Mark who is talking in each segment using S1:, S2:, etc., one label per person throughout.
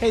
S1: Hey,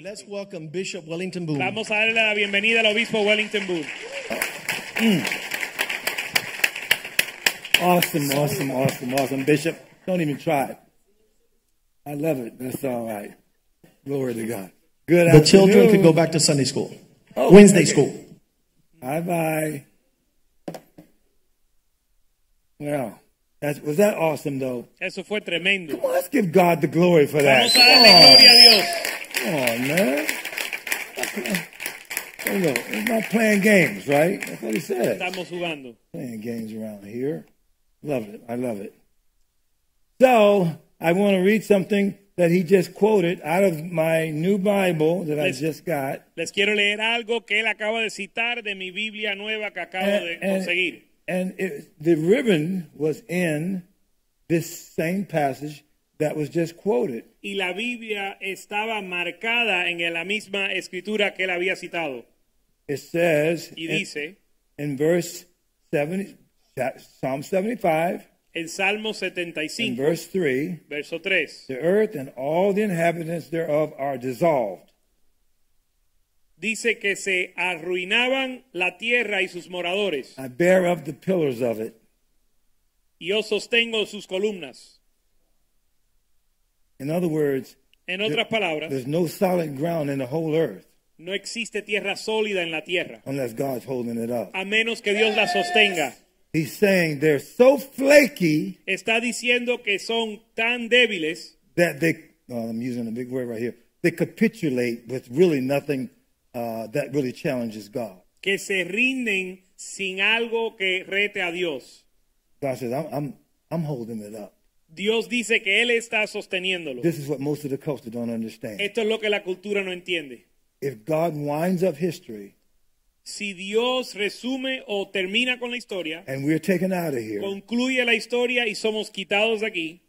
S2: Let's welcome Bishop Wellington Boone.
S3: Vamos a darle la bienvenida al obispo Wellington Boone.
S4: Awesome, awesome, awesome, awesome. Bishop, don't even try it. I love it. That's all right. Glory to God. Good
S2: The children
S4: afternoon.
S2: could go back to Sunday school, Wednesday school.
S4: Bye bye. Well, that's, was that awesome, though?
S3: Eso fue tremendo.
S4: Well, let's give God the glory for that.
S3: Vamos a darle gloria a Dios.
S4: Come on, come on, man. Hey, look, it's not playing games, right? That's what he said.
S3: Estamos jugando.
S4: playing games around here. Love it. I love it. So I want to read something that he just quoted out of my new Bible that I
S3: Yes.
S4: just got.
S3: Les quiero leer algo que él acaba de citar de mi Biblia nueva que acabo de
S4: And, and,
S3: conseguir.
S4: and it, the ribbon was in this same passage that was just quoted.
S3: Y la Biblia estaba marcada en la misma escritura que él había citado.
S4: It says
S3: Y
S4: in,
S3: dice,
S4: in verse 70, Psalm 75,
S3: en Salmo
S4: in
S3: 75,
S4: verse 3,
S3: verso 3,
S4: the earth and all the inhabitants thereof are dissolved.
S3: dice que se arruinaban la tierra y sus moradores,
S4: I bear up the pillars of it.
S3: y yo sostengo sus columnas.
S4: In other words,
S3: En otras palabras,
S4: There's no solid ground in the whole earth
S3: no existe tierra sólida en la tierra,
S4: unless God's holding it up.
S3: a menos que Dios la sostenga.
S4: He's saying they're so flaky
S3: está diciendo que son tan débiles
S4: that they, oh, I'm using a big word right here, they capitulate with really nothing uh, that really challenges God.
S3: que se rinden sin algo que rete a Dios.
S4: God says, I'm, I'm, I'm holding it up.
S3: Dios dice que Él está sosteniéndolo.
S4: This is what most of the culture don't understand.
S3: Esto es lo que la cultura no entiende.
S4: If God winds up history
S3: Si Dios resume o termina con la historia,
S4: and we're taken out of here,
S3: concluye la historia y somos quitados de aquí,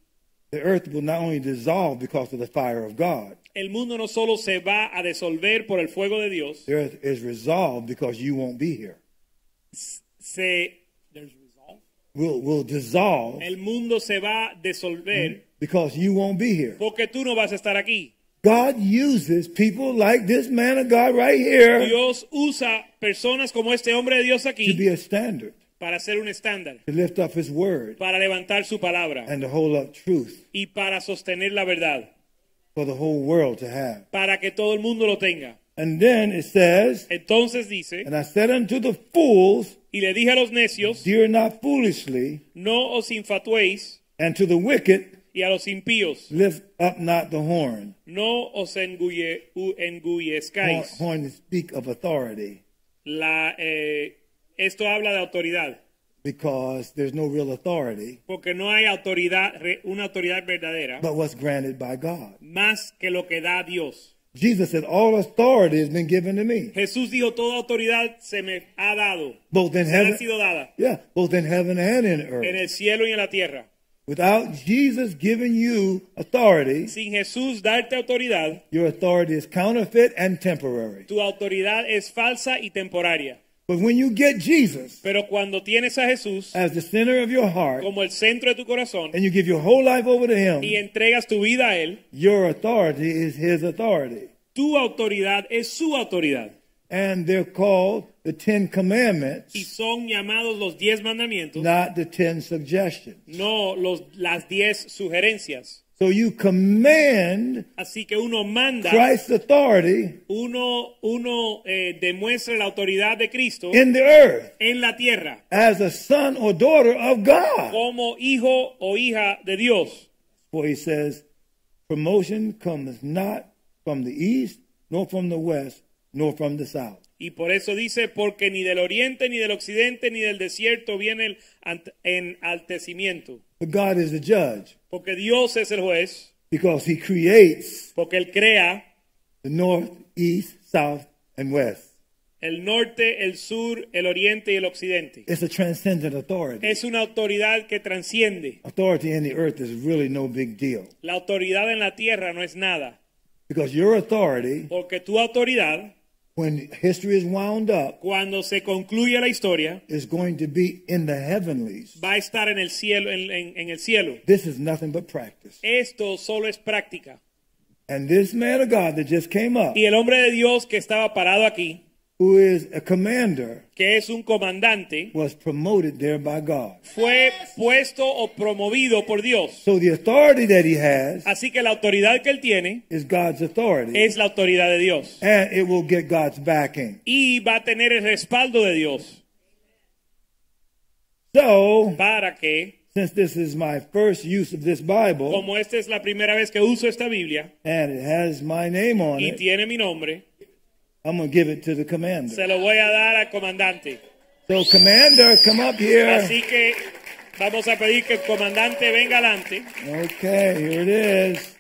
S4: the earth will not only dissolve because of the fire of God,
S3: el mundo no solo se va a disolver por el fuego de Dios,
S4: the earth is resolved because you won't be here.
S3: se,
S4: We'll, we'll dissolve
S3: el mundo se va a disolver
S4: because you won't be here.
S3: porque tú no vas a estar aquí.
S4: God uses people like this man of God right here
S3: Dios usa personas como este hombre de Dios aquí
S4: to be a standard,
S3: para hacer un estándar,
S4: to lift up his word
S3: para levantar su palabra
S4: and to hold up truth
S3: y para sostener la verdad,
S4: for the whole world to have.
S3: para que todo el mundo lo tenga.
S4: And then it says,
S3: Entonces dice,
S4: And I said unto the fools,
S3: y le dije a los necios,
S4: Dear not foolishly,
S3: no os infatuéis,
S4: and to the wicked,
S3: y a los impíos,
S4: lift up not the horn.
S3: no os engulle, u-
S4: Horn,
S3: engullezcáis.
S4: horn to speak of authority,
S3: La, eh, esto habla de autoridad,
S4: because there's no real authority
S3: porque no hay autoridad, re- una autoridad verdadera,
S4: but what's granted by God.
S3: más que lo que da Dios.
S4: Jesus said, All authority has been given to me,
S3: Jesús dijo, toda autoridad se me ha dado,
S4: both in
S3: me ha
S4: heaven.
S3: sido dada,
S4: Yeah, both in heaven and in earth.
S3: en el cielo y en la tierra.
S4: Without Jesus giving you authority,
S3: Sin Jesús darte autoridad,
S4: your authority is counterfeit and temporary.
S3: tu autoridad es falsa y temporaria.
S4: But when you get Jesus
S3: Pero cuando tienes a Jesús
S4: as the center of your heart
S3: como el centro de tu corazón
S4: and you give your whole life over to
S3: y
S4: Him,
S3: entregas tu vida a Él,
S4: your authority is His authority.
S3: tu autoridad es su autoridad.
S4: And they're called the Ten
S3: Y
S4: Commandments,
S3: son llamados los diez mandamientos,
S4: not the Ten Suggestions.
S3: no los, las diez sugerencias.
S4: So you command
S3: Así que uno manda,
S4: Christ's authority
S3: uno, uno eh, demuestra la autoridad de Cristo
S4: in the earth
S3: en la tierra
S4: as a son or daughter of God.
S3: como hijo o hija de Dios.
S4: For he says, Promotion cometh not from the east, nor from the west, nor from the south.
S3: Y por eso dice, porque ni del oriente, ni del occidente, ni del desierto viene el ant- enaltecimiento.
S4: But God is the judge,
S3: Porque Dios es el juez,
S4: because he creates
S3: porque Él crea
S4: the north, east, south, and west.
S3: el norte, el sur, el oriente y el occidente.
S4: It's a transcendent authority.
S3: Es una autoridad que transciende.
S4: Authority in the earth is really no big deal
S3: La autoridad en la tierra no es nada,
S4: because your authority,
S3: porque tu autoridad,
S4: when history is wound up,
S3: cuando se concluya la historia,
S4: is going to be in the heavenlies.
S3: va a estar en el cielo. En, en- en el cielo.
S4: This is nothing but practice.
S3: Esto solo es práctica.
S4: And this man of God that just came up,
S3: Y el hombre de Dios que estaba parado aquí,
S4: who is a commander,
S3: que es un comandante,
S4: was promoted there by God.
S3: fue puesto o promovido por Dios.
S4: So the authority that he has
S3: Así que la autoridad que él tiene
S4: is God's authority,
S3: es la autoridad de Dios.
S4: and it will get God's backing.
S3: Y va a tener el respaldo de Dios
S4: So,
S3: para que,
S4: since this is my first use of this Bible,
S3: como esta es la primera vez que uso esta Biblia
S4: and it has my name on
S3: y
S4: it,
S3: tiene mi nombre,
S4: I'm going to give it to the commander.
S3: se lo voy a dar al comandante.
S4: So, commander, come up here.
S3: Así que vamos a pedir que el comandante venga adelante.
S4: Okay, here it is.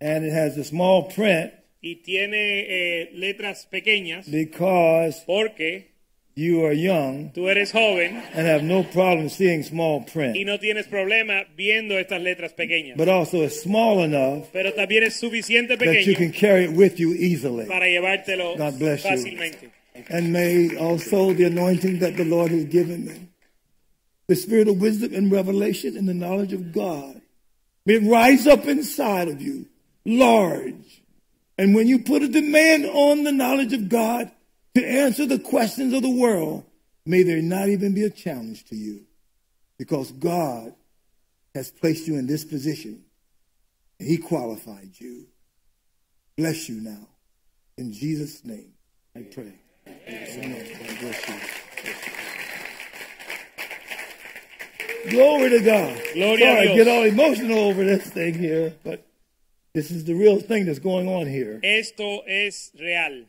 S4: And it has a small print
S3: Y tiene eh, letras pequeñas
S4: because
S3: porque
S4: you are young
S3: tú eres joven
S4: and have no problem seeing small
S3: y
S4: print.
S3: no tienes problema viendo estas letras pequeñas.
S4: But also, it's small enough
S3: Pero también es suficiente
S4: that you
S3: pequeño
S4: can carry it with you easily.
S3: para llevártelo
S4: God bless you.
S3: fácilmente.
S4: and may also the anointing that the Lord has given me, the spirit of wisdom and revelation and the knowledge of God, may it rise up inside of you, large. And when you put a demand on the knowledge of God to answer the questions of the world, may there not even be a challenge to you, because God has placed you in this position. and He qualified you. Bless you now. In Jesus' name, I pray. Amen. God bless you. Glory to God.
S3: Glory a
S4: Sorry, I
S3: Dios.
S4: get all emotional over this thing here, but this is the real thing that's going on here.
S3: Esto es real.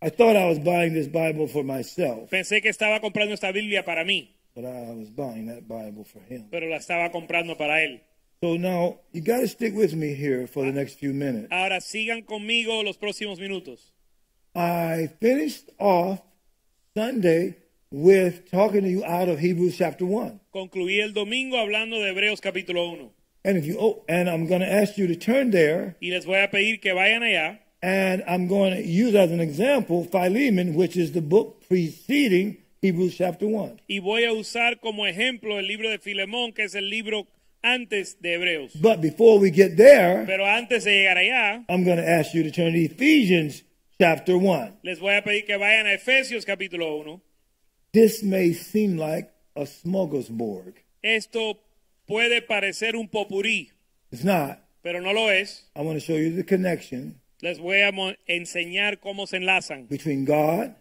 S4: I thought I was buying this Bible for myself,
S3: Pensé que estaba comprando esta Biblia para mí,
S4: but I was buying that Bible for him.
S3: pero la estaba comprando para él.
S4: So now you got to stick with me here for the next few minutes.
S3: Ahora sigan conmigo los próximos minutos.
S4: I finished off Sunday with talking to you out of Hebrews chapter 1.
S3: Concluí el domingo hablando de Hebreos capítulo 1.
S4: And if you oh, and I'm going to ask you to turn there
S3: Y les voy a pedir que vayan allá.
S4: and I'm going to use as an example Philemon, which is the book preceding Hebrews chapter 1.
S3: Y voy a usar como ejemplo el libro de Filemón, que es el libro antes de Hebreos.
S4: But before we get there,
S3: Pero antes de llegar allá,
S4: I'm going to ask you to turn to Ephesians chapter 1.
S3: les voy a pedir que vayan a Efesios capítulo 1.
S4: This may seem like a smorgasbord.
S3: Esto puede parecer un popurí,
S4: It's not.
S3: pero no lo es.
S4: I want to show you the connection
S3: Les voy a mo- enseñar cómo se enlazan.
S4: between God,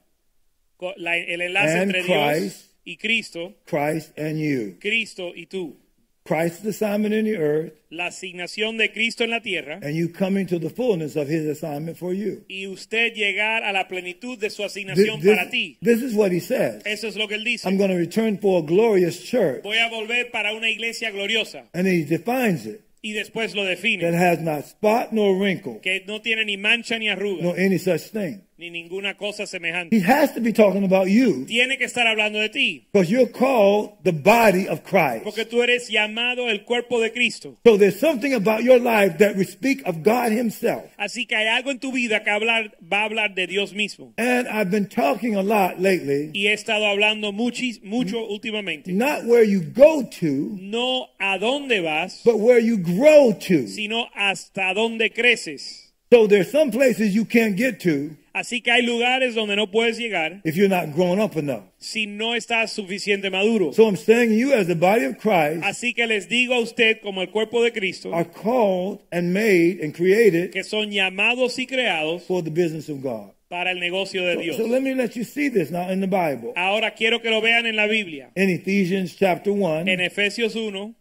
S3: Co- la- el enlace
S4: And
S3: entre
S4: Christ.
S3: Dios y Cristo,
S4: Christ, and you.
S3: Cristo y tú.
S4: Christ's assignment in the earth,
S3: La asignación de Cristo en la tierra
S4: and you coming to the fullness of his assignment for you.
S3: y usted llegar a la plenitud de su
S4: Thi-
S3: asignación para
S4: This,
S3: ti.
S4: this is what he says.
S3: Eso es lo que él dice.
S4: I'm going to return for a glorious church.
S3: Voy a volver para una iglesia gloriosa
S4: And he defines it
S3: y después lo
S4: that
S3: define,
S4: has not spot nor wrinkle,
S3: que no tiene ni mancha ni arruga,
S4: nor any such thing.
S3: ni ninguna cosa semejante.
S4: He has to be talking about you
S3: Tiene que estar hablando de ti,
S4: because you're called the body of Christ.
S3: porque tú eres llamado el cuerpo de Cristo.
S4: So there's something about your life that we speak of God Himself.
S3: Así que hay algo en tu vida que hablar, va a hablar de Dios mismo.
S4: And I've been talking a lot lately,
S3: Y he estado hablando muchis- mucho últimamente.
S4: not where you go to,
S3: No a dónde vas,
S4: but where you grow to.
S3: sino hasta dónde creces.
S4: So there's some places you can't get to
S3: Así que hay lugares donde no puedes llegar
S4: if you're not grown up enough.
S3: si no estás suficiente maduro.
S4: So I'm saying you as the body of Christ
S3: Así que les digo a usted como el cuerpo de Cristo
S4: are called and made and created
S3: que son llamados y creados
S4: for the business of God.
S3: para el negocio de Dios.
S4: So let me let you see this now in the Bible.
S3: Ahora quiero que lo vean en la Biblia.
S4: In Ephesians chapter 1,
S3: En Efesios 1,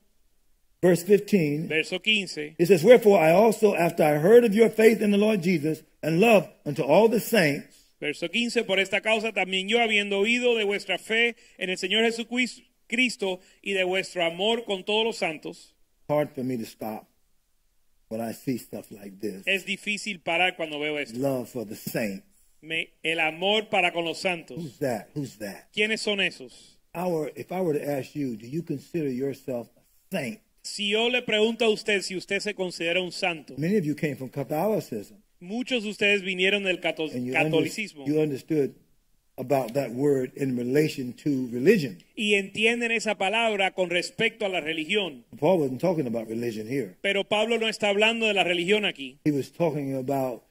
S4: verse 15,
S3: verso 15,
S4: it says, Wherefore I also, after I heard of your faith in the Lord Jesus and love unto all the saints,
S3: verso 15, por esta causa también yo, habiendo oído de vuestra fe en el Señor Jesucristo y de vuestro amor con todos los santos,
S4: hard for me to stop when I see stuff like this.
S3: es difícil parar cuando veo esto.
S4: Love for the saints.
S3: Me- el amor para con los santos.
S4: Who's that? Who's that?
S3: ¿Quiénes son esos?
S4: I were, if I were to ask you, do you consider yourself a saint?
S3: Si yo le pregunto a usted si usted se considera un santo,
S4: Many of you came from Catholicism,
S3: muchos de ustedes vinieron del cato-
S4: and you, under-
S3: catolicismo
S4: you understood about that word in relation to religion.
S3: y entienden esa palabra con respecto a la religión.
S4: Paul wasn't talking about religion here.
S3: Pero Pablo no está hablando de la religión aquí.
S4: He was talking about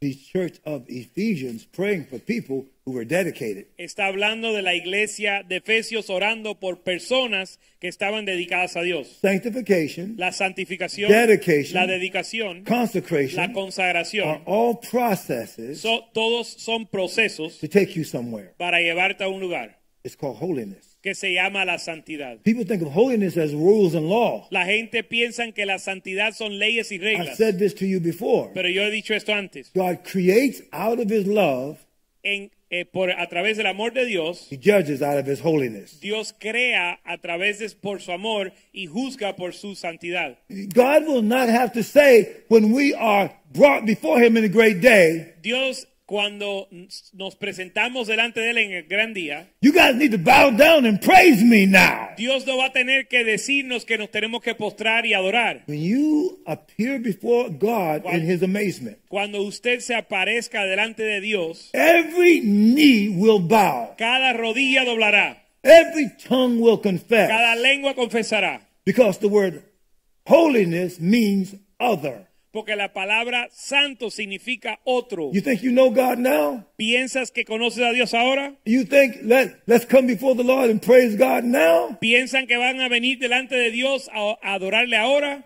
S4: the church of Ephesians praying for people who were dedicated.
S3: Está hablando de la iglesia de Efesios orando por personas que estaban dedicadas a Dios.
S4: Sanctification,
S3: La santificación,
S4: Dedication.
S3: la dedicación, la
S4: consecration are
S3: consagración,
S4: all processes
S3: so- todos son procesos
S4: to take you somewhere.
S3: para llevarte a un lugar
S4: It's called holiness.
S3: que se llama la santidad.
S4: People think of holiness as rules and law.
S3: La gente piensa que la santidad son leyes y
S4: I've
S3: reglas,
S4: said this to you before.
S3: pero yo he dicho esto antes.
S4: God creates out of his love,
S3: En, eh, por, a través del amor de Dios,
S4: he judges out of his holiness.
S3: Dios crea a través de por su amor y juzga por su santidad.
S4: God will not have to say when we are brought before him in the great day,
S3: Dios cuando nos presentamos delante de él en el gran día,
S4: you guys need to bow down and praise me now.
S3: Dios no va a tener que decirnos que nos tenemos que postrar y adorar.
S4: When you appear before God in his amazement,
S3: Cuando usted se aparezca delante de Dios,
S4: every knee will bow,
S3: cada rodilla doblará,
S4: every tongue will
S3: cada
S4: confess,
S3: lengua confesará,
S4: because the word holiness means other.
S3: porque la palabra santo significa otro.
S4: You think you know God now?
S3: ¿Piensas que conoces a Dios ahora?
S4: You think let let's come before the Lord and praise God now?
S3: ¿Piensan que van a venir delante de Dios a, a adorarle ahora?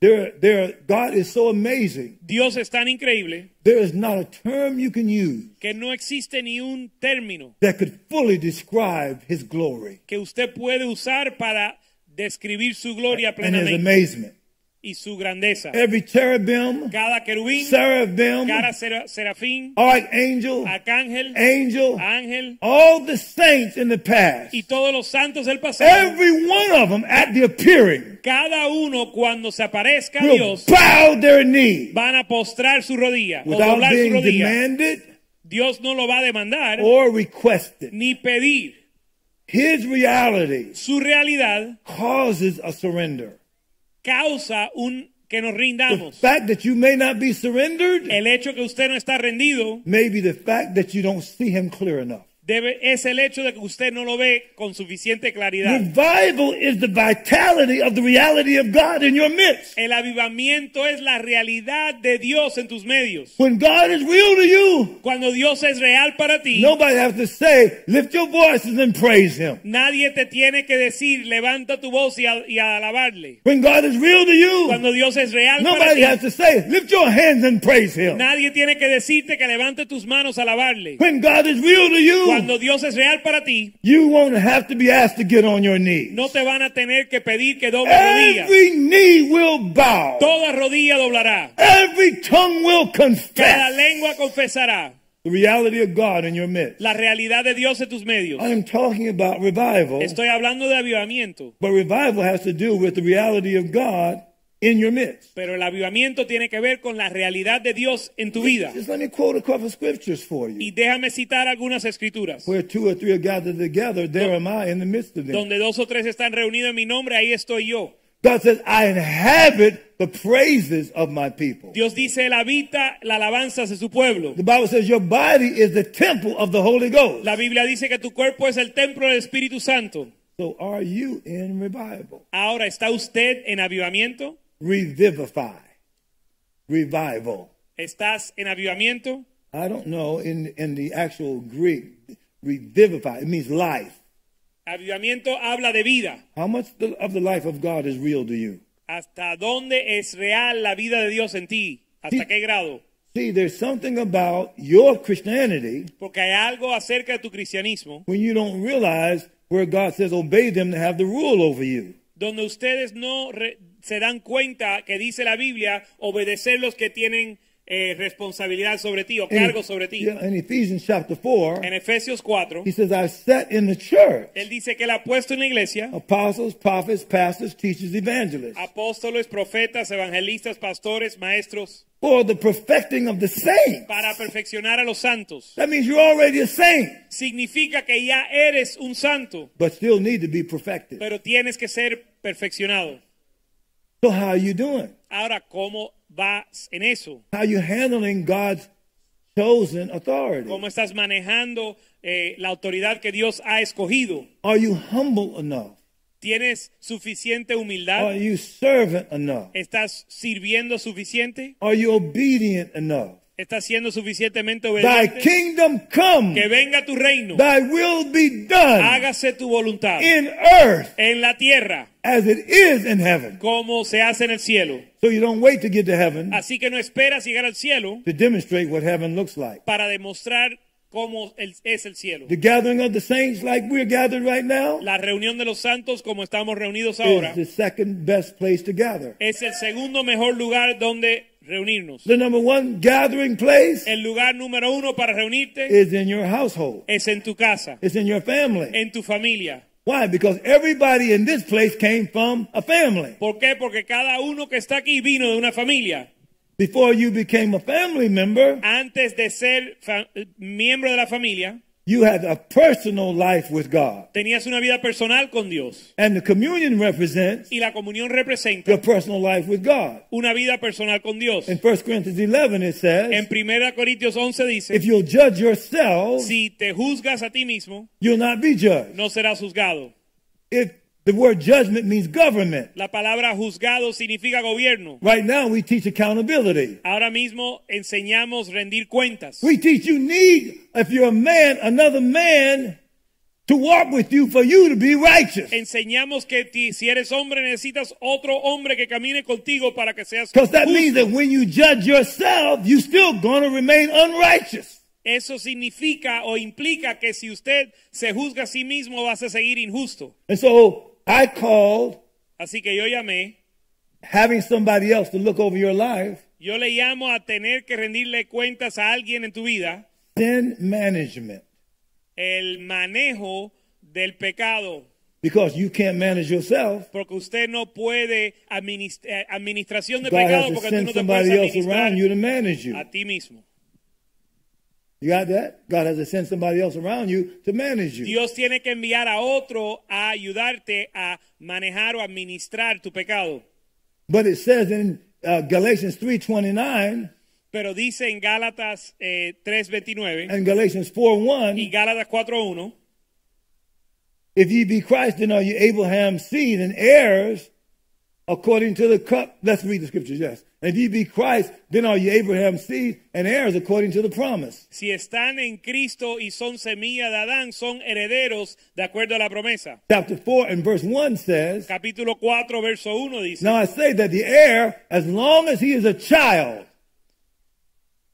S4: There, there, God is so amazing.
S3: Dios es tan increíble
S4: There is not a term you can use
S3: que no existe ni un término
S4: that could fully describe His glory
S3: que usted puede usar para describir su gloria
S4: and His
S3: plenamente
S4: amazement.
S3: y su grandeza.
S4: Every cherubim,
S3: Cada querubín,
S4: seraphim,
S3: cada sera- serafín,
S4: archangel,
S3: arcángel,
S4: angel,
S3: ángel
S4: all the saints in the past,
S3: y todos los santos del pasado,
S4: every one of them at the appearing
S3: cada uno cuando se aparezca a
S4: will
S3: Dios
S4: bow their knee
S3: van a postrar su rodilla o
S4: without
S3: doblar su
S4: being
S3: rodilla.
S4: demanded Oh.
S3: Dios no lo va a demandar
S4: or requested.
S3: ni pedir.
S4: His reality
S3: Su realidad
S4: causes a surrender.
S3: causa un que nos
S4: The
S3: rindamos.
S4: fact that you may not be surrendered
S3: El hecho que usted no está rendido
S4: Maybe the fact that you don't see him clear enough.
S3: debe, es el hecho de que usted no lo ve con suficiente claridad.
S4: Revival is the vitality of the reality of God in your midst.
S3: El avivamiento es la realidad de Dios en tus medios.
S4: When God is real to you,
S3: Cuando Dios es real para ti,
S4: nobody has to say, lift your voices and praise him.
S3: nadie te tiene que decir levanta tu voz y, a- y alabarle.
S4: When God is real to you,
S3: Cuando Dios es real
S4: nobody
S3: para
S4: has
S3: ti,
S4: to say, lift your hands and praise him.
S3: nadie tiene que decirte que levante tus manos a alabarle.
S4: When God is real to you,
S3: Cuando Dios es real para ti,
S4: you won't have to be asked to get on your knees.
S3: no te van a tener que pedir que doble
S4: Eh,
S3: rodilla.
S4: Every knee will bow.
S3: Toda rodilla doblará.
S4: Every tongue will
S3: Cada
S4: confess
S3: lengua confesará
S4: the reality of God in your midst.
S3: la realidad de Dios en tus medios.
S4: I am talking about revival.
S3: Estoy hablando de avivamiento,
S4: But revival has to do with the reality of God in your midst.
S3: pero el avivamiento tiene que ver con la realidad de Dios en tu vida.
S4: Just let me quote a couple of scriptures for
S3: Y
S4: you.
S3: déjame citar algunas escrituras.
S4: Where two or three are gathered together, there am I in the midst of them.
S3: Donde dos o tres están reunidos en mi nombre, ahí estoy yo.
S4: God says, I inhabit the praises of my people.
S3: Dios dice, él habita la alabanza de su pueblo.
S4: The Bible says, Your body is the temple of the Holy Ghost.
S3: La Biblia dice que tu cuerpo es el templo del Espíritu Santo.
S4: So are you in revival?
S3: Ahora, ¿está usted en avivamiento?
S4: Revivify. Revival.
S3: ¿Estás en avivamiento?
S4: I don't know in, in the actual Greek, revivify, it means life.
S3: Avivamiento habla de vida.
S4: How much of the life of God is real to you?
S3: ¿Hasta dónde es real la vida de Dios en ti? ¿Hasta
S4: Sí.
S3: qué grado?
S4: See, there's something about your Christianity
S3: Porque hay algo acerca de tu cristianismo
S4: when you don't realize where God says obey them to have the rule over you.
S3: donde ustedes no re- se dan cuenta que dice la Biblia obedecer los que tienen eh, responsabilidad sobre ti o cargo sobre ti.
S4: Yeah, in Ephesians chapter 4,
S3: En Efesios 4,
S4: he says, I set in the church
S3: él dice que él ha puesto en la iglesia
S4: Oh, apostles, prophets, pastors, teachers, evangelists
S3: apóstoles, profetas, evangelistas, pastores, maestros,
S4: for the perfecting of the saints.
S3: para perfeccionar a los santos.
S4: That means you're already a saint,
S3: Significa que ya eres un santo,
S4: but still need to be perfected.
S3: pero tienes que ser perfeccionado.
S4: So how are you doing?
S3: Ahora, ¿cómo vas en eso?
S4: How are you handling God's chosen authority?
S3: ¿Cómo estás manejando eh, la autoridad que Dios ha escogido?
S4: Are you humble enough?
S3: ¿Tienes suficiente
S4: Are
S3: humildad?
S4: Oh, you servant enough?
S3: ¿Estás sirviendo suficiente?
S4: Are you obedient enough?
S3: ¿Estás siendo suficientemente
S4: Thy
S3: obediente?
S4: kingdom come,
S3: Que venga tu reino.
S4: thy will be done
S3: Hágase tu voluntad
S4: in earth
S3: en la tierra
S4: as it is in heaven.
S3: como se hace en el cielo.
S4: So you don't wait to get to heaven
S3: Así que no esperas llegar al cielo
S4: to demonstrate what heaven looks like.
S3: para demostrar cómo el- es el cielo.
S4: The gathering of the saints, like we're gathered right now,
S3: La reunión de los santos como estamos reunidos ahora
S4: is the second best place to gather.
S3: es el segundo mejor lugar donde reunirnos.
S4: The number one gathering place
S3: El lugar número uno para reunirte
S4: is in your household.
S3: es en tu casa,
S4: It's in your family.
S3: en tu familia.
S4: Why? Because everybody in this place came from a family.
S3: ¿Por qué? Porque cada uno que está aquí vino de una familia.
S4: Before you became a family member,
S3: Antes de ser fa- miembro de la familia,
S4: you had a personal life with God.
S3: tenías una vida personal con Dios.
S4: And the communion represents
S3: Y la comunión
S4: your
S3: representa
S4: personal life with God.
S3: una vida personal con Dios.
S4: In 1 Corinthians 11, it
S3: En
S4: says,
S3: 1 Corintios 11 dice,
S4: if you'll judge yourself,
S3: si te juzgas a ti mismo,
S4: you'll not be judged.
S3: no serás juzgado.
S4: If the word judgment means government,
S3: La palabra juzgado significa gobierno.
S4: right now we teach accountability.
S3: Ahora mismo enseñamos rendir cuentas.
S4: We teach you need, if you're a man, another man to walk with you for you to be righteous.
S3: Enseñamos que ti- si eres hombre necesitas otro hombre que camine contigo para que seas
S4: Because that means
S3: justo.
S4: that when you judge yourself, you're still going to remain unrighteous.
S3: Eso significa o implica que si usted se juzga a sí mismo vas a seguir injusto.
S4: And so I called
S3: Así que yo llamé,
S4: having somebody else to look over your life
S3: yo le llamo a tener que rendirle cuentas a alguien en tu vida
S4: sin management
S3: el manejo del pecado,
S4: because you can't manage yourself.
S3: porque usted no puede administ- eh, administración de
S4: God
S3: pecado
S4: has to
S3: porque tú
S4: send
S3: no te puedes
S4: somebody else
S3: administrar
S4: around you to manage you.
S3: a ti mismo.
S4: You got that? God has to send somebody else around you to manage you.
S3: Dios tiene que enviar a otro a ayudarte a manejar o administrar tu pecado.
S4: But it says in uh, Galatians 3:29
S3: Pero dice en Gálatas eh, 3:29
S4: and Galatians 4:1,
S3: y Gálatas 4:1,
S4: If ye be Christ, then are ye Abraham's seed and heirs according to the cup. Let's read the scriptures, yes. If ye be Christ, then are ye Abraham's seed and heirs according to the promise.
S3: si están en Cristo y son semilla de Adán, son herederos de acuerdo a la promesa.
S4: Chapter 4 and verse 1 says,
S3: Capítulo 4, verso 1 dice,
S4: Now I say that the heir, as long as he is a child,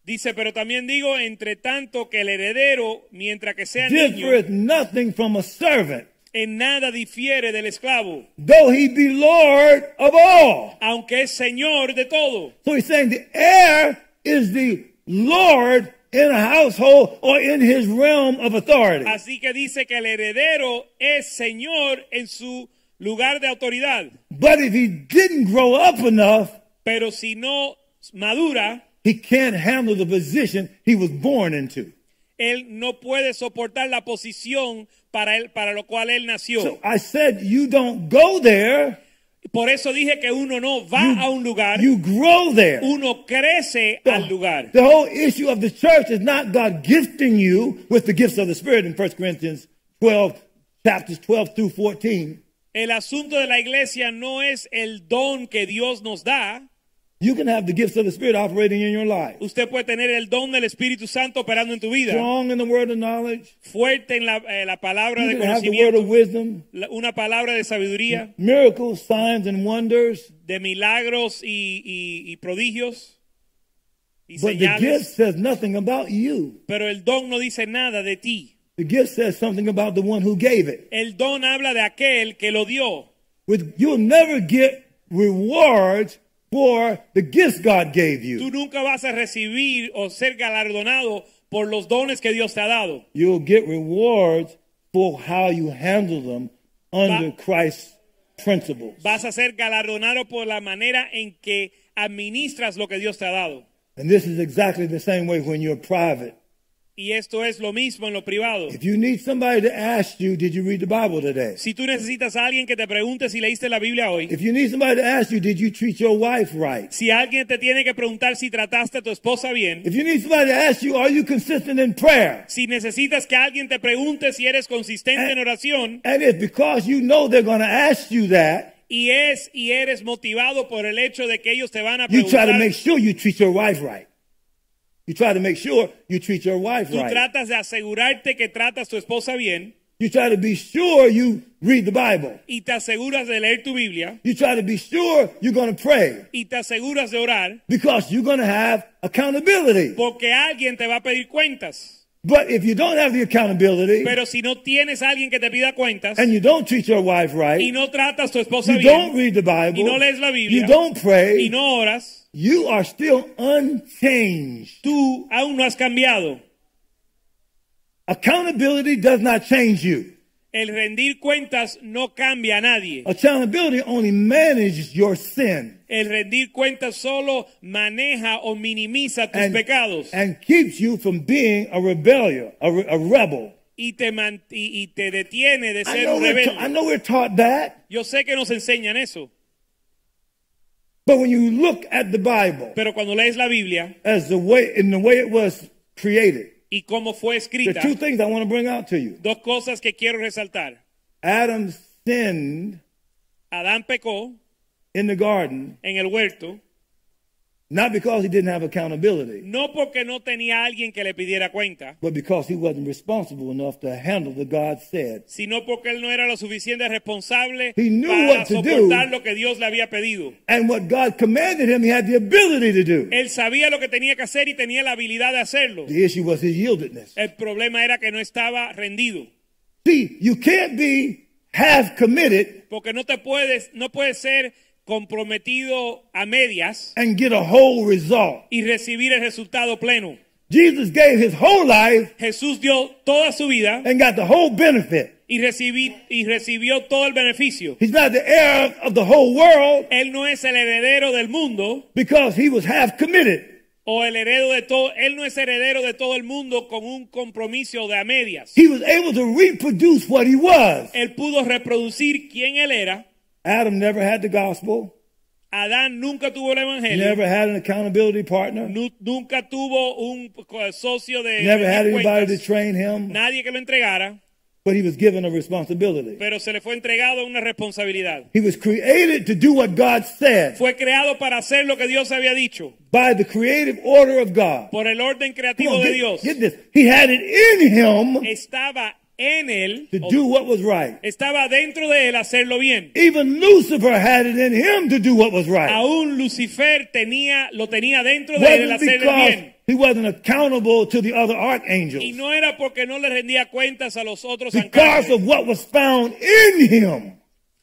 S3: dice, pero también digo, entre tanto que el heredero, mientras que sea niño,
S4: differeth nothing from a servant,
S3: en nada difiere del esclavo,
S4: though he be Lord of all.
S3: aunque es señor de todo.
S4: So he's saying the heir is the Lord in a household or in his realm of authority.
S3: Así que dice que el heredero es señor en su lugar de autoridad,
S4: But if he didn't grow up enough,
S3: pero si no madura,
S4: he can't handle the position he was born into.
S3: él no puede soportar la posición para él para lo cual él nació.
S4: So I said, you don't go there,
S3: Por eso dije que uno no va a un lugar,
S4: you grow there.
S3: uno crece al lugar.
S4: Oh. The whole issue of the church is not God gifting you with the gifts of the Spirit in 1 Corinthians 12, chapters 12 through 14.
S3: El asunto de la iglesia no es el don que Dios nos da.
S4: You can have the gifts of the Spirit operating in your life.
S3: Usted puede tener el don del Espíritu Santo operando en tu vida,
S4: Strong in the word of knowledge.
S3: fuerte en la, eh, la palabra
S4: You
S3: de
S4: can have the word
S3: conocimiento,
S4: of wisdom,
S3: la- una palabra de sabiduría.
S4: miracles, signs, and wonders.
S3: de milagros y, y- y prodigios y
S4: But the gift
S3: señales,
S4: says nothing about you.
S3: pero el don no dice nada de ti.
S4: The gift says something about the one who gave it.
S3: El don habla de aquel que lo dio.
S4: With you'll never get rewards for the gifts God gave
S3: Tú
S4: you.
S3: nunca vas a recibir o ser galardonado por los dones que Dios te ha dado.
S4: You'll get rewards for how you handle them under
S3: Ba-
S4: Christ's principles.
S3: Vas a ser galardonado por la manera en que administras lo que Dios te ha dado.
S4: And this is exactly the same way when you're private.
S3: Y esto es lo mismo en lo privado.
S4: If you need somebody to ask you, did you read the Bible today?
S3: Si tú necesitas a alguien que te pregunte si leíste la Biblia hoy,
S4: If you need somebody to ask you, did you treat your wife right?
S3: si alguien te tiene que preguntar si trataste a tu esposa bien,
S4: If you need somebody to ask you, are you consistent in prayer?
S3: si necesitas que alguien te pregunte si eres consistente en oración,
S4: And it's because you know they're going to ask you that,
S3: y es y eres motivado por el hecho de que ellos te van a
S4: you try to
S3: preguntar,
S4: make sure you treat your wife right. You try to make sure you treat your wife
S3: tú
S4: right.
S3: tratas de asegurarte que tratas tu esposa bien
S4: You try to be sure you read the Bible.
S3: y te aseguras de leer tu Biblia
S4: You try to be sure you're going to pray
S3: y te aseguras de orar
S4: because you're going to have accountability.
S3: porque alguien te va a pedir cuentas.
S4: But if you don't have the accountability
S3: Pero si no tienes a alguien que te pida cuentas
S4: and you don't treat your wife
S3: y
S4: right,
S3: no tratas tu esposa
S4: you don't
S3: bien
S4: read the Bible,
S3: y no lees la Biblia
S4: you don't
S3: y
S4: pray,
S3: no oras,
S4: you are still unchanged.
S3: tú aún no has cambiado.
S4: Accountability does not change you.
S3: El rendir cuentas no cambia a nadie.
S4: Accountability only manages your sin
S3: El rendir cuentas solo maneja o minimiza tus pecados.
S4: and keeps you from being a rebellion, a, re- a rebel.
S3: y te, man- y, y te detiene de
S4: I
S3: ser
S4: know,
S3: un
S4: we're
S3: rebelde.
S4: ta- I know we're taught that,
S3: Yo sé que nos enseñan eso,
S4: but when you look at the Bible
S3: pero cuando lees la Biblia
S4: as the way in the way it was created,
S3: y cómo fue
S4: there
S3: escrita,
S4: are two things I want to bring out to you.
S3: dos cosas que quiero resaltar.
S4: Adam sinned
S3: Adán pecó
S4: in the garden
S3: en el huerto,
S4: not because he didn't have accountability,
S3: no porque no tenía alguien que le pidiera cuenta,
S4: but because he wasn't responsible enough to handle what God said.
S3: sino porque él no era lo suficiente responsable
S4: He knew
S3: para
S4: what to
S3: soportar
S4: do.
S3: lo que Dios le había pedido.
S4: And what God commanded him, he had the ability to do.
S3: Él sabía lo que tenía que hacer y tenía la habilidad de hacerlo.
S4: The issue was his yieldedness.
S3: El problema era que no estaba rendido,
S4: See, you can't be half committed
S3: porque no te puedes, no puedes ser comprometido a medias.
S4: and get a whole result.
S3: y recibir el resultado pleno.
S4: Jesus gave his whole life
S3: Jesús dio toda su vida
S4: and got the whole benefit.
S3: y, recibí- y recibió todo el beneficio.
S4: He's not the heir of the whole world
S3: Él no es el heredero del mundo
S4: because he was half committed.
S3: o el heredero de todo, él no es heredero de todo el mundo con un compromiso de a medias.
S4: He was able to reproduce what he was.
S3: Él pudo reproducir quién él era.
S4: Adam never had the gospel,
S3: Adán nunca tuvo el evangelio,
S4: never had an accountability partner,
S3: nu- nunca tuvo un co- socio de
S4: never had
S3: de
S4: anybody to
S3: cuentas,
S4: train him,
S3: nadie que lo entregara,
S4: but he was given a responsibility.
S3: pero se le fue entregado una responsabilidad.
S4: He was created to do what God said
S3: Fue creado para hacer lo que Dios había dicho.
S4: by the creative order of God.
S3: por el orden
S4: Come
S3: creativo
S4: on,
S3: de
S4: get,
S3: Dios
S4: get this. He had it in him
S3: estaba en él
S4: to
S3: o
S4: do what was right.
S3: estaba dentro de él hacerlo bien
S4: Even Lucifer had it in him to do what was right.
S3: aún Lucifer tenía lo tenía dentro de él el
S4: Wasn't
S3: hacerlo
S4: because
S3: bien
S4: he wasn't accountable to the other
S3: y
S4: archangels.
S3: no era porque no le rendía cuentas a los otros
S4: Because
S3: ángeles,
S4: of what was found in him.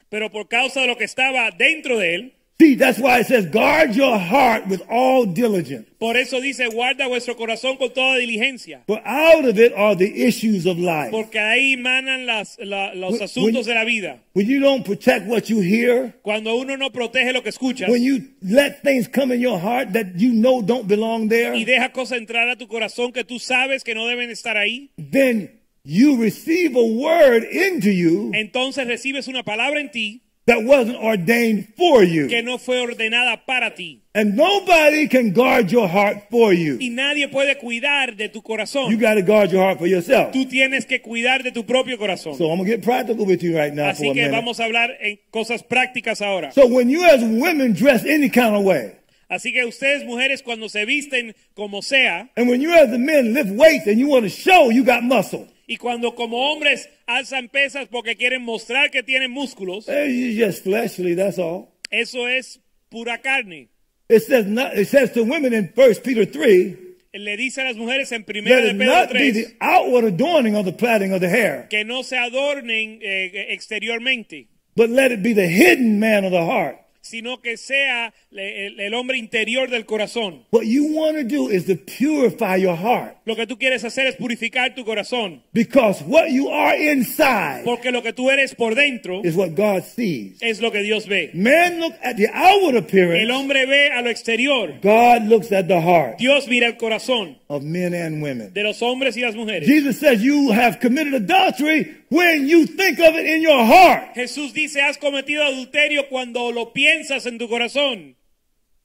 S3: pero por causa de lo que estaba dentro de él
S4: See, that's why it says, guard your heart with all diligence.
S3: por eso dice guarda vuestro corazón con toda diligencia
S4: For out of it are the issues of life.
S3: porque ahí manan las, la- los
S4: When-
S3: asuntos
S4: when-
S3: de la vida
S4: When you don't protect what you hear,
S3: cuando uno no protege lo que escucha
S4: when you let things come in your heart that you know don't belong there,
S3: y deja cosas entrar a tu corazón que tú sabes que no deben estar ahí
S4: then you receive a word into you
S3: entonces recibes una palabra en ti
S4: that wasn't ordained for you.
S3: que no fue ordenada para ti.
S4: And nobody can guard your heart for you.
S3: Y nadie puede cuidar de tu
S4: You
S3: corazón.
S4: got to guard your heart for yourself.
S3: Tú tienes que cuidar de tu propio corazón.
S4: So I'm going to get practical with you right now for
S3: Así
S4: a
S3: que
S4: minute.
S3: vamos a hablar en cosas prácticas ahora.
S4: So when you as women dress any kind of way,
S3: Así que ustedes mujeres cuando se visten como sea
S4: and when you as the men lift weights and you want to show you got muscle,
S3: y cuando como hombres alzan pesas porque quieren mostrar que tienen músculos,
S4: eh, you just fleshly, that's all.
S3: eso es pura carne.
S4: It says not, it says to women in 1 Peter 3,
S3: Le dice a las mujeres en primera
S4: let
S3: de
S4: it
S3: Pedro
S4: not be the
S3: 3
S4: outward adorning of the plaiting of the hair,
S3: que no se adornen eh, exteriormente,
S4: but let it be the hidden man of the heart.
S3: sino que sea le- el, el hombre interior del corazón.
S4: What you want to do is to purify your heart
S3: Lo que tú quieres hacer es purificar tu corazón,
S4: because what you are inside
S3: porque lo que tú eres por dentro
S4: is what God sees.
S3: es lo que Dios ve.
S4: Man look at the outward
S3: El
S4: appearance.
S3: hombre ve a lo exterior,
S4: God looks at the heart
S3: Dios mira el corazón
S4: of men and women.
S3: de los hombres y las mujeres.
S4: Jesus says you have committed adultery when you think of it in your heart.
S3: Jesús dice, has cometido adulterio cuando lo piensas en tu corazón.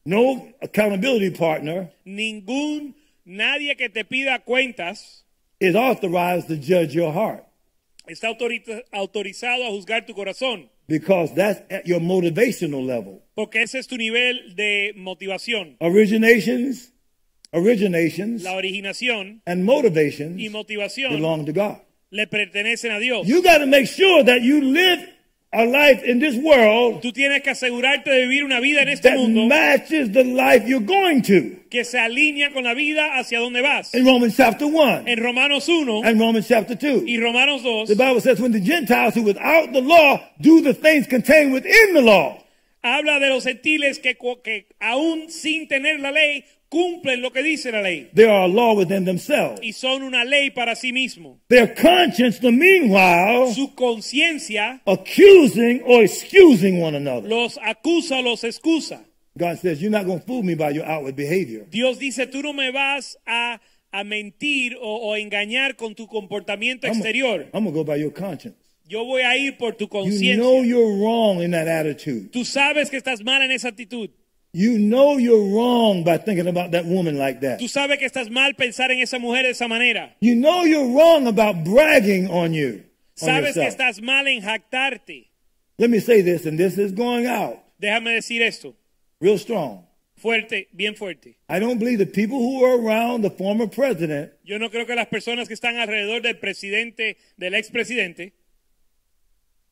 S4: No accountability partner
S3: Ningún, nadie que te pida cuentas
S4: is authorized to judge your heart
S3: está autorita- autorizado a juzgar tu corazón,
S4: because that's at your motivational level.
S3: porque ese es tu nivel de motivación.
S4: Originations, originations,
S3: La originación
S4: and motivations
S3: y motivación
S4: belong to God.
S3: le pertenecen a Dios.
S4: You got to make sure that you live a life in this world
S3: Tú tienes que asegurarte de vivir una vida en este
S4: that
S3: mundo
S4: matches the life you're going to.
S3: que se alinea con la vida hacia donde vas.
S4: In Romans chapter 1
S3: En Romanos 1
S4: and Romans chapter 2,
S3: y Romanos
S4: the
S3: 2
S4: Bible says, When the Gentiles who without the law do the things contained within the law,
S3: habla de los gentiles que, cu- que aún sin tener la ley cumplen lo que dice la ley
S4: they are a law within themselves.
S3: y son una ley para sí mismo.
S4: Their conscience, the meanwhile,
S3: Su conciencia
S4: accusing or excusing one another.
S3: los acusa, los excusa.
S4: God says, You're not going to fool me by your outward behavior.
S3: Dios dice, tú no me vas a, a mentir o, o engañar con tu comportamiento
S4: I'm
S3: exterior.
S4: going to go by your conscience.
S3: Yo voy a ir por tu
S4: You know
S3: conciencia.
S4: you're wrong in that attitude.
S3: Tú sabes que estás mal en esa actitud.
S4: You know you're wrong by thinking about that woman like that.
S3: Tú sabes que estás mal pensar en esa mujer de esa manera.
S4: You know you're wrong about bragging on you. on
S3: Sabes que
S4: yourself.
S3: estás mal en jactarte.
S4: Let me say this, and this is going out
S3: Déjame decir esto,
S4: real strong.
S3: fuerte, bien fuerte.
S4: I don't believe the people who were around the former president
S3: Yo no creo que las personas que están alrededor del presidente, del expresidente,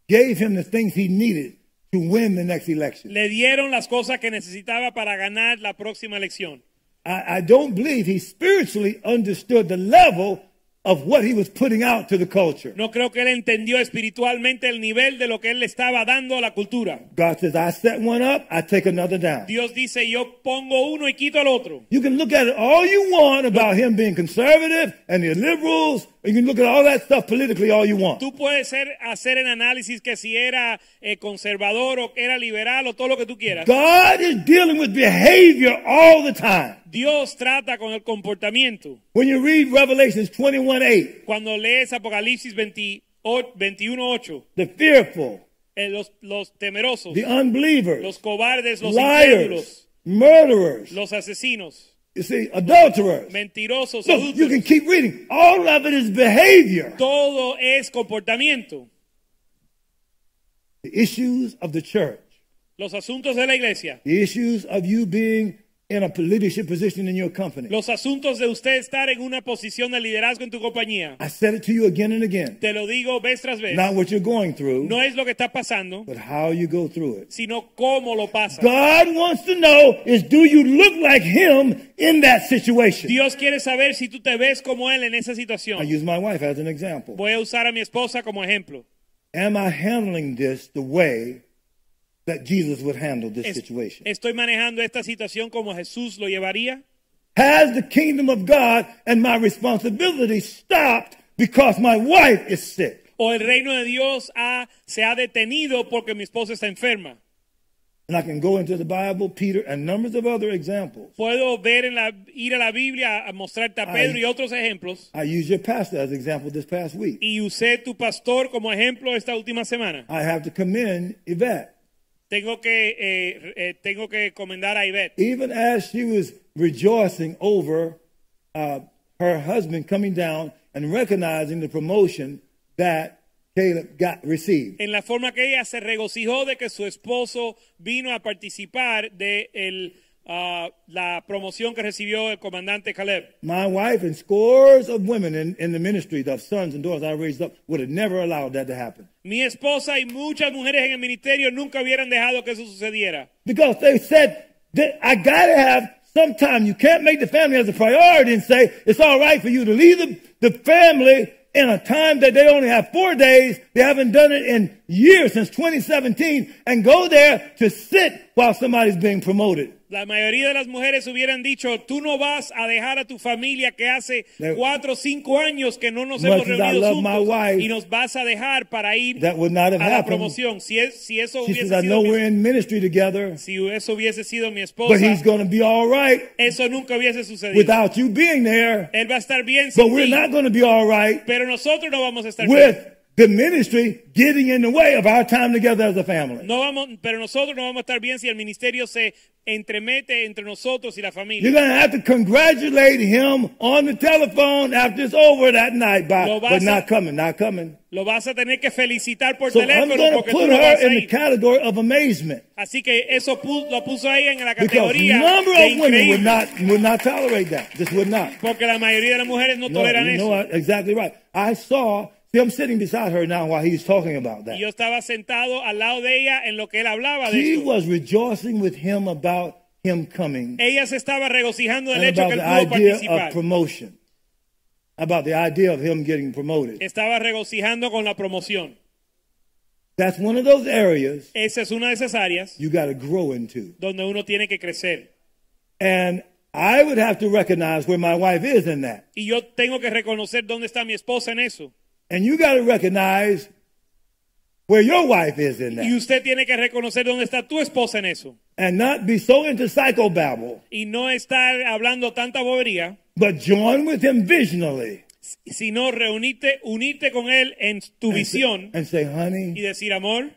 S4: gave him the things he needed to win the next election.
S3: le dieron las cosas que necesitaba para ganar la próxima elección.
S4: I, I don't believe he spiritually understood the level of what he was putting out to the culture.
S3: No creo que él entendió espiritualmente el nivel de lo que él le estaba dando a la cultura.
S4: God says, I set one up, I take another down.
S3: Dios dice, yo pongo uno y quito al otro.
S4: You can look at it all you want about him being conservative and the liberals, and you can look at all that stuff politically all you want.
S3: Tú puedes ser- hacer en análisis que si era eh, conservador o que era liberal o todo lo que tú quieras.
S4: God is dealing with behavior all the time.
S3: Dios trata con el comportamiento.
S4: When you read Revelations 21 8,
S3: Cuando lees Apocalipsis 21.8,
S4: the fearful,
S3: eh, los, los temerosos,
S4: the unbelievers,
S3: los cobardes, los
S4: liars,
S3: incrédulos,
S4: murderers,
S3: los asesinos,
S4: you see, adulterers.
S3: mentirosos,
S4: Look, you can
S3: adúlteros.
S4: keep reading. All of it is behavior.
S3: Todo es comportamiento.
S4: The issues of the church,
S3: Los asuntos de la iglesia.
S4: the issues of you being in a leadership position in your company.
S3: Los asuntos de usted estar en una posición de liderazgo en tu compañía.
S4: I said it to you again and again.
S3: Te lo digo vez tras vez.
S4: Not what you're going through,
S3: No es lo que está pasando,
S4: but how you go through it.
S3: sino cómo lo pasa.
S4: God wants to know is do you look like him in that situation?
S3: Dios quiere saber si tú te ves como Él en esa
S4: I
S3: situación.
S4: use my wife as an example.
S3: Voy a usar a mi esposa como ejemplo.
S4: Am I handling this the way that Jesus would handle this
S3: Es-
S4: situation?
S3: Estoy manejando esta situación como Jesús lo llevaría.
S4: Has the kingdom of God and my responsibility stopped because my wife is sick?
S3: O el reino de Dios ha- se ha detenido porque mi esposa está enferma.
S4: And I can go into the Bible, Peter, and numbers of other examples.
S3: Puedo ver en la, ir a la Biblia a mostrarte a Pedro
S4: Ay.
S3: y otros ejemplos.
S4: I used your pastor as an example this past week.
S3: Y usé tu pastor como ejemplo esta última semana.
S4: I have to commend Yvette.
S3: Tengo que, eh, eh, tengo que comendar a Ivette.
S4: even as she was rejoicing over uh, her husband coming down and recognizing the promotion that Caleb got received.
S3: En la forma que ella se regocijó de que su esposo vino a participar de el, ah, la promoción que recibió el comandante Caleb.
S4: My wife and scores of women in, in the ministry, the sons and daughters I raised up, would have never allowed that to happen
S3: Mi esposa y muchas mujeres en el ministerio nunca hubieran dejado que eso sucediera.
S4: because they said that I got to have. Sometime you can't make the family as a priority and say it's all right for you to leave the, the family in a time that they only have four days. They haven't done it in years since 2017 and go there to sit while somebody's being promoted.
S3: La mayoría de las mujeres hubieran dicho, tú no vas a dejar a tu familia que hace
S4: That-
S3: cuatro o cinco años que no nos
S4: Much
S3: hemos
S4: as I
S3: reunido
S4: love my
S3: juntos
S4: wife,
S3: y nos vas a dejar para ir
S4: that would not have
S3: a la
S4: happened.
S3: promoción. Si, es- si eso
S4: She
S3: hubiese
S4: says, I know
S3: sido mi,
S4: we're in ministry together,
S3: si eso hubiese sido mi esposa,
S4: but he's going to be all right
S3: eso nunca hubiese sucedido.
S4: without you being there.
S3: Él va a estar bien
S4: But
S3: sin
S4: we're
S3: ti,
S4: not going to be all right
S3: pero nosotros no vamos a estar bien.
S4: with the ministry getting in the way of our time together as a family.
S3: No vamos, pero nosotros no vamos a estar bien si el ministerio se entremete entre nosotros y la familia.
S4: You're going to have to congratulate him on the telephone after it's over that night, by,
S3: Lo vas
S4: but
S3: a-
S4: not coming, not coming.
S3: Lo vas a tener que felicitar por
S4: So I'm
S3: teléfono
S4: going to
S3: porque tú
S4: put
S3: no vas
S4: her
S3: a
S4: in the
S3: ir.
S4: category of amazement
S3: Así que eso pu- lo puso a ella en la
S4: because
S3: categoría
S4: number
S3: de
S4: of women
S3: increíble,
S4: would not would not tolerate that. Just would not.
S3: porque la mayoría de las mujeres no
S4: No,
S3: toleran
S4: you know
S3: eso.
S4: what? exactly right. I saw. See, I'm sitting beside her now while he's talking about
S3: Y
S4: that.
S3: Yo estaba sentado al lado de ella en lo que él hablaba de
S4: She
S3: esto.
S4: was rejoicing with him about him coming
S3: Ella se estaba regocijando del
S4: and
S3: hecho
S4: about
S3: que él
S4: the
S3: pudo
S4: idea of
S3: participar.
S4: promotion, about the idea of him getting promoted.
S3: Estaba regocijando con la promoción.
S4: That's one of those areas
S3: Esa es una de esas áreas
S4: you got to grow into.
S3: donde uno tiene que crecer.
S4: And I would have to recognize where my wife is in that.
S3: Y yo tengo que reconocer dónde está mi esposa en eso.
S4: And you got to recognize where your wife is in
S3: Y
S4: that.
S3: usted tiene que reconocer dónde está tu esposa en eso.
S4: And not be so into psychobabble,
S3: Y no estar hablando tanta bobería,
S4: but join with him visionally.
S3: sino reunirte, unirte con él en tu
S4: and say-
S3: visión
S4: and say, honey,
S3: y decir, amor,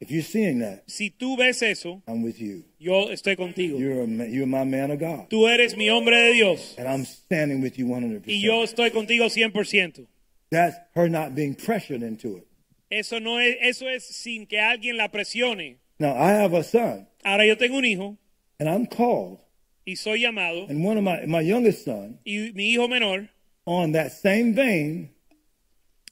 S4: if you're seeing that,
S3: si tú ves eso,
S4: I'm with you.
S3: yo estoy contigo.
S4: You're a, ma- you're my man of God,
S3: Tú eres mi hombre de Dios
S4: and I'm standing with you 100.
S3: y yo
S4: percent
S3: estoy contigo 100%.
S4: That's her not being pressured into it.
S3: Eso no es eso es sin que alguien la presione.
S4: Now I have a son,
S3: Ahora yo tengo un hijo
S4: and I'm called,
S3: y soy llamado
S4: and one of my my youngest son
S3: y mi hijo menor
S4: on that same vein,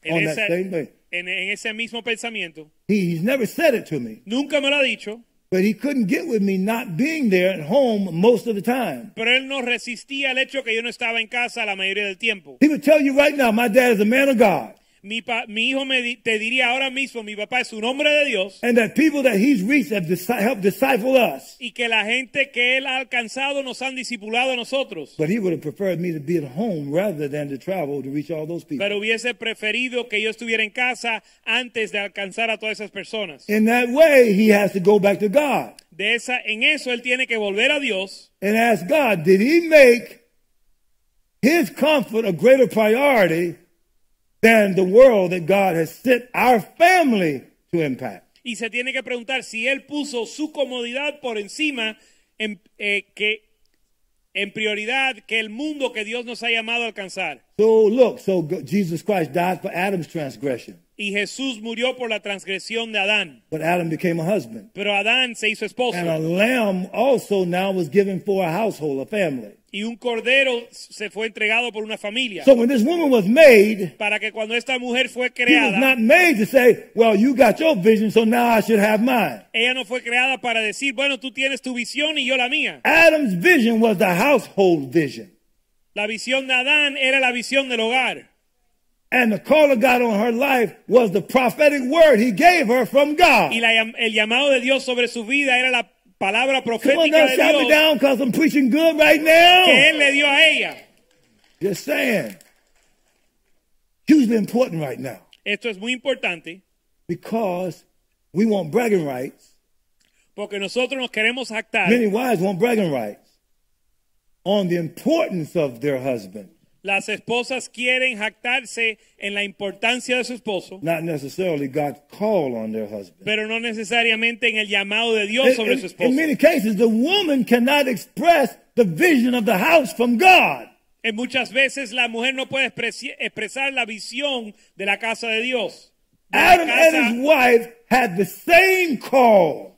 S3: en,
S4: On that
S3: esa-
S4: same vein.
S3: en- en ese mismo pensamiento
S4: he, he's never said it to me,
S3: nunca me lo ha dicho,
S4: but he couldn't get with me not being there at home most of the time.
S3: pero él no resistía al hecho que yo no estaba en casa la mayoría del tiempo.
S4: He would tell you right now, my dad is a man of God,
S3: Mi, pa- mi hijo me di- te diría ahora mismo, mi papá es un hombre de Dios
S4: and that people that he's reached have disi- helped disciple us.
S3: y que la gente que él ha alcanzado nos han discipulado a nosotros.
S4: But he would have preferred me to be at home rather than to travel to reach all those people.
S3: Pero hubiese preferido que yo estuviera en casa antes de alcanzar a todas esas personas.
S4: In that way, he has to go back to God
S3: De esa, en eso él tiene que volver a Dios
S4: and ask God, did he make his comfort a greater priority than the world that God has sent our family to impact?
S3: y se tiene que preguntar si él puso su comodidad por encima en, eh, que, en prioridad que el mundo que Dios nos ha llamado a alcanzar.
S4: So look, so go- Jesus Christ died for Adam's transgression,
S3: Y Jesús murió por la transgresión de Adán,
S4: but Adam became a husband.
S3: pero Adán se hizo
S4: And a
S3: esposo
S4: lamb also now was given for a household, a family.
S3: y un cordero se fue entregado por una familia.
S4: So when this woman was made,
S3: Para que cuando esta mujer fue
S4: she was
S3: creada,
S4: not made to say, well, you got your vision, so now I should have mine.
S3: ella no fue creada para decir, bueno, tú tienes tu visión y yo la mía.
S4: Adam's vision was the household vision.
S3: La visión de Adán era la visión del hogar.
S4: And the call of God on her life was the prophetic word he gave her from God.
S3: Y la llam- el llamado de Dios sobre su vida era la palabra
S4: Come on
S3: profética
S4: now,
S3: de
S4: shout me
S3: Dios
S4: down because I'm preaching good right
S3: que
S4: now.
S3: Él le dio a ella.
S4: Just saying. Hugely important right now
S3: Esto es muy importante
S4: because we want bragging rights.
S3: porque nosotros nos queremos jactar.
S4: Many wives want bragging rights on the importance of their husband,
S3: Las esposas quieren jactarse en la importancia de su esposo,
S4: not necessarily God's call on their husband.
S3: pero no necesariamente en el llamado de Dios
S4: In,
S3: sobre su
S4: in-
S3: esposo.
S4: in many cases, the woman cannot express the vision of the house from God.
S3: En Eh, muchas veces la mujer no puede expresi- expresar la visión de la casa de Dios. De la
S4: Adam
S3: casa-
S4: and his wife had the same call,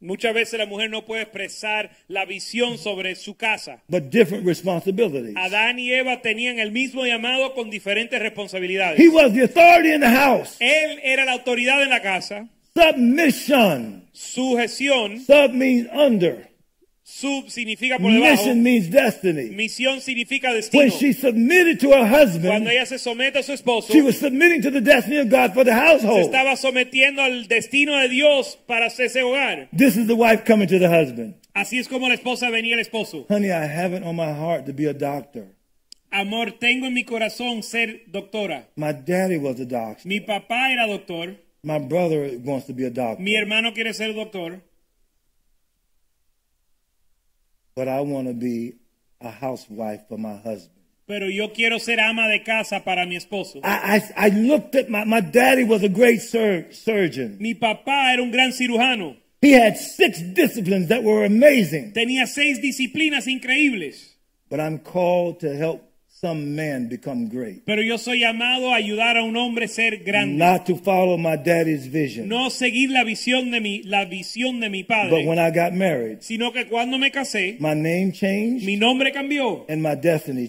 S3: muchas veces la mujer no puede expresar la visión sobre su casa.
S4: but different responsibilities.
S3: Adán y Eva tenían el mismo llamado con diferentes responsabilidades.
S4: He was the authority in the house.
S3: Él era la autoridad en la casa,
S4: Submission.
S3: sujeción,
S4: Sub means under.
S3: Sub significa por debajo.
S4: Mission means destiny.
S3: Misión significa
S4: When
S3: destino.
S4: she submitted to her
S3: Cuando
S4: husband,
S3: ella se somete a su esposo,
S4: she was submitting to the destiny of God for the
S3: se
S4: household.
S3: estaba sometiendo al destino de Dios para ese hogar.
S4: This is the wife coming to the husband.
S3: Así es como la esposa venía al esposo.
S4: Honey, I have it on my heart to be a doctor.
S3: Amor, tengo en mi corazón ser doctora.
S4: My daddy was a doctor.
S3: Mi papá era doctor.
S4: My brother wants to be a doctor.
S3: Mi hermano quiere ser doctor.
S4: But I want to be a housewife for my husband.
S3: Pero yo quiero ser ama de casa para mi esposo.
S4: I, I, I looked at my, my daddy was a great sur- surgeon.
S3: Mi papá era un gran cirujano.
S4: He had six disciplines that were amazing.
S3: Tenía seis disciplinas increíbles.
S4: But I'm called to help some man become great.
S3: Pero yo soy llamado a ayudar a un hombre a ser grande.
S4: Not to follow my daddy's vision.
S3: no seguir la visión de mi la visión de mi
S4: But
S3: padre,
S4: when I got married,
S3: sino que cuando me casé,
S4: my name changed
S3: mi nombre cambió,
S4: and my destiny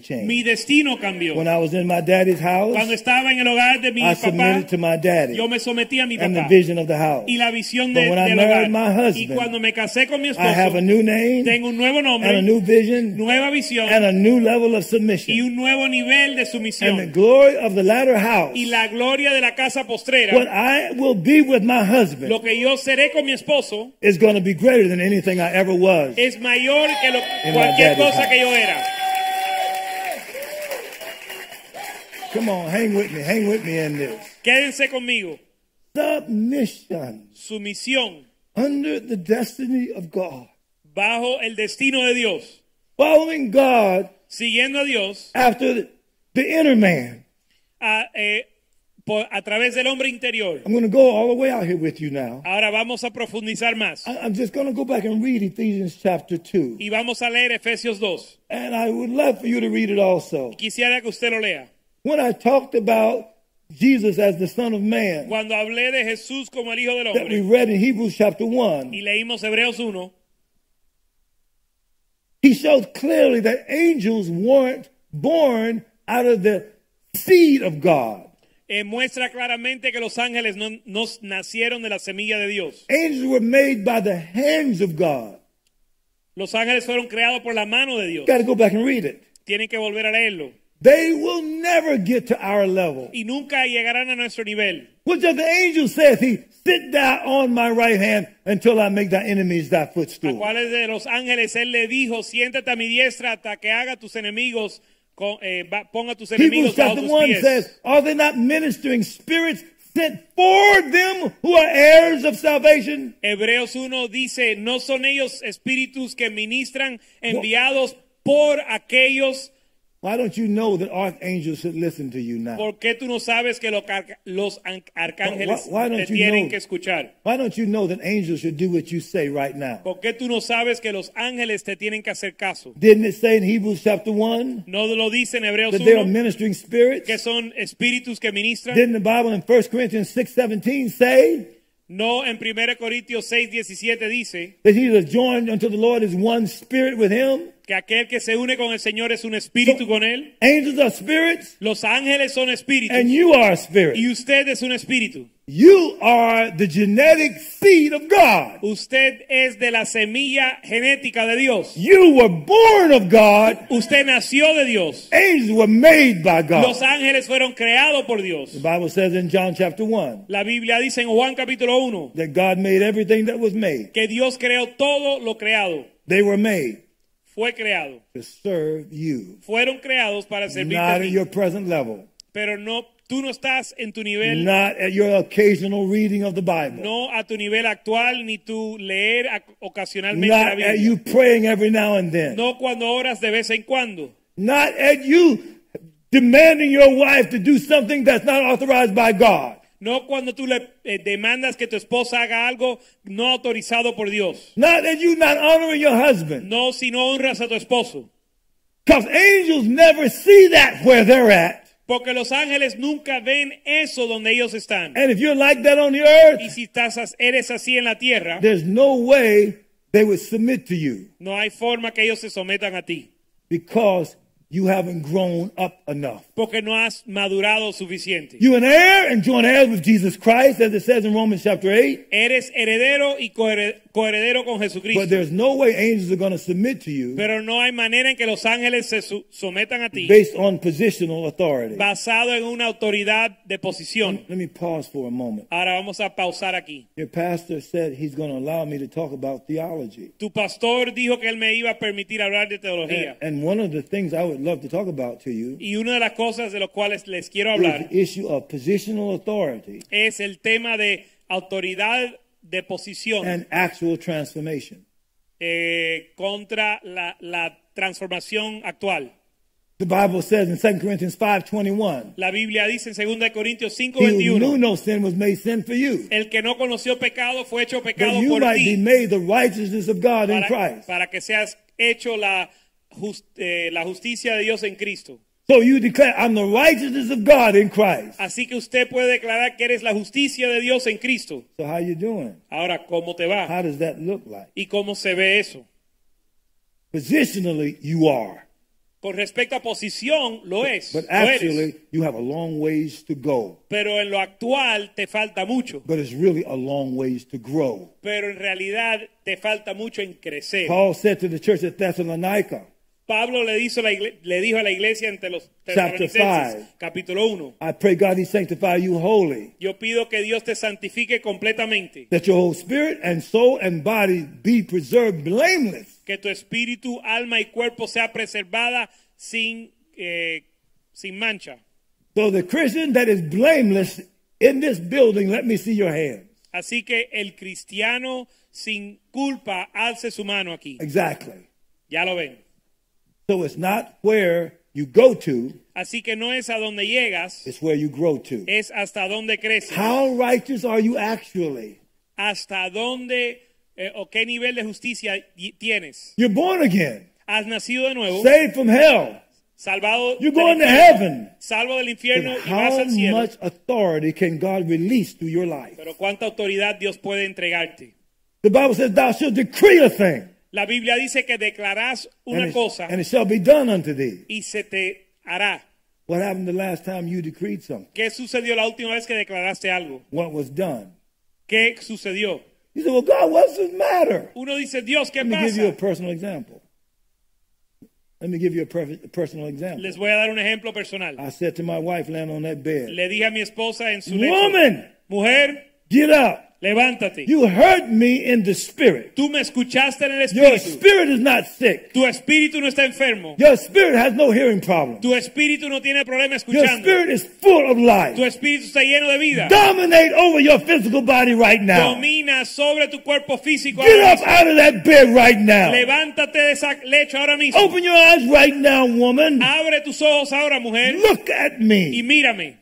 S3: mi
S4: changed.
S3: destino cambió.
S4: When I was in my daddy's
S3: Cuando
S4: house,
S3: estaba en el hogar de mi
S4: I
S3: papá,
S4: submitted to my daddy
S3: yo me sometí a mi
S4: and the
S3: papá
S4: vision of the house.
S3: y la visión
S4: But
S3: de,
S4: when I
S3: del hogar.
S4: married my husband,
S3: y cuando me casé con mi
S4: I have a
S3: esposo,
S4: new name
S3: tengo un nuevo
S4: and a
S3: nombre,
S4: new vision
S3: nueva visión
S4: and a new level of
S3: y
S4: submission.
S3: un nuevo nivel de
S4: And the
S3: sumisión.
S4: glory of the latter house,
S3: Y la gloria de la casa
S4: what
S3: postrera,
S4: I will be with my husband,
S3: lo que yo seré con mi esposo,
S4: is going to be greater than anything I ever was.
S3: es mayor que lo,
S4: my
S3: cualquier
S4: daddy's
S3: cosa que yo era.
S4: Come on, hang with me, hang with me in this.
S3: Quédense conmigo.
S4: Submission
S3: Sumisión.
S4: under the destiny of God.
S3: bajo el destino de Dios,
S4: Following God
S3: siguiendo a Dios
S4: after the, the inner man.
S3: a, eh, por- a través del hombre interior.
S4: I'm going to go all the way out here with you now.
S3: Ahora vamos a profundizar más
S4: I- I'm just going to go back and read Ephesians chapter 2.
S3: y vamos a leer Efesios 2.
S4: And I would love for you to read it also.
S3: Quisiera que usted lo lea.
S4: When I talked about Jesus as the Son of Man
S3: Cuando hablé de Jesús como el Hijo del
S4: that we
S3: Hombre
S4: read in Hebrews chapter
S3: y
S4: 1,
S3: leímos Hebreos 1,
S4: he showed clearly that angels weren't born out of the seed of God.
S3: eh, muestra claramente que los ángeles no, no nacieron de la semilla de Dios.
S4: Angels were made by the hands of God.
S3: Los ángeles fueron creados por la mano de Dios.
S4: Got to go back and read it.
S3: Tienen que volver a leerlo.
S4: They will never get to our level.
S3: Y nunca llegarán a nuestro nivel.
S4: Which of the angel says he, sit thou on my right hand until I make thy enemies thy
S3: ¿A
S4: footstool.
S3: cuáles de los ángeles él le dijo, siéntate a mi diestra hasta que haga tus enemigos, con- eh, va- ponga tus
S4: Hebrews
S3: enemigos bajo
S4: chapter
S3: tus
S4: 1
S3: pies?
S4: says, Are they not ministering spirits sent for them who are heirs of salvation?
S3: Hebreos 1 dice, no son ellos espíritus que ministran enviados por aquellos,
S4: Why don't you know that archangels should listen to you now?
S3: porque tú no sabes que los, arca- los an- arcángeles
S4: Why- why don't
S3: te
S4: you
S3: tienen
S4: know?
S3: que escuchar?
S4: Why don't you know that angels should do what you say right now?
S3: ¿Por qué tú no sabes que los ángeles te tienen que hacer caso?
S4: Didn't it say in Hebrews chapter 1
S3: ¿No lo dice en Hebreos
S4: that they are
S3: 1
S4: ministering
S3: que
S4: spirits?
S3: son espíritus que ministran?
S4: Didn't the Bible in 1 Corinthians 6.17 say
S3: No, en 1 Corintios 6, 17 dice...
S4: that he that joined unto the Lord is one spirit with him?
S3: que aquel que se une con el Señor es un espíritu con él.
S4: Angels are spirits
S3: Los ángeles son espíritus
S4: and you are a
S3: y
S4: spirit.
S3: usted es un espíritu.
S4: You are the genetic seed of God.
S3: Usted es de la semilla genética de Dios.
S4: You were born of God.
S3: Usted nació de Dios.
S4: Angels were made by God.
S3: Los ángeles fueron creados por
S4: The
S3: Dios.
S4: Bible says in John chapter 1
S3: La Biblia dice en Juan capítulo 1
S4: that God made everything that was made.
S3: que Dios creó todo lo creado.
S4: They were made
S3: Fue creado.
S4: to serve you,
S3: Fueron creados para servirte a
S4: not at
S3: ti.
S4: your present level,
S3: Pero no, tú no estás en tu nivel,
S4: not at your occasional reading of the Bible,
S3: no a tu nivel actual, ni tu leer a- ocasionalmente la
S4: not at
S3: Biblia.
S4: eh, you praying every now and then,
S3: No cuando oras de vez en cuando.
S4: not at you demanding your wife to do something that's not authorized by God,
S3: No cuando tú le eh, demandas que tu esposa haga algo no autorizado por Dios.
S4: not at you not honoring your husband.
S3: No si no honras a tu esposo.
S4: Because angels never see that where they're at.
S3: Porque los ángeles nunca ven eso donde ellos están.
S4: And if you're like that on the earth,
S3: Y si estás, as- eres así en la tierra,
S4: there's no way they would submit to you
S3: no hay forma que ellos se sometan a ti.
S4: because You haven't grown up enough.
S3: porque no has madurado suficiente.
S4: You an heir and joint heirs with Jesus Christ, as it says in Romans chapter 8.
S3: Eres heredero y cohere- coheredero con
S4: But
S3: Jesucristo.
S4: there's no way angels are going to submit to you
S3: Pero no hay manera en que los ángeles se su- sometan a ti
S4: based on positional authority.
S3: basado en una autoridad de posición.
S4: Let me pause for a moment.
S3: Ahora vamos a pausar aquí.
S4: Your pastor said he's going to allow me to talk about theology.
S3: Tu pastor dijo que él me iba a permitir hablar de teología.
S4: And, and one of the things I would love to talk about to you
S3: Y una de las cosas de las cuales les quiero
S4: is
S3: hablar
S4: the issue of positional authority
S3: es el tema de autoridad de posición
S4: and actual transformation.
S3: eh, contra la, la transformación actual.
S4: The Bible says in 2 Corinthians 5:21,
S3: La Biblia dice en 2 Corintios
S4: he who knew
S3: 5:21,
S4: no sin was made sin for you,
S3: el que no conoció pecado fue hecho
S4: that
S3: pecado
S4: you
S3: por
S4: might
S3: ti
S4: be made the righteousness of God in
S3: para,
S4: Christ.
S3: para que seas hecho la, jus- eh, la justicia de Dios en Cristo.
S4: So you declare, I'm the righteousness of God in Christ.
S3: Así que usted puede declarar que eres la justicia de Dios en Cristo.
S4: So how you doing?
S3: Ahora, ¿cómo te va?
S4: How does that look like?
S3: ¿Y cómo se ve eso?
S4: Positionally, you are,
S3: Con respecto a posición, lo es.
S4: but
S3: lo eres.
S4: actually, you have a long ways to go.
S3: Pero en lo actual te falta mucho.
S4: But it's really a long ways to grow.
S3: Pero en realidad te falta mucho en crecer.
S4: Paul said to the church at Thessalonica,
S3: Pablo le, hizo la igle- le dijo a la iglesia entre los
S4: Chapter
S3: Tesalonicenses,
S4: five.
S3: capítulo 1.
S4: I pray God he sanctify you wholly,
S3: Yo pido que Dios te santifique completamente,
S4: that your whole spirit and soul and body be preserved blameless
S3: que tu espíritu, alma y cuerpo sea preservada sin, eh, sin mancha.
S4: So the Christian that is blameless in this building, let me see your hands.
S3: Así que el cristiano sin culpa alce su mano aquí.
S4: Exactly.
S3: Ya lo ven.
S4: So it's not where you go to,
S3: Así que no es a donde llegas,
S4: it's where you grow to.
S3: es hasta donde creces.
S4: How righteous are you actually?
S3: hasta dónde eh, o qué nivel de justicia y- tienes.
S4: You're born again,
S3: Has nacido de nuevo,
S4: saved from hell.
S3: salvado
S4: You're
S3: del
S4: going to
S3: infierno,
S4: heaven.
S3: salvo del
S4: But
S3: infierno y vas
S4: how
S3: al cielo.
S4: much authority can God release through your life?
S3: Pero cuánta autoridad Dios puede entregarte.
S4: The Bible says, Thou shalt decree a thing,
S3: La Biblia dice que declarás
S4: and
S3: una
S4: it,
S3: cosa
S4: and it shall be done unto thee.
S3: y se te hará.
S4: What happened the last time you decreed something?
S3: ¿Qué sucedió la última vez que declaraste algo?
S4: What was done?
S3: ¿Qué sucedió?
S4: You said, Well, God, what's the matter?
S3: Uno dice, Dios, ¿qué
S4: Let me give you a
S3: pasa?
S4: personal example. Let me give you a perfe- personal example.
S3: Les voy a dar un ejemplo personal.
S4: I said to my wife, laying on that bed,
S3: Le dije a mi esposa en su lecho,
S4: Woman,
S3: mujer,
S4: get up.
S3: levántate.
S4: You hurt me in the spirit.
S3: Tú me escuchaste en el
S4: Your
S3: espíritu.
S4: spirit is not sick.
S3: Tu espíritu no está enfermo.
S4: Your spirit has no hearing problem.
S3: Tu espíritu no tiene problema
S4: Your
S3: escuchando.
S4: spirit is full of
S3: Tu
S4: life.
S3: espíritu está lleno de vida.
S4: Dominate over your physical body right now.
S3: Domina sobre tu cuerpo físico.
S4: Get
S3: ahora
S4: up out of that bed right
S3: mismo.
S4: now.
S3: Levántate de esa lecho ahora mismo.
S4: Open your eyes right now, woman.
S3: Abre tus ojos ahora, mujer,
S4: Look at
S3: y
S4: me.
S3: mírame.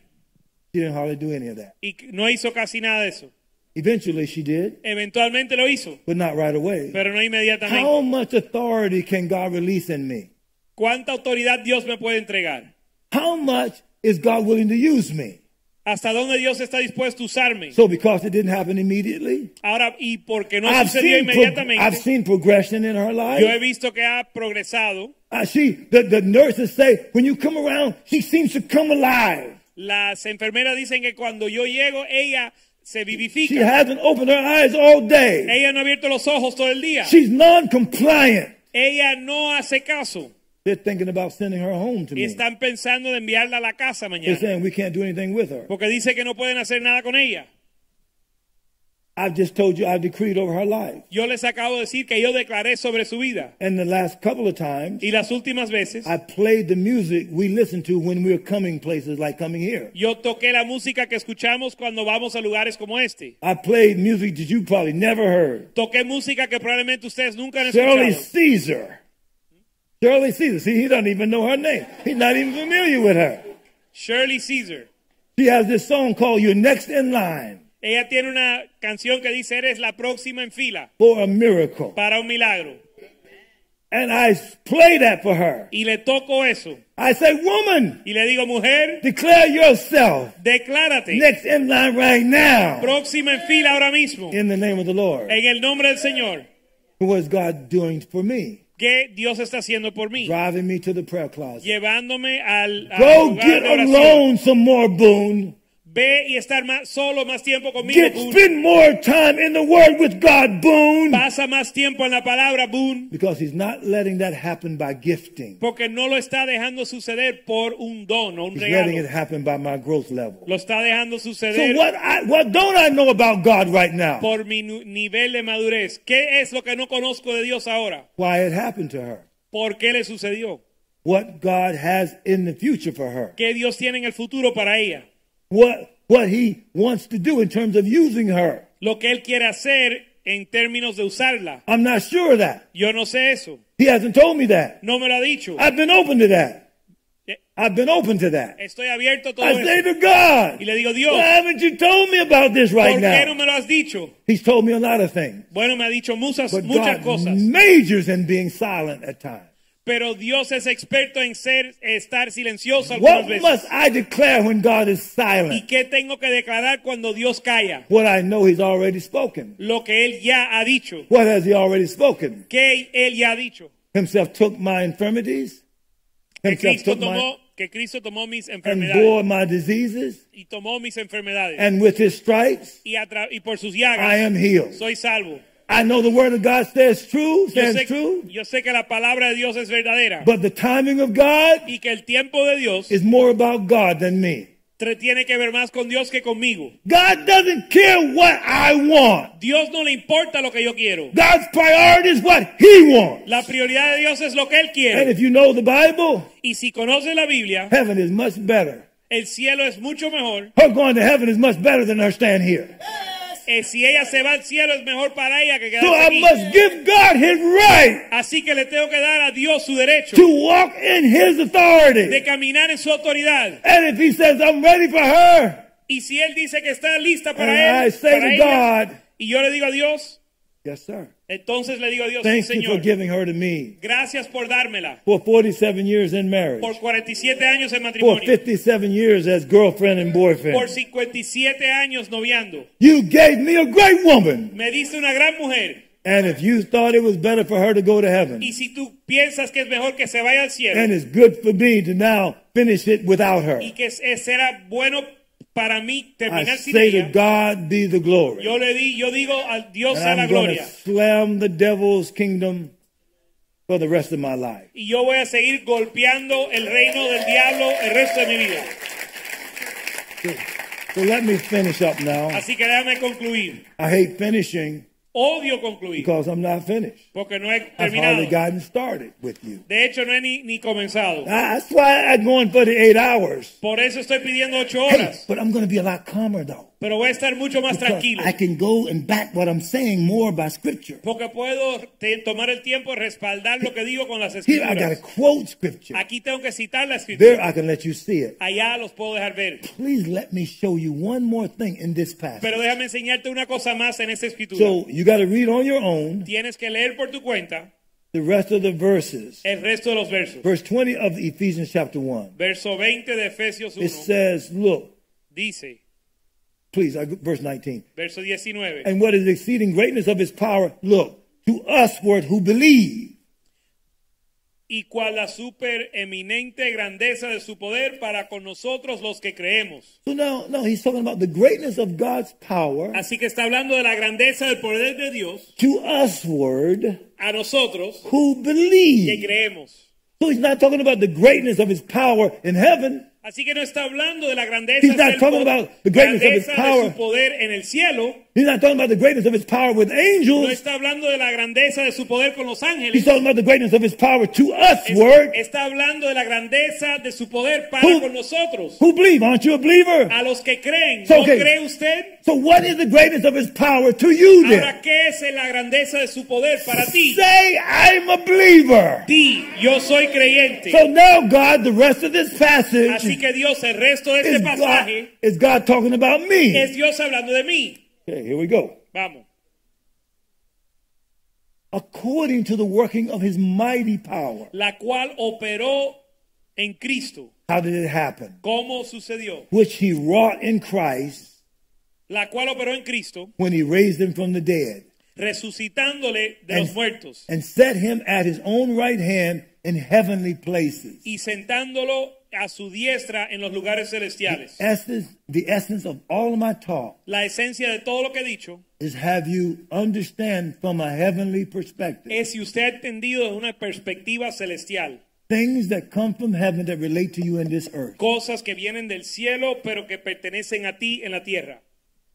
S4: She didn't hardly do any of that.
S3: Y no hizo casi nada de eso.
S4: Eventually, she did,
S3: Eventualmente lo hizo,
S4: but not right away.
S3: pero no
S4: How
S3: inmediatamente.
S4: much authority can God release in me?
S3: ¿Cuánta autoridad Dios me puede entregar?
S4: How much is God willing to use me?
S3: ¿Hasta dónde Dios está dispuesto a usarme?
S4: So, because it didn't happen immediately,
S3: Ahora, y porque no
S4: I've
S3: sucedió
S4: seen, pro- I've
S3: inmediatamente,
S4: seen progression in her
S3: yo he
S4: life.
S3: visto que ha progresado.
S4: I see the, the nurses say, when you come around, she seems to come alive.
S3: Las enfermeras dicen que cuando yo llego, ella se
S4: She
S3: vivifica.
S4: hasn't opened her eyes all day.
S3: Ella no ha abierto los ojos todo el día.
S4: She's non compliant.
S3: Ella no hace caso.
S4: They're thinking about sending her home to
S3: Y
S4: me.
S3: están pensando de enviarla a la casa
S4: They're
S3: mañana.
S4: saying we can't do anything with her.
S3: Porque dice que no pueden hacer nada con ella.
S4: I've just told you I decreed over her life.
S3: Yo les acabo de decir que yo declaré sobre su vida.
S4: And the last couple of times,
S3: Y las últimas veces,
S4: I played the music we listen to when we're coming places like coming here.
S3: yo toqué la música que escuchamos cuando vamos a lugares como este.
S4: I played music that you probably never heard.
S3: Toqué música que probablemente ustedes nunca han
S4: Shirley
S3: escuchado.
S4: Caesar. Shirley Caesar. See, he doesn't even know her name. He's not even familiar with her.
S3: Shirley Caesar.
S4: She has this song called You're Next in Line
S3: Ella tiene una canción que dice, eres la próxima en fila
S4: for a Miracle.
S3: para un milagro.
S4: And I play that for her.
S3: Y le toco eso.
S4: I say, Woman,
S3: Y le digo, mujer,
S4: declare yourself
S3: declárate.
S4: next in line right now
S3: Próxima en fila ahora mismo.
S4: in the name of the Lord.
S3: En el nombre del Seor.
S4: What is God doing for me?
S3: que Dios está haciendo por mí,
S4: driving me to the prayer closet.
S3: llevándome al, al
S4: Go
S3: lugar
S4: get
S3: de oración.
S4: alone some more, Boone.
S3: Ve y estar más solo más tiempo conmigo.
S4: Get
S3: Boone.
S4: spend more time in the Word with God, Boone.
S3: Pasa más tiempo en la palabra, Boone,
S4: Because he's not letting that happen by gifting.
S3: porque no lo está dejando suceder por un don o un
S4: He's letting it
S3: regalo.
S4: happen by my growth level.
S3: Lo está dejando
S4: So
S3: suceder
S4: what I what don't I know about God right now?
S3: por mi nu- nivel de madurez. ¿Qué es lo que no conozco de Dios ahora?
S4: Why it happened to her.
S3: ¿Por qué le sucedió?
S4: What God has in the future for her.
S3: ¿Qué Dios tiene en el futuro para ella?
S4: What what he wants to do in terms of using her.
S3: Lo que Él quiere hacer en términos de usarla.
S4: I'm not sure of that.
S3: Yo no sé eso.
S4: He hasn't told me that.
S3: No me lo ha dicho.
S4: I've been open to that. I've been open to that.
S3: Estoy abierto a todo
S4: I say
S3: eso.
S4: to God,
S3: Y le digo, Dios,
S4: why haven't you told me about this right
S3: ¿por qué no
S4: now?
S3: me lo has dicho?
S4: He's told me a lot of things.
S3: Bueno, me ha dicho muchas,
S4: But
S3: muchas
S4: God
S3: cosas.
S4: majors in being silent at times.
S3: Pero Dios es experto en ser, estar silencioso algunas
S4: What
S3: veces.
S4: must I declare when God is
S3: ¿Y
S4: silent?
S3: qué tengo que declarar cuando Dios calla?
S4: What I know He's already spoken.
S3: Lo que Él ya ha dicho.
S4: What has He already spoken?
S3: ¿Qué Él ya ha dicho?
S4: Himself took my infirmities.
S3: Que
S4: Himself
S3: Cristo
S4: took my
S3: tomó, que Cristo tomó mis
S4: and
S3: enfermedades.
S4: bore my diseases.
S3: Y tomó mis enfermedades.
S4: And with His stripes,
S3: Y, a tra- y por sus
S4: I
S3: llagas
S4: am healed.
S3: soy salvo.
S4: I know the Word of God says true,
S3: Yo
S4: stands
S3: sé,
S4: true.
S3: yo sé que la palabra de Dios es verdadera.
S4: But the timing of God
S3: Y que el tiempo de Dios
S4: is more about God than me.
S3: tre- tiene que ver más con Dios que conmigo.
S4: God doesn't care what I want.
S3: Dios no le importa lo que yo quiero.
S4: God's priority is what He wants.
S3: La prioridad de Dios es lo que Él
S4: And
S3: quiere.
S4: if you know the Bible,
S3: Y si conoces la Biblia,
S4: heaven is much better.
S3: el cielo es mucho mejor.
S4: Her going to heaven is much better than her staying here.
S3: Eh, si ella se va al cielo es mejor para ella que quedarse
S4: So I
S3: aquí.
S4: must give God His right
S3: Así que le tengo que dar a Dios su derecho
S4: to walk in His
S3: de
S4: authority.
S3: caminar en su autoridad.
S4: And if He says, I'm ready for her,
S3: Y si él dice que está lista para
S4: and I
S3: él,
S4: say
S3: para
S4: to
S3: ella,
S4: Ah, God,
S3: y yo le digo a Dios,
S4: Yes, sir.
S3: entonces le digo a Dios, sí,
S4: Thank you for
S3: Señor,
S4: giving her to me
S3: gracias por dármela
S4: for 47 years in marriage,
S3: por 47 años en
S4: for
S3: matrimonio,
S4: 57 years as girlfriend and
S3: por
S4: boyfriend.
S3: 57 años noviando.
S4: You gave me a great woman.
S3: Me diste una gran mujer.
S4: And if you thought it was better for her to go to heaven,
S3: Y si tú piensas que es mejor que se vaya al
S4: and
S3: cielo
S4: it's good for me to now finish it without her,
S3: y que es- será bueno para mí
S4: I
S3: terminar sin
S4: say to
S3: ella,
S4: God be the glory.
S3: yo le di, yo digo al Dios
S4: and
S3: a la
S4: I'm going to
S3: gloria.
S4: slam the devil's kingdom for the rest of my life.
S3: Y yo voy a seguir golpeando el reino del diablo el resto de mi vida.
S4: So let me finish up now.
S3: Así que déjame concluir.
S4: I hate finishing
S3: Odio concluir
S4: because I'm not finished.
S3: porque no he
S4: I've hardly
S3: terminado.
S4: gotten started with you.
S3: De hecho, no he ni, ni comenzado.
S4: I- That's why I'm going for the eight hours.
S3: Por eso estoy pidiendo ocho
S4: Hey,
S3: horas.
S4: but I'm going to be a lot calmer though.
S3: Pero voy a estar mucho más
S4: because
S3: tranquilo
S4: I can go and back what I'm saying more by scripture.
S3: porque puedo te- tomar el tiempo de respaldar lo que digo con las
S4: Here I got to
S3: escrituras.
S4: quote scripture.
S3: Aquí tengo que citar la
S4: There
S3: escritura.
S4: I can let you see it.
S3: Allá los puedo dejar ver.
S4: Please let me show you one more thing in this passage.
S3: Pero déjame enseñarte una cosa más en esta escritura.
S4: So you got to read on your own
S3: Tienes que leer por tu cuenta
S4: the rest of the verses.
S3: el resto de los versos.
S4: Verse 20 of Ephesians chapter 1.
S3: Verso 20 de Efesios 1
S4: It says, look,
S3: dice,
S4: please, I- verse 19.
S3: verso 19.
S4: And what is exceeding greatness of his power, look, to us word who believe.
S3: y cual la supereminente grandeza de su poder para con nosotros los que creemos.
S4: So now, no, he's talking about the greatness of God's power
S3: Así que está hablando de la grandeza del poder de Dios
S4: to us word
S3: a nosotros
S4: who
S3: que
S4: believe.
S3: creemos.
S4: So he's not talking about the greatness of his power in heaven.
S3: Así que no está hablando de la grandeza,
S4: He's not
S3: del
S4: talking
S3: po-
S4: about the greatness of his
S3: grandeza de
S4: power.
S3: su poder en el cielo,
S4: He's not talking about the greatness of his power with
S3: no
S4: angels.
S3: está hablando de la grandeza de su poder con los
S4: He's
S3: ángeles,
S4: talking about the greatness of his power to us,
S3: Es-
S4: word,
S3: está hablando de la grandeza de su poder para
S4: Who-
S3: con nosotros,
S4: who believe. Aren't you a believer?
S3: a los que creen.
S4: So,
S3: ¿No
S4: okay.
S3: cree usted?
S4: So what is the greatness of his power to you
S3: Ahora,
S4: then?
S3: ¿qué es la grandeza de su poder para ti?
S4: Say, I'm a believer.
S3: Di, yo soy creyente.
S4: So now, God, the rest of this passage
S3: Así que Dios, el resto de este
S4: is God,
S3: pasaje
S4: is God talking about
S3: es
S4: me.
S3: Dios hablando de mí.
S4: Okay, here we go.
S3: Vamos.
S4: According to the working of his mighty power.
S3: La cual operó en Cristo.
S4: How did it happen?
S3: ¿Cómo sucedió?
S4: Which he wrought in Christ
S3: La cual operó en Cristo
S4: when he raised him from the dead.
S3: resucitándole de los muertos
S4: and set him at his own right hand in heavenly places.
S3: y sentándolo a su diestra en los lugares celestiales.
S4: Essence, the essence of all of my talk
S3: La esencia de todo lo que he dicho
S4: is have you understand from a heavenly perspective
S3: es si usted ha entendido desde una perspectiva celestial
S4: things that come from heaven that relate to you in this earth.
S3: cosas que vienen del cielo pero que pertenecen a ti en la tierra.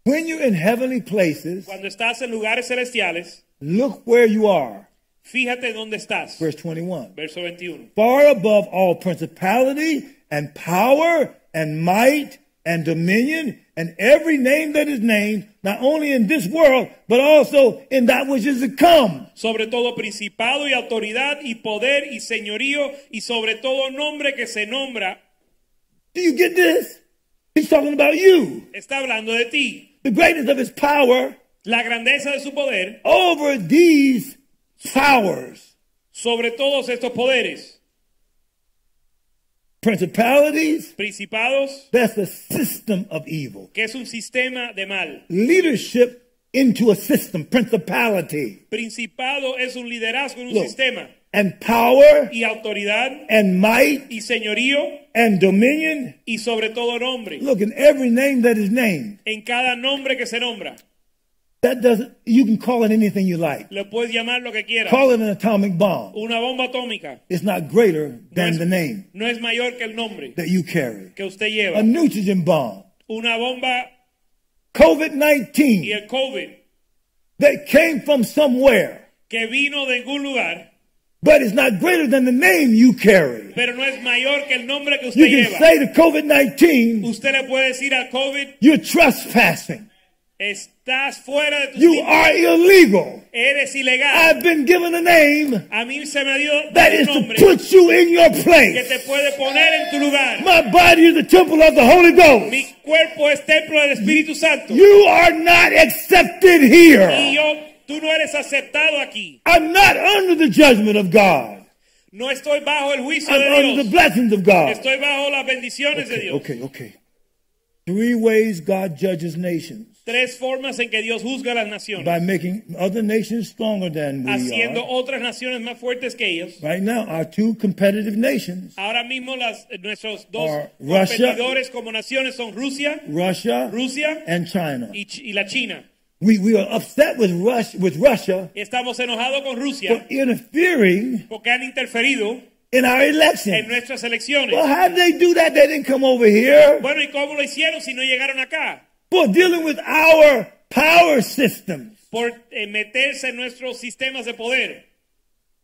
S4: When you're in heavenly places,
S3: Cuando estás en lugares celestiales,
S4: look where you are.
S3: fíjate dónde estás.
S4: Verse 21.
S3: Verso 21.
S4: Far above all principality and power and might and dominion and every name that is named, not only in this world, but also in that which is to come.
S3: Sobre todo principado y autoridad y poder y señorío y sobre todo nombre que se nombra
S4: Do you get this? He's talking about you.
S3: está hablando de ti.
S4: The greatness of his power
S3: La grandeza de su poder
S4: over these powers,
S3: sobre todos estos poderes.
S4: principalities.
S3: Principados,
S4: That's the system of evil.
S3: que es un sistema de mal.
S4: Leadership into a system, principality,
S3: Principado es un liderazgo en un
S4: Look.
S3: sistema.
S4: and power
S3: Y autoridad
S4: and might
S3: y señorío
S4: and dominion.
S3: y sobre todo nombre.
S4: Look, in every name that is named,
S3: En cada nombre que se nombra.
S4: that doesn't, you can call it anything you like.
S3: Le puedes llamar lo que quieras.
S4: Call it an atomic bomb.
S3: Una bomba atómica
S4: It's not greater
S3: no
S4: than
S3: es,
S4: the name
S3: no es mayor que el nombre
S4: that you carry.
S3: que usted
S4: A
S3: lleva.
S4: nitrogen bomb,
S3: Una bomba
S4: COVID
S3: y
S4: 19,
S3: el COVID
S4: that came from somewhere,
S3: que vino de algún lugar,
S4: but it's not greater than the name you carry.
S3: pero no es mayor que el nombre que usted
S4: You can
S3: lleva.
S4: say to COVID 19,
S3: Usted le puede decir al COVID,
S4: you're trespassing.
S3: estás fuera de tu
S4: You
S3: sitio.
S4: are illegal.
S3: eres ilegal.
S4: I've been given a name
S3: A mí se me dio
S4: that
S3: un
S4: is to
S3: nombre
S4: put you in your
S3: que te
S4: place.
S3: puede poner en tu lugar.
S4: My body is the temple of the Holy Ghost.
S3: Mi cuerpo es templo del Espíritu Santo.
S4: You are not accepted
S3: Y
S4: here.
S3: yo, tú no eres aceptado aquí.
S4: I'm not under the judgment of God.
S3: No estoy bajo el juicio
S4: I'm
S3: de
S4: under the
S3: Dios.
S4: blessings of God.
S3: Estoy bajo las bendiciones de
S4: Okay,
S3: Dios.
S4: okay, okay. Three ways God judges nations
S3: Tres formas en que Dios juzga a las naciones.
S4: by making other nations stronger than we
S3: haciendo
S4: are.
S3: otras naciones más fuertes que ellos.
S4: Right now, our two competitive nations,
S3: Ahora mismo las, eh, nuestros dos
S4: Are Russia-
S3: competidores como naciones son Rusia,
S4: Russia
S3: Rusia
S4: and China.
S3: y, Ch- y la China.
S4: We, we are upset with, Rus- with Russia
S3: Estamos enojados con
S4: for
S3: Rusia
S4: interfering
S3: porque han interferido
S4: in our
S3: en
S4: election.
S3: nuestras elecciones.
S4: Well, how did they do that? They didn't come over here.
S3: Bueno, ¿y cómo lo hicieron si no llegaron acá?
S4: For dealing with our power systems.
S3: Por eh, meterse en nuestros sistemas de poder.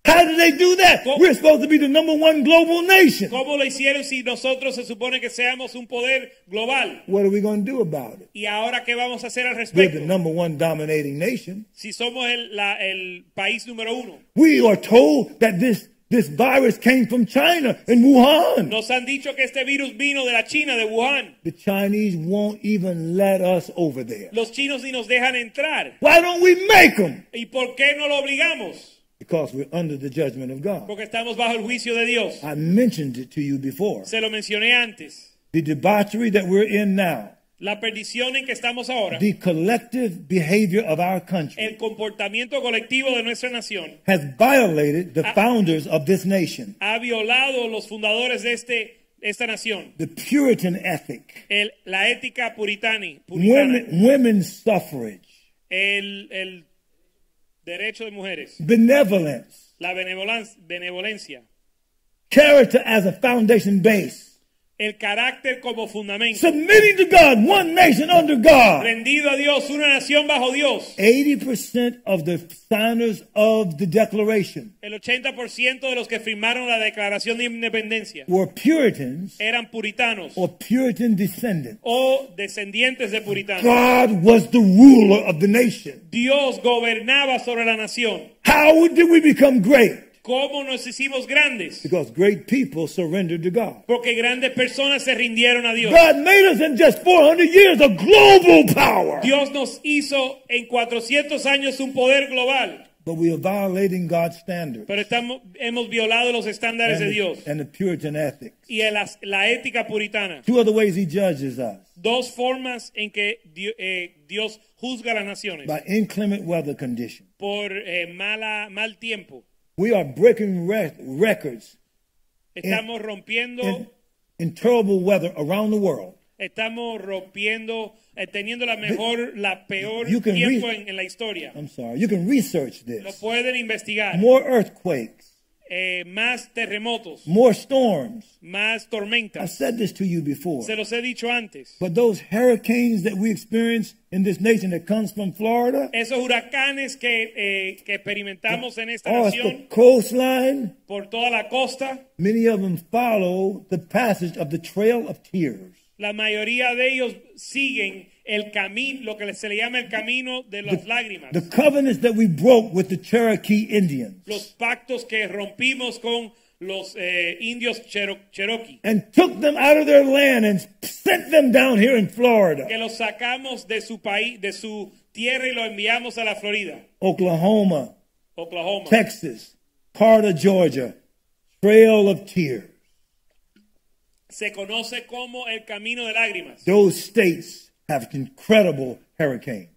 S4: How did they do that?
S3: Co-
S4: We're supposed to be the number one global nation.
S3: ¿Cómo lo hicieron si nosotros se supone que seamos un poder global?
S4: What are we going to do about it?
S3: ¿Y ahora qué vamos a hacer al
S4: We're the
S3: respecto?
S4: number one dominating nation.
S3: Si somos el, la- el país número uno.
S4: We are told that this, this virus came from China in Wuhan.
S3: Nos han dicho que este virus vino de la China, de Wuhan.
S4: The Chinese won't even let us over there.
S3: Los chinos ni nos dejan entrar.
S4: Why don't we make them?
S3: ¿Y por qué no lo obligamos?
S4: Because we're under the judgment of God.
S3: Porque estamos bajo el juicio de Dios.
S4: I mentioned it to you before.
S3: Se lo mencioné antes.
S4: The debauchery that we're in now,
S3: La perdición en que estamos ahora,
S4: the collective behavior of our country
S3: el comportamiento colectivo de nuestra nación,
S4: has violated the
S3: I-
S4: founders of this nation.
S3: ha violado los fundadores de este, esta nación.
S4: The Puritan ethic,
S3: El- la ética puritani, puritana,
S4: women, women's suffrage,
S3: el, el derecho de mujeres,
S4: benevolence,
S3: la benevolan- benevolencia,
S4: character as a foundation base,
S3: el carácter como fundamento.
S4: submitting to God, one nation under God.
S3: Rendido a Dios, una nación bajo Dios.
S4: 80% of the signers of the Declaration
S3: El 80% de los que firmaron la Declaración de Independencia
S4: were Puritans
S3: eran puritanos
S4: or Puritan descendants.
S3: o descendientes de puritanos.
S4: God was the ruler of the nation.
S3: Dios gobernaba sobre la nación.
S4: How did we become great?
S3: ¿Cómo nos hicimos grandes?
S4: Because great people surrendered to God.
S3: Porque grandes personas se rindieron a Dios.
S4: God made us in just 400 years a global power.
S3: Dios nos hizo en 400 años un poder global,
S4: but we are violating God's standard
S3: Pero estamos, hemos violado los estándares
S4: and,
S3: de
S4: the,
S3: Dios
S4: and the Puritan ethic.
S3: y el as- la ética puritana.
S4: Two other ways he judges us
S3: Dos formas en que Di- eh, Dios juzga a las naciones.
S4: by inclement weather conditions.
S3: Por eh, mala, mal tiempo.
S4: We are breaking rec- records Eh,
S3: Estamos rompiendo,
S4: in, in terrible weather around the world.
S3: estamos rompiendo, eh, teniendo la mejor, la peor
S4: You can
S3: tiempo
S4: read-
S3: en, en la historia.
S4: I'm sorry. You can research
S3: Lo
S4: this.
S3: pueden investigar.
S4: More earthquakes,
S3: Eh, más terremotos,
S4: more storms.
S3: más
S4: I've
S3: tormentas.
S4: said this to you before.
S3: Se los he dicho antes.
S4: But those hurricanes that we experience in this nation that comes from Florida,
S3: Esos huracanes que, eh, que experimentamos en esta
S4: oh, it's the
S3: nación,
S4: coastline.
S3: por toda la costa,
S4: Many of them follow the passage of the Trail of Tears,
S3: La mayoría de ellos siguen el camino, lo que se le llama el camino de las lágrimas.
S4: the covenants that we broke with the Cherokee Indians,
S3: los pactos que rompimos con los eh, indios chero- Cherokee,
S4: and took them out of their land and sent them down here in
S3: que
S4: Florida,
S3: los sacamos de su país, de su tierra y los enviamos a la Florida,
S4: Oklahoma,
S3: Oklahoma,
S4: Texas, Carter, Georgia, Trail of Tears.
S3: se conoce como el camino de lágrimas.
S4: Those states have incredible hurricanes.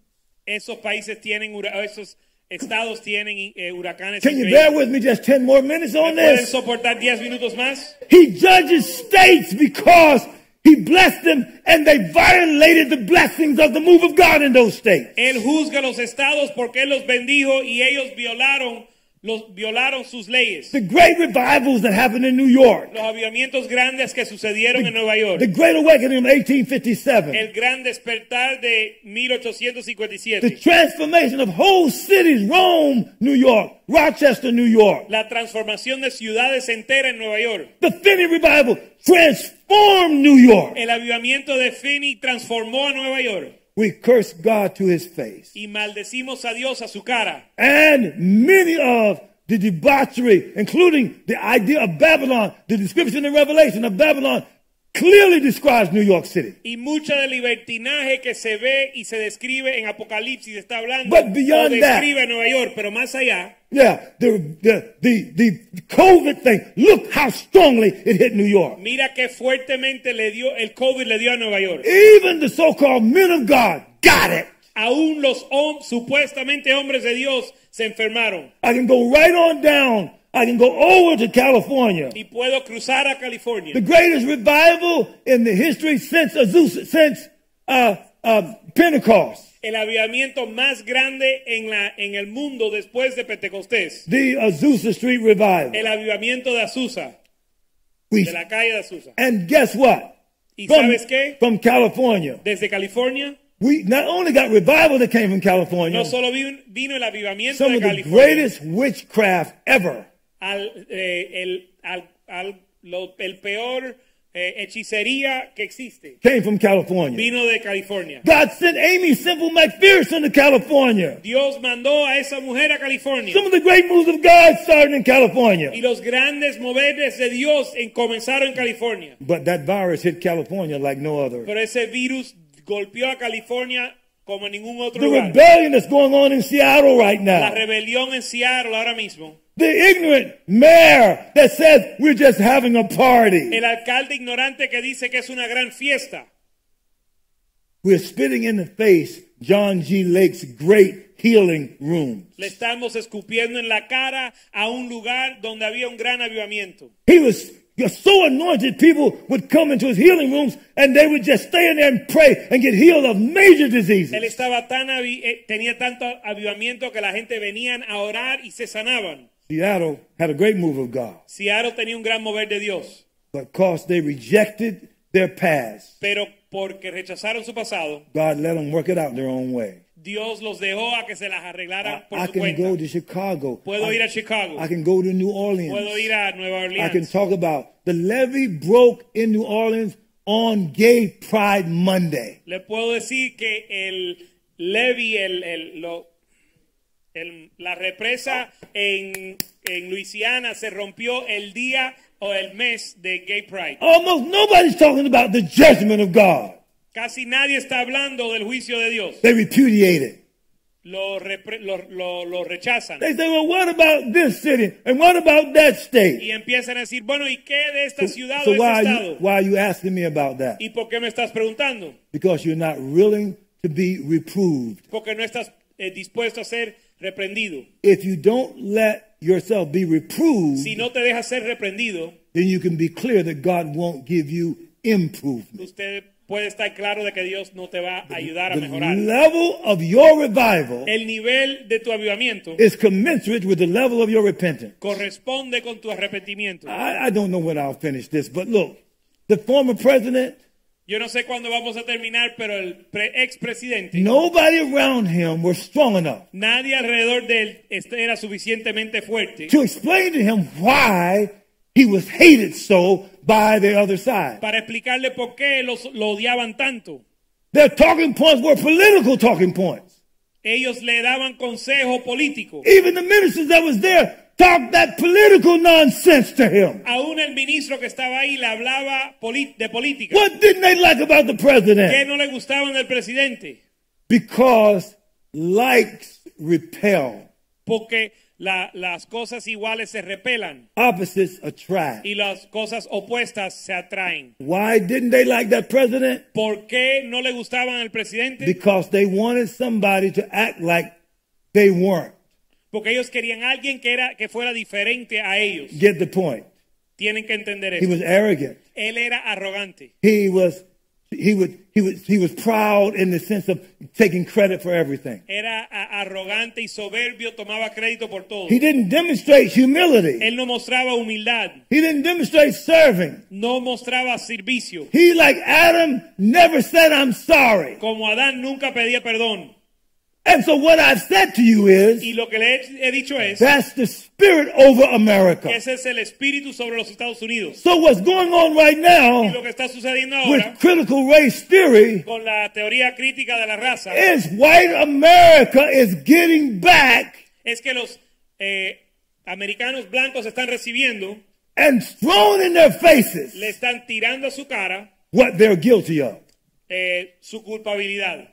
S3: Esos países tienen, hura- esos estados tienen eh, huracanes.
S4: Can you
S3: increíbles.
S4: bear with me just 10 more minutes on
S3: ¿Pueden
S4: this?
S3: soportar 10 minutos más?
S4: He judges states because he blessed them and they violated the blessings of the move of God in those states.
S3: Él juzga a los estados porque él los bendijo y ellos violaron, los, violaron sus leyes.
S4: The great revivals that happened in New York,
S3: Los avivamientos grandes que sucedieron en Nueva York.
S4: the Great Awakening of 1857,
S3: el gran despertar de
S4: the
S3: 1857.
S4: transformation of whole cities, Rome, New York, Rochester, New York,
S3: La transformación de ciudades enteras en Nueva York.
S4: the Finney Revival transformed New York.
S3: El avivamiento de Finney transformó a Nueva York.
S4: We curse God to his face.
S3: Y maldecimos a Dios a su cara.
S4: And many of the debauchery, including the idea of Babylon, the description in Revelation of Babylon clearly describes New York City.
S3: Y mucha del libertinaje que se ve y se describe en Apocalipsis está hablando.
S4: But beyond
S3: o
S4: that-
S3: describe a Nueva York, pero más allá.
S4: Yeah, the, the, the, the COVID thing, look how strongly it hit New York.
S3: Mira qué fuertemente le dio el COVID le dio a Nueva York.
S4: Even the so-called men of God got it.
S3: Aún los hom- supuestamente hombres de Dios se enfermaron.
S4: I can go right on down. I can go over to California.
S3: Y puedo cruzar a California.
S4: The greatest revival in the history since Azusa, since uh, uh, Pentecost.
S3: el avivamiento más grande en, la, en el mundo después de Pentecostés.
S4: The Azusa Street revival.
S3: El avivamiento de Azusa,
S4: We-
S3: de la calle de Azusa.
S4: and guess what?
S3: ¿Y sabes qué?
S4: from California.
S3: Desde California,
S4: We not only got revival that came from California,
S3: no solo vi- vino el avivamiento
S4: some
S3: de
S4: of the
S3: California,
S4: greatest witchcraft ever.
S3: al, eh, el, al, al- lo- el peor eh, hechicería que existe,
S4: Came from California.
S3: vino de California.
S4: God sent Amy Simple McPherson to California.
S3: Dios mandó a esa mujer a California.
S4: Some of the great moves of God started in
S3: Y
S4: California.
S3: los grandes moveres de Dios en- comenzaron en California.
S4: But that virus hit California like no other.
S3: Pero ese virus golpeó a California como en ningún otro
S4: The
S3: lugar.
S4: rebellion that's going on in Seattle right
S3: La
S4: now.
S3: rebelión en Seattle ahora mismo.
S4: The ignorant mayor that says we're just having a party.
S3: El alcalde ignorante que dice que es una gran fiesta.
S4: We're spitting in the face John G. Lake's great healing room.
S3: Le estamos escupiendo en la cara a un lugar donde había un gran avivamiento.
S4: He was so anointed, people would come into his healing rooms and they would just stay in there and pray and get healed of major
S3: Él
S4: diseases.
S3: estaba tan avi- eh, tenía tanto avivamiento que la gente venían a orar y se sanaban.
S4: Seattle had a great move of God
S3: Seattle tenía un gran mover de Dios,
S4: because they rejected their past.
S3: pero porque rechazaron su pasado,
S4: God let them work it out their own way.
S3: Dios los dejó a que se las arreglaran Ah, por
S4: I
S3: su
S4: can go
S3: cuenta.
S4: to Chicago.
S3: Puedo
S4: I,
S3: ir a Chicago.
S4: I can go to New
S3: Puedo
S4: Orleans.
S3: ir a Nueva
S4: I
S3: Orleans.
S4: can talk about the levy broke in New Orleans on Gay Pride Monday.
S3: Le puedo decir que el levy, el, el- lo- el- la represa en, en Luisiana se rompió el día o el mes de Gay Pride.
S4: Almost nobody's talking about the judgment of God.
S3: Casi nadie está hablando del juicio de Dios.
S4: They repudiate it.
S3: lo, repre- lo- lo- lo rechazan.
S4: They say, well, what about this city? And what about that state?
S3: Y empiezan a decir, bueno, ¿y qué de esta ciudad
S4: So
S3: o
S4: why are,
S3: este
S4: you,
S3: estado?
S4: why are you asking me about that?
S3: ¿Y por qué me estás preguntando?
S4: Because you're not willing to be reproved.
S3: Porque no estás eh, dispuesto a ser reprendido.
S4: If you don't let yourself be reproved,
S3: Si no te dejas ser reprendido,
S4: then you can be clear that God won't give you improvement.
S3: usted puede estar claro de que Dios no te va a ayudar a
S4: The
S3: mejorar.
S4: level of your revival
S3: El nivel de tu avivamiento
S4: is commensurate with the level of your repentance.
S3: corresponde con tu arrepentimiento.
S4: I, I don't know when I'll finish this, but look, the former president,
S3: Yo no sé cuándo vamos a terminar, pero el pre- expresidente,
S4: nobody around him were strong enough
S3: nadie alrededor de él este- era suficientemente fuerte
S4: to explain to him why he was hated so by the other side.
S3: para explicarle por qué los, lo odiaban tanto.
S4: Their talking points were political talking points.
S3: Ellos le daban consejo político.
S4: Even the ministers that was there talked that political nonsense to him.
S3: Aún el ministro que estaba ahí le hablaba poli- de política.
S4: What didn't they like about the
S3: ¿Qué
S4: president?
S3: no le gustaban del presidente?
S4: Because likes repel,
S3: Porque la- las cosas iguales se repelan
S4: opposites attract.
S3: y las cosas opuestas se atraen.
S4: Why didn't they like that president?
S3: ¿Por qué no le gustaban al presidente?
S4: Because they wanted somebody to act like they weren't.
S3: Porque ellos querían a alguien que, era, que fuera diferente a ellos.
S4: Get the point.
S3: Tienen que entender
S4: He
S3: eso.
S4: was arrogant.
S3: Él era arrogante.
S4: He was he would he was he was proud in the sense of taking credit for everything.
S3: Era a- arrogante y soberbio, tomaba crédito por todo.
S4: He didn't demonstrate humility.
S3: Él no mostraba humildad,
S4: He didn't demonstrate serving.
S3: no mostraba servicio.
S4: He like Adam never said I'm sorry.
S3: Como Adán nunca pedía perdón.
S4: And so what I've said to you is
S3: Y lo que le he, he dicho es
S4: that's the spirit over
S3: que
S4: America.
S3: ese es el espíritu sobre los Estados Unidos.
S4: So what's going on right
S3: Y
S4: now
S3: lo que está sucediendo ahora
S4: with critical race theory
S3: con la teoría crítica de la raza
S4: is white America is getting back
S3: es que los eh, americanos blancos están recibiendo,
S4: and thrown in their faces
S3: le están tirando a su cara
S4: what they're guilty of.
S3: eh, su culpabilidad.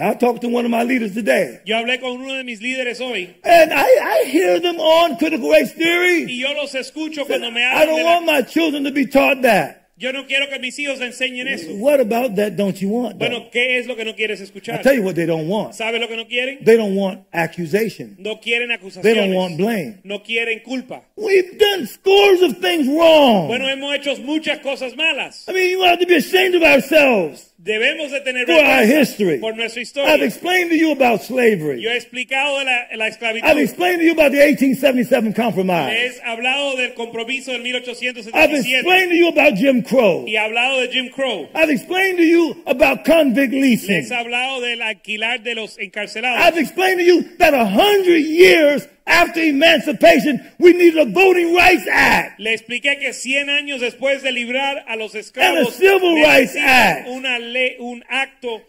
S4: I talked to one of my leaders today,
S3: Yo hablé con uno de mis líderes hoy
S4: and I, I hear them on critical race theory.
S3: y yo los escucho cuando me
S4: I
S3: hablan.
S4: don't
S3: de la-
S4: want my children to be taught that.
S3: yo no quiero que mis hijos enseñen eso.
S4: What about that don't you want? though?
S3: Bueno, ¿qué es lo que no quieres
S4: I
S3: escuchar?
S4: tell you what they don't want.
S3: ¿Sabes lo que no quieren?
S4: They don't want accusation.
S3: No quieren
S4: They don't want
S3: acusaciones.
S4: blame.
S3: No quieren culpa.
S4: We've done scores of things wrong.
S3: Bueno, hemos hecho muchas cosas malas.
S4: I mean, you have to be ashamed of ourselves
S3: Debemos de tener
S4: for our
S3: vergüenza
S4: history.
S3: por nuestra
S4: I've
S3: historia.
S4: explained to you about slavery.
S3: Yo he explicado de la, la
S4: I've
S3: esclavitud.
S4: explained to you about the 1877 compromise.
S3: He hablado del compromiso del
S4: I've
S3: 1877
S4: explained to you about Jim Crow.
S3: y he hablado de Jim Crow.
S4: I've explained to you about convict leasing.
S3: Les he hablado del alquilar de los encarcelados.
S4: I've explained to you that a hundred years after emancipation, we needed a Voting Rights Act.
S3: Le expliqué que 100 años después de librar a los
S4: And
S3: esclavos
S4: the Civil Rights
S3: necesitan
S4: Act.
S3: una ley, un acto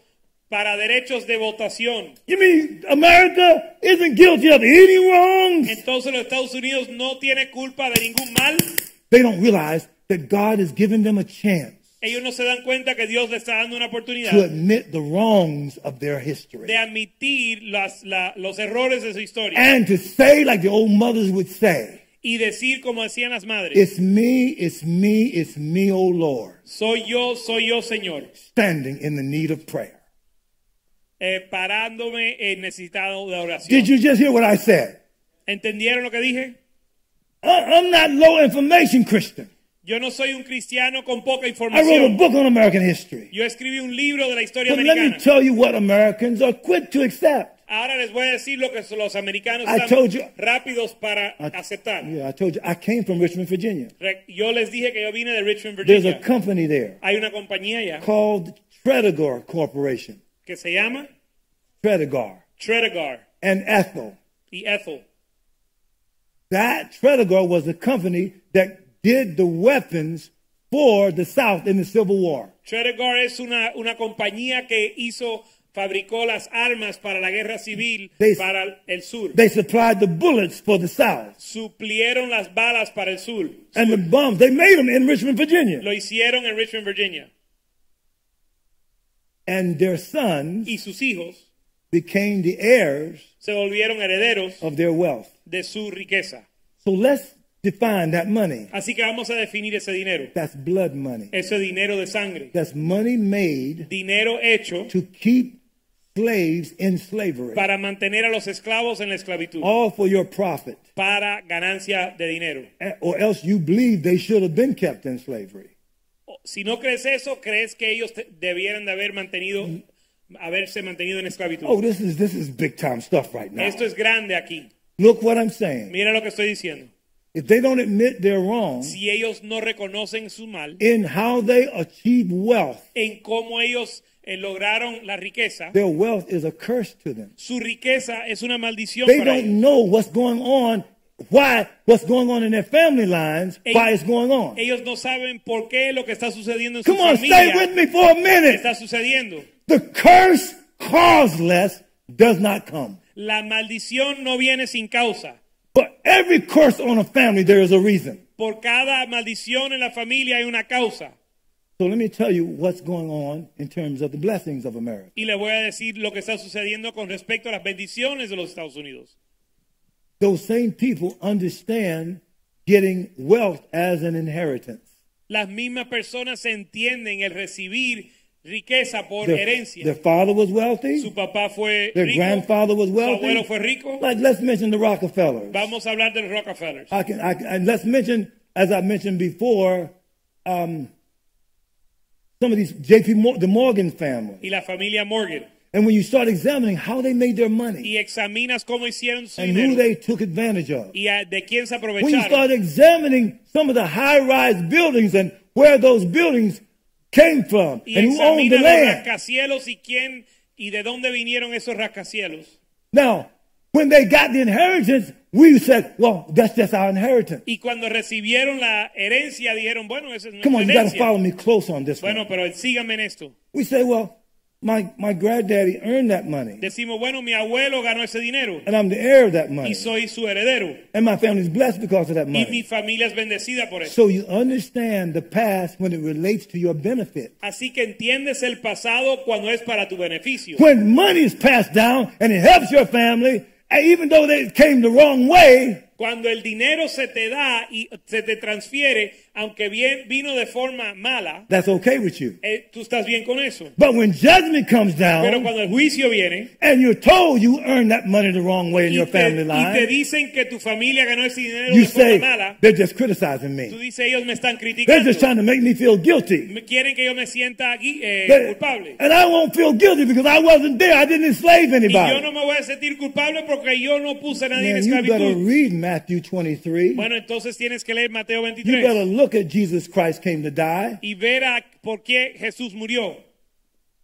S3: para derechos de votación.
S4: You mean America isn't guilty of any wrongs?
S3: Entonces los Estados Unidos no tiene culpa de ningún mal.
S4: They don't realize that God has given them a chance
S3: Ellos no se dan cuenta que Dios les está dando una
S4: to
S3: oportunidad
S4: admit the wrongs of their history
S3: de admitir las- la- los errores de su historia
S4: and to say, like the old mothers would say,
S3: y decir como decían las madres,
S4: It's me, it's me, it's me, O Lord,
S3: soy yo, soy yo, Señor,
S4: standing in the need of prayer.
S3: eh, parándome en necesitado de
S4: Did
S3: oración.
S4: you just hear what I said?
S3: ¿Entendieron lo que dije?
S4: I- I'm not low information Christian.
S3: Yo no soy un cristiano con poca
S4: I wrote a
S3: información.
S4: book on American history.
S3: Yo escribí un libro de la historia
S4: But let me
S3: americana.
S4: tell you what Americans are quick to accept.
S3: Ahora les voy a decir lo que los americanos
S4: I
S3: están
S4: told you-
S3: rápidos para aceptar.
S4: Yeah, I told you, I came from Richmond, Virginia.
S3: Re- Yo les dije que yo vine de Richmond,
S4: There's a
S3: Virginia.
S4: company there
S3: Hay una compañía ya
S4: called Tredegar Corporation.
S3: que se llama
S4: Tredegar
S3: Tredegar
S4: and Ethel.
S3: y Ethel.
S4: That Tredegar was the company that did the weapons for the South in the Civil War.
S3: Tredegar es una, una compañía que hizo, fabricó las armas para la guerra civil
S4: They-
S3: para el sur.
S4: They supplied the bullets for the South
S3: Suplieron las balas para el sur.
S4: and the bombs. They made them in Richmond, Virginia.
S3: Lo hicieron en Richmond, Virginia.
S4: And their sons
S3: Y sus hijos
S4: became the heirs
S3: se volvieron herederos
S4: of their wealth.
S3: de su riqueza.
S4: So let's define that money.
S3: Así que vamos a definir ese dinero,
S4: That's blood money.
S3: ese dinero de sangre,
S4: That's money made
S3: dinero hecho
S4: to keep slaves in slavery,
S3: para mantener a los esclavos en la esclavitud,
S4: all for your profit,
S3: para ganancia de dinero.
S4: Eh, or else you believe they should have been kept in slavery.
S3: O- Si no crees eso, crees que ellos te- debieran de haber mantenido, haberse mantenido en esclavitud.
S4: Oh, this is this is big time stuff right now.
S3: Esto es grande aquí.
S4: Look what I'm saying.
S3: Mira lo que estoy diciendo.
S4: If they don't admit they're wrong
S3: Si ellos no reconocen su mal,
S4: in how they achieve wealth,
S3: en cómo ellos eh, lograron la riqueza,
S4: their wealth is a curse to them.
S3: su riqueza es una maldición
S4: They
S3: para
S4: don't
S3: ellos.
S4: know what's going on, why what's going on in their family lines, why it's going on.
S3: Ellos no saben por qué lo que está sucediendo en su
S4: Come on, stay
S3: familia
S4: with me for a minute.
S3: está sucediendo.
S4: The curse causeless does not come.
S3: La maldición no viene sin causa.
S4: But every curse on a family, there is a reason.
S3: Por cada maldición en la familia hay una causa.
S4: So let me tell you what's going on in terms of the blessings of America.
S3: Y les voy a decir lo que está sucediendo con respecto a las bendiciones de los Estados Unidos.
S4: Those same people understand getting wealth as an inheritance.
S3: Las mismas personas entienden el recibir riqueza por
S4: Their,
S3: herencia.
S4: their father was wealthy.
S3: su papá fue
S4: Their
S3: rico,
S4: grandfather was
S3: su
S4: wealthy.
S3: abuelo fue rico.
S4: Like let's mention the Rockefellers.
S3: Vamos a hablar de los Rockefellers.
S4: I can, I can, and let's mention, as I mentioned before, um, some of these J.P. Mor- the Morgan family.
S3: y la familia Morgan.
S4: And when you start examining how they made their money
S3: Y examinas cómo hicieron su
S4: and who
S3: dinero
S4: they took advantage of,
S3: y a- de quién se
S4: when you
S3: aprovecharon.
S4: start examining some of the high-rise buildings and where those buildings came from
S3: Y
S4: and who owned the
S3: examinas los
S4: land.
S3: rascacielos y quién y de dónde vinieron esos rascacielos.
S4: Now, when they got the inheritance, we said, well, that's just our inheritance.
S3: Y cuando recibieron la herencia dijeron, bueno, esa es nuestra
S4: Come on, you got to
S3: herencia.
S4: follow me close on this
S3: Bueno,
S4: one.
S3: pero síganme en esto.
S4: We say, well, my, my granddaddy earned that money.
S3: Decimos, bueno, mi abuelo ganó ese dinero
S4: and I'm the heir of that money.
S3: y soy su heredero.
S4: and my family's blessed because of that
S3: Y mi
S4: money.
S3: familia es bendecida por eso.
S4: So you understand the past when it relates to your benefit.
S3: Así que entiendes el pasado cuando es para tu beneficio.
S4: When money is passed down and it helps your family, and even though they came the wrong way,
S3: Cuando el dinero se te da y se te transfiere, aunque bien vino de forma mala,
S4: that's okay with you.
S3: eh, tú estás bien con eso.
S4: But when judgment comes
S3: Pero
S4: down
S3: cuando el juicio viene
S4: and you're told you earned that money the wrong way in
S3: y
S4: your
S3: te,
S4: family
S3: y te
S4: line,
S3: dicen que tu familia ganó ese dinero
S4: you
S3: de forma
S4: say,
S3: mala,
S4: they're just criticizing
S3: tú
S4: me.
S3: dices ellos me están
S4: They're
S3: criticando.
S4: just trying to make me feel guilty.
S3: Me- Quieren que yo me sienta gui- eh,
S4: They-
S3: culpable.
S4: and I won't feel guilty because I wasn't there. I didn't enslave
S3: Y yo
S4: anybody.
S3: no me voy a sentir culpable porque yo no puse a nadie en
S4: Man, you better
S3: esclavitud.
S4: read Matthew 23.
S3: Bueno, entonces tienes que leer Mateo
S4: You better
S3: 23
S4: look at Jesus Christ came to die.
S3: y ver a por qué Jesús murió.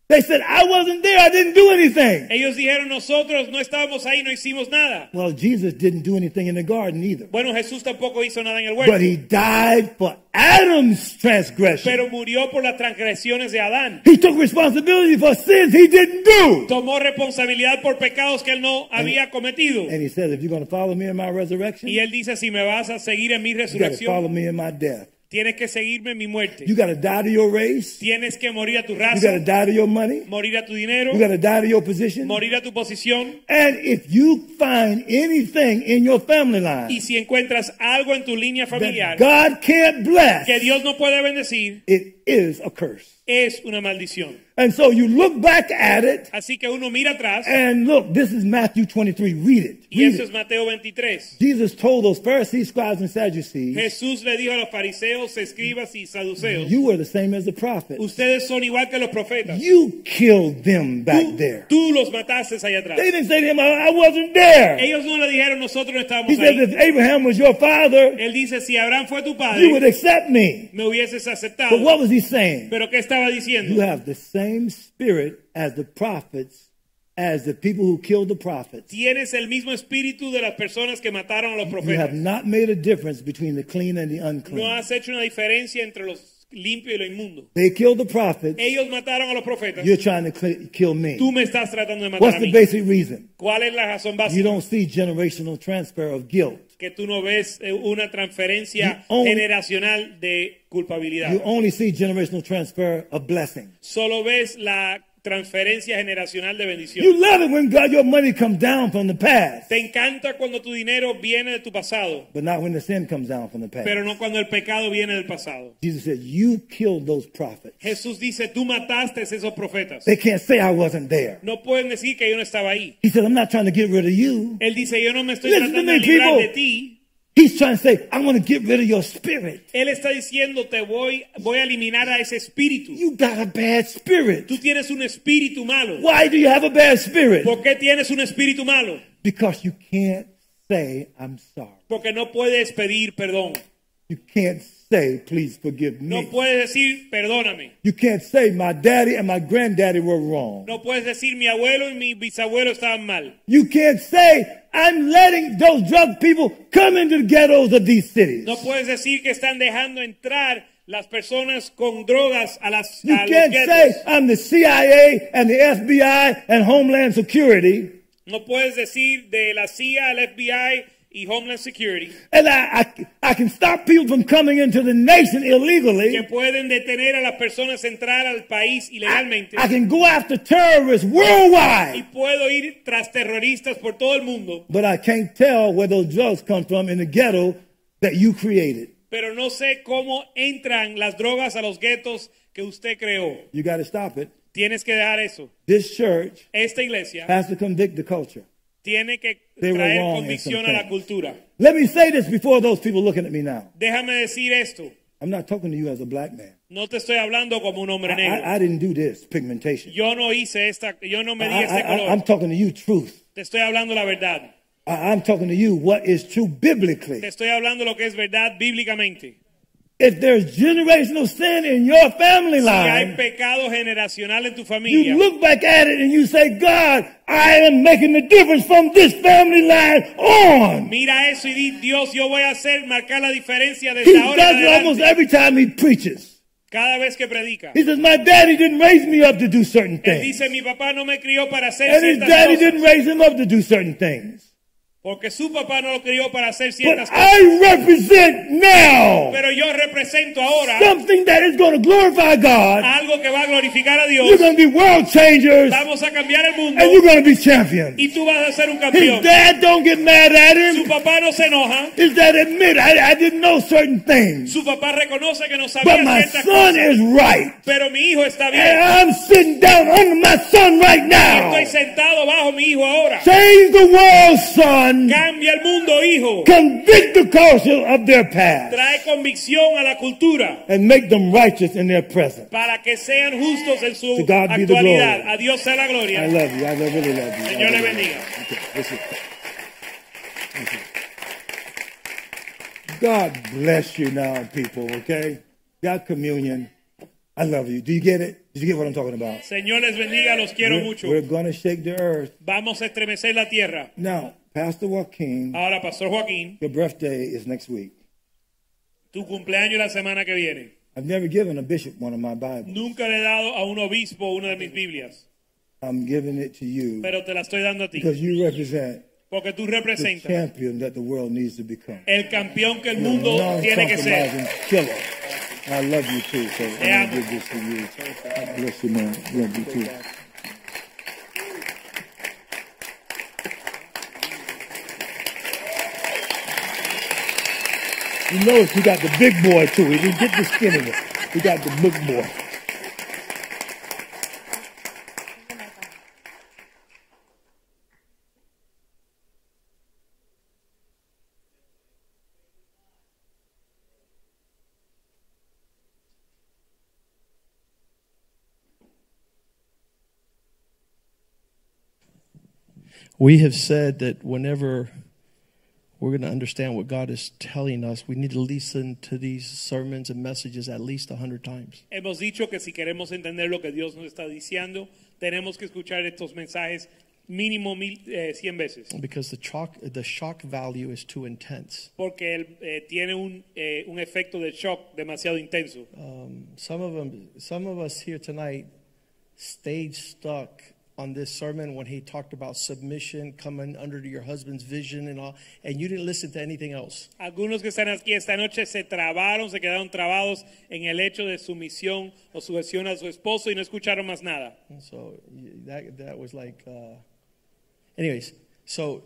S4: They said, I wasn't there. I didn't do anything.
S3: Ellos dijeron, nosotros no estábamos ahí, no hicimos nada.
S4: Well, Jesus didn't do anything in the garden either.
S3: Bueno, Jesús tampoco hizo nada en el
S4: But
S3: huerto,
S4: he died for Adam's transgression.
S3: pero murió por las transgresiones de Adán.
S4: He took responsibility for sins he didn't do.
S3: Tomó responsabilidad por pecados que él no había cometido.
S4: And he said, if you're going to follow me in my resurrection,
S3: Y
S4: you
S3: él dice, si me vas a seguir en mi
S4: got to follow
S3: resurrección,
S4: me in my death.
S3: tienes que seguirme en mi muerte.
S4: You got to die to your race.
S3: Tienes que morir a tu
S4: You got
S3: raza,
S4: to die to your money.
S3: morir a tu dinero,
S4: You got to die to your position.
S3: morir a tu posición.
S4: And if you find anything in your family
S3: Y
S4: line
S3: si encuentras algo en tu línea
S4: that
S3: familiar
S4: God can't bless,
S3: que Dios no puede bendecir,
S4: it is a curse.
S3: es una maldición.
S4: And so you look back at it
S3: Así que uno mira atrás
S4: and look, this is Matthew 23. Read it.
S3: y
S4: Read
S3: eso
S4: it.
S3: es Mateo 23.
S4: Jesus told those Pharisees, scribes, and Sadducees,
S3: Jesús le dijo a los fariseos, escribas y saduceos,
S4: You were the same as the prophets.
S3: ustedes son igual que los profetas.
S4: You killed them back
S3: Tú,
S4: there.
S3: tú los mataste allá atrás.
S4: They didn't say to him, I I wasn't there.
S3: Ellos no le dijeron, nosotros no
S4: He
S3: estábamos
S4: said,
S3: ahí.
S4: If Abraham was your father,
S3: Él dice, si Abraham fue tu
S4: you would
S3: padre,
S4: accept me.
S3: me hubieses aceptado.
S4: But what was he saying?
S3: Pero ¿qué estaba
S4: You
S3: diciendo?
S4: have the same spirit as the prophets, as the people who killed the prophets.
S3: Tienes el mismo espíritu de las personas que mataron a los
S4: You have
S3: profetas.
S4: not made a difference between the clean and the
S3: No
S4: unclean.
S3: has hecho una diferencia entre los limpios y los inmundos.
S4: They killed the prophets.
S3: Ellos mataron a los profetas.
S4: You're trying to cl- kill me.
S3: Tú me estás tratando de matar
S4: What's
S3: a
S4: the
S3: mí.
S4: basic reason?
S3: ¿Cuál es la razón
S4: You
S3: básica?
S4: don't see generational transfer of guilt.
S3: Que tú no ves eh, una transferencia
S4: You only-
S3: generacional de culpabilidad.
S4: You only see generational transfer of blessing.
S3: Solo ves la transferencia generacional de bendición.
S4: You love it when God, your money comes down from the past,
S3: Te encanta cuando tu dinero viene de tu pasado,
S4: but not when the sin comes down from the past.
S3: pero no cuando el pecado viene del pasado.
S4: Jesus said, You killed those prophets.
S3: Jesús dice, tú mataste a esos profetas.
S4: They can't say I wasn't there.
S3: No pueden decir que yo no estaba ahí.
S4: He said, I'm not trying to get rid of you.
S3: Él dice, yo no me estoy
S4: Listen to
S3: tratando de
S4: me,
S3: librar
S4: people.
S3: de ti.
S4: He's trying to say, I want to get rid of your spirit.
S3: Él está diciendo, te voy, voy a eliminar a ese espíritu.
S4: You got a bad spirit.
S3: Tú tienes un espíritu malo.
S4: Why do you have a bad spirit?
S3: ¿Por qué tienes un espíritu malo?
S4: Because you can't say, I'm sorry.
S3: Porque no puedes pedir perdón.
S4: You can't say, Please forgive
S3: No
S4: me.
S3: puedes decir, perdóname.
S4: You can't say, My daddy and my granddaddy were wrong.
S3: No puedes decir, mi abuelo y mi bisabuelo estaban mal.
S4: You can't say, I'm letting those drug people come into the ghettos of these cities.
S3: No puedes decir que están dejando entrar las personas con drogas a las
S4: You
S3: a los
S4: can't
S3: guetos.
S4: say Ah. I'm the CIA and the FBI and Homeland Security,
S3: No puedes decir de la CIA, el FBI y Homeland Security
S4: and I, I, I can stop people from coming into the nation
S3: que
S4: illegally.
S3: pueden detener a las personas a entrar al país
S4: I,
S3: ilegalmente
S4: I can go after terrorists
S3: y
S4: worldwide,
S3: puedo ir tras terroristas por todo el mundo,
S4: but I can't tell where those drugs come from in the ghetto that you created.
S3: pero no sé cómo entran las drogas a los guetos que usted creó.
S4: You got to stop it.
S3: Tienes que dejar eso.
S4: This church
S3: Esta iglesia
S4: has to convict the culture.
S3: tiene que
S4: Ah. They were
S3: traer
S4: wrong in
S3: convicción a
S4: some
S3: la
S4: things.
S3: cultura.
S4: Let me say this before those people looking at me now.
S3: Déjame decir esto.
S4: I'm not talking to you as a black man.
S3: No te estoy hablando como un
S4: I,
S3: hombre negro.
S4: I, I didn't do this pigmentation.
S3: yo no hice esta, yo no me di
S4: I-
S3: este
S4: I- I-
S3: color.
S4: I'm talking to you, truth.
S3: te estoy hablando la verdad.
S4: I- I'm talking to you what is true
S3: Te
S4: biblically.
S3: estoy hablando lo que es verdad bíblicamente.
S4: If there's generational sin in your family
S3: Si hay
S4: line,
S3: pecado generacional en tu familia,
S4: you look back at it and you say, God, I am making the difference from this family line on.
S3: mira eso y di, Dios, yo voy a hacer marcar la diferencia
S4: He
S3: desde ahora.
S4: does
S3: en
S4: it almost
S3: adelante,
S4: every time he preaches.
S3: cada vez que predica.
S4: He says, My daddy didn't raise me up to do certain
S3: Él
S4: things.
S3: dice, mi papá no me crió para hacer
S4: And his
S3: ciertas
S4: daddy
S3: cosas,
S4: didn't raise him up to do certain things.
S3: porque su papá no lo crió para hacer
S4: But
S3: ciertas cosas.
S4: I represent now
S3: Pero yo represento ahora
S4: something that is going to glorify God.
S3: algo que va a glorificar a
S4: You're
S3: Dios.
S4: going to be world changers
S3: Vamos a cambiar el mundo
S4: and you're going to be champions.
S3: y tú vas a ser un
S4: His
S3: campeón.
S4: dad don't get mad at
S3: Su
S4: him.
S3: papá no se enoja.
S4: His dad admit I, I didn't know certain things,
S3: Su papá reconoce que no sabía
S4: but my
S3: ciertas cosas.
S4: son is right,
S3: Pero mi hijo está
S4: and
S3: bien.
S4: I'm sitting down under my son right now.
S3: Estoy sentado bajo mi hijo ahora.
S4: Change the world, son.
S3: Cambia el mundo, hijo.
S4: Convict the culture of their past
S3: Trae convicción a la cultura
S4: and make them righteous in their present.
S3: para que sean justos en
S4: To
S3: su
S4: God be the
S3: actualidad.
S4: glory.
S3: A Dios sea la
S4: I
S3: gloria.
S4: love you. I love, really love you. I
S3: Señor le
S4: really love you.
S3: bendiga.
S4: Okay, this is- this is- God bless you now, people, okay? Got communion. I love you. Do you get it? Did you get what I'm talking about?
S3: Señor les bendiga, los quiero
S4: We're,
S3: mucho.
S4: we're gonna shake the earth.
S3: Vamos a estremecer la tierra.
S4: Now, Pastor Joaquin,
S3: Ahora, Pastor Joaquín,
S4: your birthday is next week.
S3: tu cumpleaños la semana que viene.
S4: I've never given a bishop one of my Bibles.
S3: Nunca le he dado a un obispo una de mis Biblias,
S4: I'm giving it to you
S3: pero te la estoy dando a ti.
S4: because you represent
S3: Porque tú
S4: the
S3: representas
S4: champion that the world needs to become.
S3: el campeón que el
S4: You're a
S3: mundo tiene que ser.
S4: non-compromising Killer. I love you too, so
S3: Te
S4: I'm gonna
S3: amo.
S4: give this to you. God bless you, man. Love you too. You notice we got the big boy too. We didn't get the skinny one. We got the big boy.
S1: We have said that whenever we're going to understand what God is telling us, we need to listen to these sermons and messages at least 100 times.
S3: Hemos dicho que si queremos entender lo que Dios nos está diciendo, tenemos que escuchar estos mensajes mínimo mil, eh, 100 veces,
S1: because the shock the shock value is too intense.
S3: porque él, eh, tiene un, eh, un efecto de shock demasiado intenso.
S1: Some of them, some of us here tonight, stayed stuck
S2: on this sermon when he talked about submission, coming under your husband's vision and all, and you didn't listen to anything else.
S3: Algunos que están aquí esta noche se trabaron, se quedaron trabados en el hecho de sumisión o sujeción a su esposo y no escucharon más nada.
S2: And so y- that that was like, uh, anyways. So,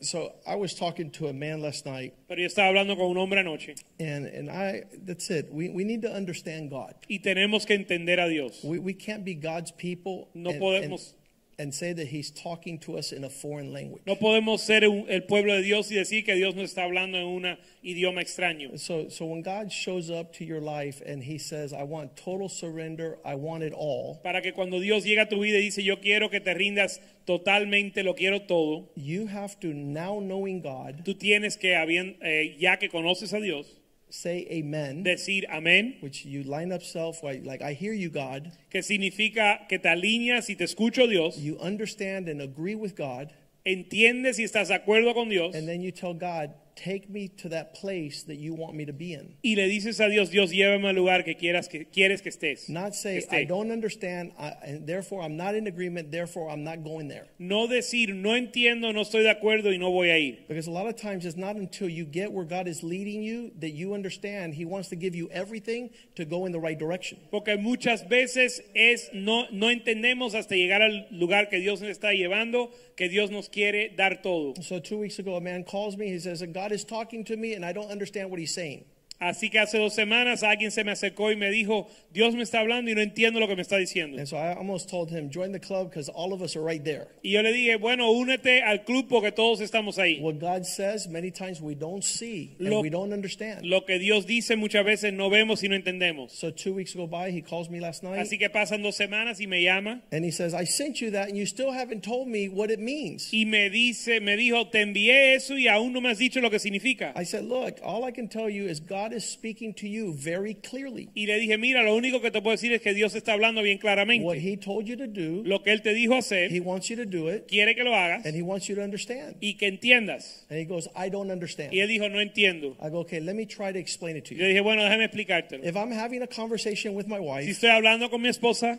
S2: so I was talking to a man last night,
S3: Pero yo estaba hablando con un hombre anoche
S2: and and I that's it. We we need to understand God.
S3: y tenemos que entender a Dios.
S2: We we can't be God's people.
S3: No
S2: and,
S3: podemos-
S2: And, and say that He's talking to us in a foreign language.
S3: No podemos ser un- el pueblo de Dios y decir que Dios nos está hablando en un idioma extraño.
S2: So, so when God shows up to your life and He says, "I want total surrender. I want it all,"
S3: Para que cuando Dios llega a tu vida y dice, yo quiero que te rindas totalmente, lo quiero todo,
S2: you have to now knowing God
S3: tú tienes que, habien- eh, ya que conoces a Dios,
S2: say Amen,
S3: decir amén,
S2: which you line up self like, like I hear you, God.
S3: que significa que te alineas y te escucho Dios,
S2: You understand and agree with God,
S3: entiendes y estás de acuerdo con Dios
S2: and then you tell God, "Take me to that place that you want me to be in."
S3: y le dices a Dios, Dios, llévame al lugar que, quieras que quieres que estés.
S2: Not say,
S3: que esté".
S2: "I don't understand," I, and therefore I'm not in agreement. Therefore I'm not going there.
S3: No decir, no entiendo, no estoy de acuerdo y no voy a ir.
S2: Because a lot of times it's not until you get where God is leading you that you understand He wants to give you everything to go in the right direction.
S3: Porque muchas veces es no, no entendemos hasta llegar al lugar que Dios nos está llevando, que Dios nos quiere dar todo.
S2: So two weeks ago, a man calls me. He says, "God is talking to me, and I don't understand what He's saying."
S3: Así que hace dos semanas alguien se me acercó y me dijo, Dios me está hablando y no entiendo lo que me está diciendo.
S2: And so I almost told him, "Join the club," because all of us are right there.
S3: Y yo le dije, bueno, únete al club porque todos estamos ahí.
S2: What God says, many times we don't see and
S3: Lo-
S2: we don't understand.
S3: Lo que Dios dice muchas veces no vemos y no entendemos.
S2: so two weeks go by. He calls me last night,
S3: Así que pasan dos semanas y me llama
S2: and he says, "I sent you that, and you still haven't told me what it means."
S3: y me dice, me dijo, te envié eso y aún no me has dicho lo que significa.
S2: I said, "Look, all I can tell you is God is speaking to you very clearly.
S3: Y le dije, mira, lo único que te puedo decir es que Dios está hablando bien
S2: What
S3: claramente.
S2: He told you to do."
S3: Lo que Él te dijo hacer,
S2: He wants you to do it,
S3: quiere que lo hagas
S2: and he wants you to understand.
S3: y que entiendas.
S2: And he goes, I don't understand.
S3: Y él dijo, no entiendo.
S2: I go, okay, let me try to explain it to
S3: Yo
S2: you.
S3: dije, bueno, déjame explicártelo.
S2: If I'm having a conversation with my
S3: Si
S2: wife,
S3: estoy hablando con mi esposa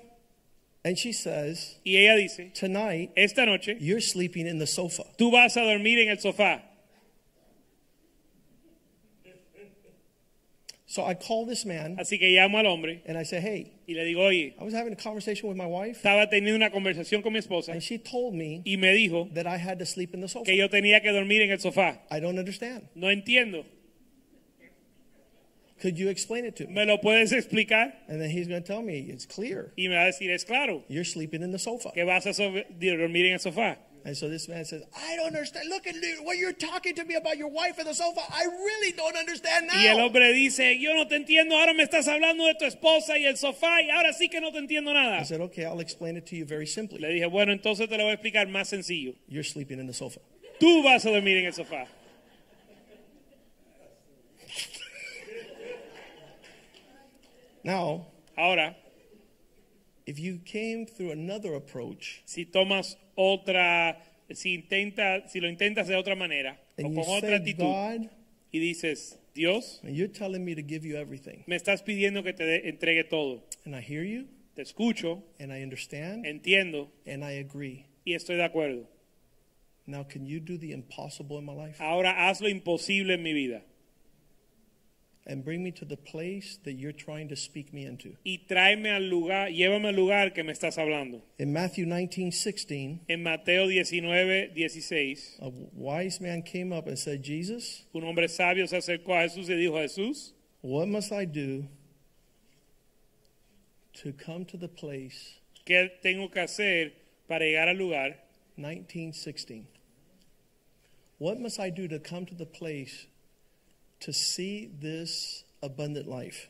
S2: and she says,
S3: y ella dice,
S2: tonight,
S3: esta noche
S2: you're sleeping in the sofa.
S3: tú vas a dormir en el sofá.
S2: So I call this man,
S3: Así que llamo al hombre
S2: and I say, hey,
S3: y le digo, oye,
S2: I was having a conversation with my wife,
S3: estaba teniendo una conversación con mi esposa
S2: and she told me
S3: y me dijo
S2: that I had to sleep in the
S3: que
S2: sofa.
S3: yo tenía que dormir en el sofá.
S2: I don't understand.
S3: No entiendo.
S2: Could you explain it to me?
S3: ¿Me lo puedes explicar?
S2: And then he's going to tell me, it's clear.
S3: Y me va a decir, es claro,
S2: You're sleeping in the sofa.
S3: que vas a so- dormir en el sofá.
S2: And so this man says, I don't understand. Look at you- what you're talking to me about your wife in the sofa. I really don't understand now.
S3: Y el hombre dice, yo no te entiendo, ahora me estás hablando de tu esposa y el sofá y ahora sí que no te entiendo nada.
S2: I said, okay, I'll explain it to you very simply.
S3: Le dije, bueno, entonces te lo voy a explicar más sencillo.
S2: You're sleeping in the sofa.
S3: Tú vas a dormir en el sofá.
S2: Now,
S3: Ahora,
S2: if you came through another approach
S3: si tomas otra, si intenta, si lo intentas de otra manera, o
S2: and
S3: con
S2: you
S3: otra
S2: said,
S3: actitud,
S2: God,
S3: y dices, Dios,
S2: and you're telling me to give you everything,
S3: me estás pidiendo que te dé- entregue todo.
S2: and I hear you,
S3: Te escucho,
S2: and I understand,
S3: entiendo
S2: and I agree.
S3: y estoy de acuerdo.
S2: Now, can you do the impossible in my life
S3: Ahora haz lo imposible en mi vida
S2: and bring me to the place that you're trying to speak me into?
S3: y tráeme al lugar, llévame al lugar que me estás hablando.
S2: In Matthew 19, 16,
S3: En Mateo 19, 16,
S2: a wise man came up and said, Jesus,
S3: un hombre sabio se acercó a Jesús y dijo, Jesús,
S2: what must I do to come to the place
S3: ¿qué tengo que hacer para llegar al lugar?
S2: 1916. What must I do to come to the place to see this abundant life?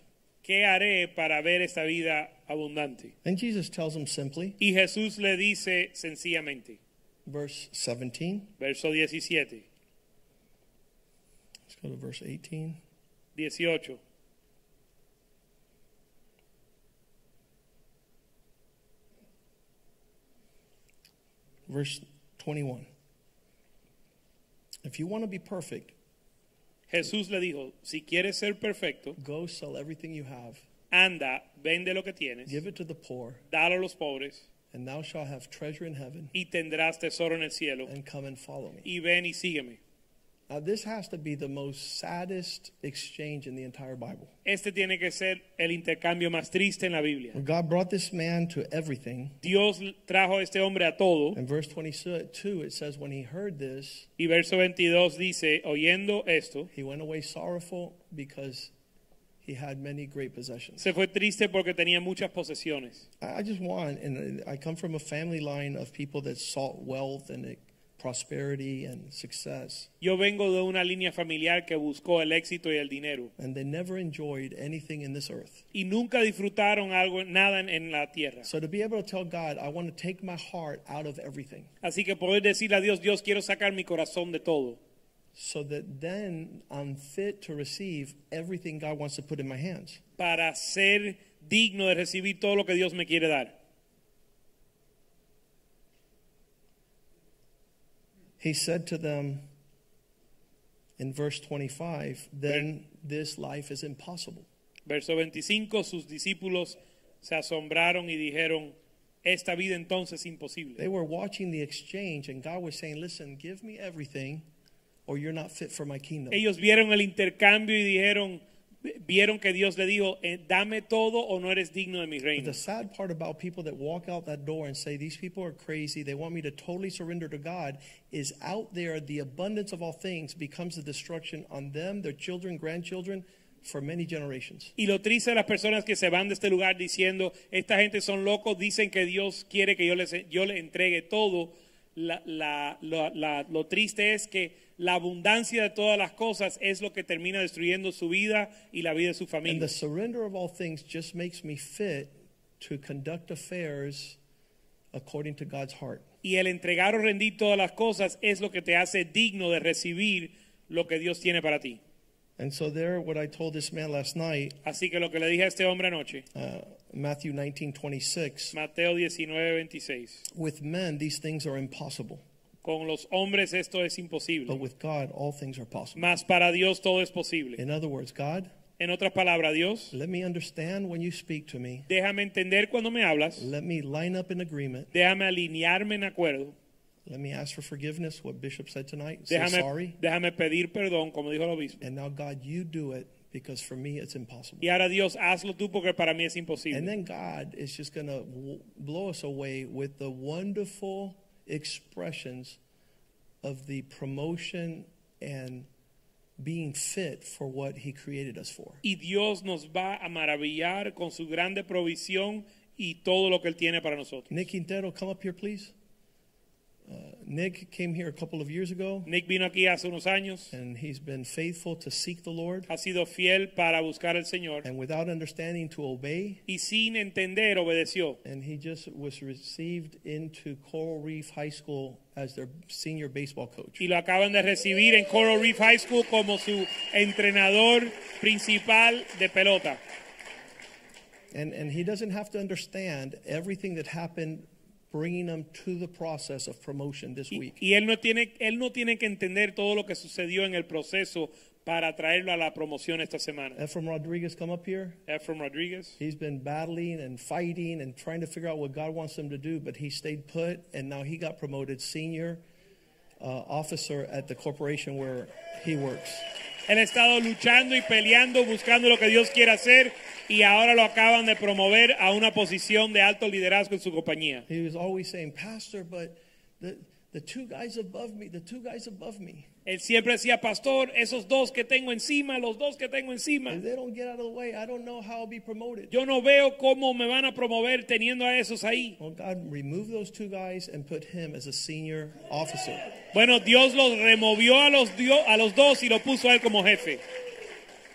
S3: ¿Qué haré para ver esta vida abundante?
S2: And Jesus tells him simply,
S3: Y Jesús le dice sencillamente,
S2: verse 17,
S3: verso 17,
S2: let's go to verse 18.
S3: 18,
S2: Verse 21. If you want to be perfect,
S3: Jesús le dijo, si quieres ser perfecto,
S2: go sell everything you have,
S3: anda, vende lo que tienes,
S2: give it to the poor,
S3: dalo a los pobres
S2: And thou shalt have treasure in heaven
S3: y tendrás tesoro en el cielo.
S2: and come and follow me.
S3: Y ven y sígueme.
S2: Now, this has to be the most saddest exchange in the entire Bible.
S3: Este tiene que ser el intercambio más triste en la Biblia.
S2: When God brought this man to everything,
S3: Dios trajo a este hombre a todo.
S2: in verse 22, it says, When he heard this,
S3: Y verso 22 dice, oyendo esto,
S2: he went away sorrowful because he had many great possessions.
S3: se fue triste porque tenía muchas posesiones.
S2: I I just want, and I come from a family line of people that sought wealth and prosperity and success,
S3: Yo vengo de una línea familiar que buscó el éxito y el dinero
S2: and they never enjoyed anything in this earth.
S3: y nunca disfrutaron algo, nada en, en la tierra.
S2: So to be able to tell God, I want to take my heart out of everything,
S3: Así que poder decirle a Dios, Dios quiero sacar mi corazón de todo
S2: so that then I'm fit to receive everything God wants to put in my hands.
S3: para ser digno de recibir todo lo que Dios me quiere dar.
S2: He said to them in verse 25, then this life is impossible.
S3: Verso 25, sus discípulos se asombraron y dijeron, esta vida entonces es imposible.
S2: They were watching the exchange, and God was saying, Listen, give me everything, or you're not fit for my kingdom.
S3: Ellos vieron el intercambio y dijeron, vieron que Dios le dijo, eh, dame todo o no eres digno de mi
S2: But
S3: reino.
S2: the sad part about people that walk out that door and say, These people are crazy, they want me to totally surrender to God, is out there, the abundance of all things becomes a destruction on them, their children, grandchildren, for many generations.
S3: Y lo triste de las personas que se van de este lugar diciendo, esta gente son locos, dicen que Dios quiere que yo les, yo les entregue todo. La- la- la- la- lo triste es que la abundancia de todas las cosas es lo que termina destruyendo su vida y la vida de su
S2: And
S3: familia.
S2: the surrender of all things just makes me fit to conduct affairs according to God's heart.
S3: Y el entregar o rendir todas las cosas es lo que te hace digno de recibir lo que Dios tiene para ti.
S2: And so, there, what I told this man last night,
S3: Así que lo que le dije a este hombre anoche,
S2: uh, Matthew 19 26,
S3: Mateo 19, 26.
S2: with men, these things are impossible,
S3: Con los hombres esto es
S2: but
S3: imposible,
S2: with God, all things are possible.
S3: mas para Dios todo es posible.
S2: In other words, God,
S3: En otras palabras, Dios,
S2: let me understand when you speak to me,
S3: déjame entender cuando me hablas,
S2: let me line up in agreement,
S3: déjame alinearme en acuerdo,
S2: let me ask for forgiveness, what Bishop said tonight, say
S3: déjame,
S2: sorry.
S3: déjame pedir perdón, como dijo el obispo.
S2: And now, God, you do it because for me, it's impossible.
S3: Y ahora Dios, hazlo tú porque para mí es
S2: And
S3: imposible.
S2: then God is just going to w- blow us away with the wonderful expressions of the promotion and being fit for what He created us for.
S3: Y Dios nos va a maravillar con su grande provisión y todo lo que Él tiene para nosotros.
S2: Nick Quintero, come up here, please. Uh, Nick came here a couple of years ago,
S3: Nick vino aquí hace unos años,
S2: and he's been faithful to seek the Lord
S3: ha sido fiel para buscar al Señor
S2: and without understanding to obey.
S3: y sin entender obedeció.
S2: And he just was received into Coral Reef High School as their senior baseball coach.
S3: y lo acaban de recibir en Coral Reef High School como su entrenador principal de pelota.
S2: And, and he doesn't have to understand everything that happened bringing him to the process of promotion this
S3: Y,
S2: week.
S3: y él no tiene él no tiene que entender todo lo que sucedió en el proceso para traerlo a la promoción esta semana.
S2: Ephraim Rodriguez, come up here.
S3: Ephraim Rodríguez
S2: He's been battling and fighting and trying to figure out what God wants him to do, but he stayed put, and now he got promoted senior uh, officer at the corporation where he works.
S3: él ha estado luchando y peleando buscando lo que Dios quiere hacer y ahora lo acaban de promover a una posición de alto liderazgo en su compañía.
S2: He was always saying, Pastor, but the, the two guys above me, the two guys above me,
S3: Él siempre decía, "Pastor, esos dos que tengo encima, los dos que tengo encima,
S2: if they don't get out of the way, I don't know how I'll be promoted.
S3: yo no veo cómo me van a promover teniendo a esos ahí."
S2: Well, God removed those two guys and put him as a senior officer.
S3: Bueno, Dios los removió a los, dio- a los dos y lo puso a él como jefe.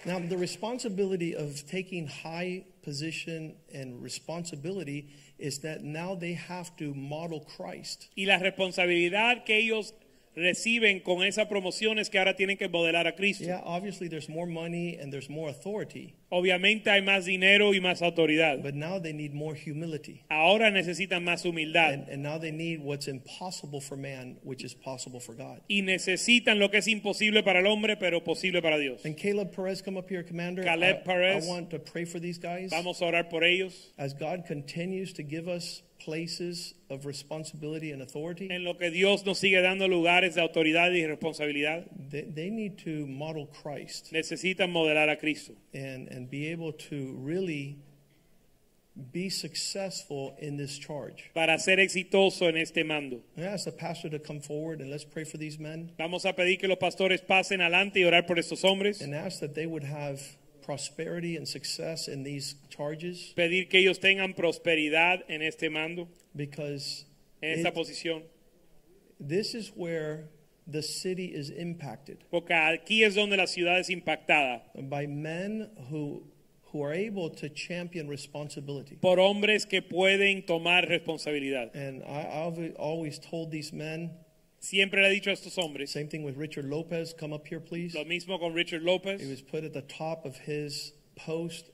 S2: Now, the responsibility of taking high position and responsibility is that now they have to model Christ.
S3: Y la responsabilidad que ellos reciben con esas promociones que ahora tienen que modelar a Cristo.
S2: Yeah, obviously there's more money and there's more authority,
S3: Obviamente hay más dinero y más autoridad.
S2: But now they need more humility.
S3: Ahora necesitan más humildad
S2: And, and now they need what's impossible for man, which is possible for God.
S3: y necesitan lo que es imposible para el hombre, pero posible para Dios.
S2: And Caleb Perez, come up here, Commander.
S3: Caleb
S2: I-
S3: Perez.
S2: I want to pray for these guys.
S3: Vamos a orar por ellos.
S2: As God continues to give us places of responsibility and authority,
S3: En lo que Dios nos sigue dando lugares de autoridad y responsabilidad,
S2: they, they need to model Christ
S3: necesitan modelar a Cristo
S2: and, and be able to really be successful in this charge.
S3: para ser exitoso en este mando.
S2: I ask the pastor to come forward and let's pray for these men
S3: Vamos a pedir que los pastores pasen adelante y orar por estos hombres.
S2: and ask that they would have prosperity and success in these charges
S3: Pedir que ellos tengan prosperidad en este mando,
S2: because
S3: en esta
S2: it-
S3: posición.
S2: this is where the city is impacted
S3: Porque aquí es donde la ciudad es impactada
S2: by men who who are able to champion responsibility.
S3: por hombres que pueden tomar responsabilidad.
S2: And I, I've always told these men,
S3: Siempre le he dicho a estos hombres,
S2: same thing with Richard Lopez, come up here, please.
S3: lo mismo con Richard
S2: He
S3: López,
S2: was put at the top of his post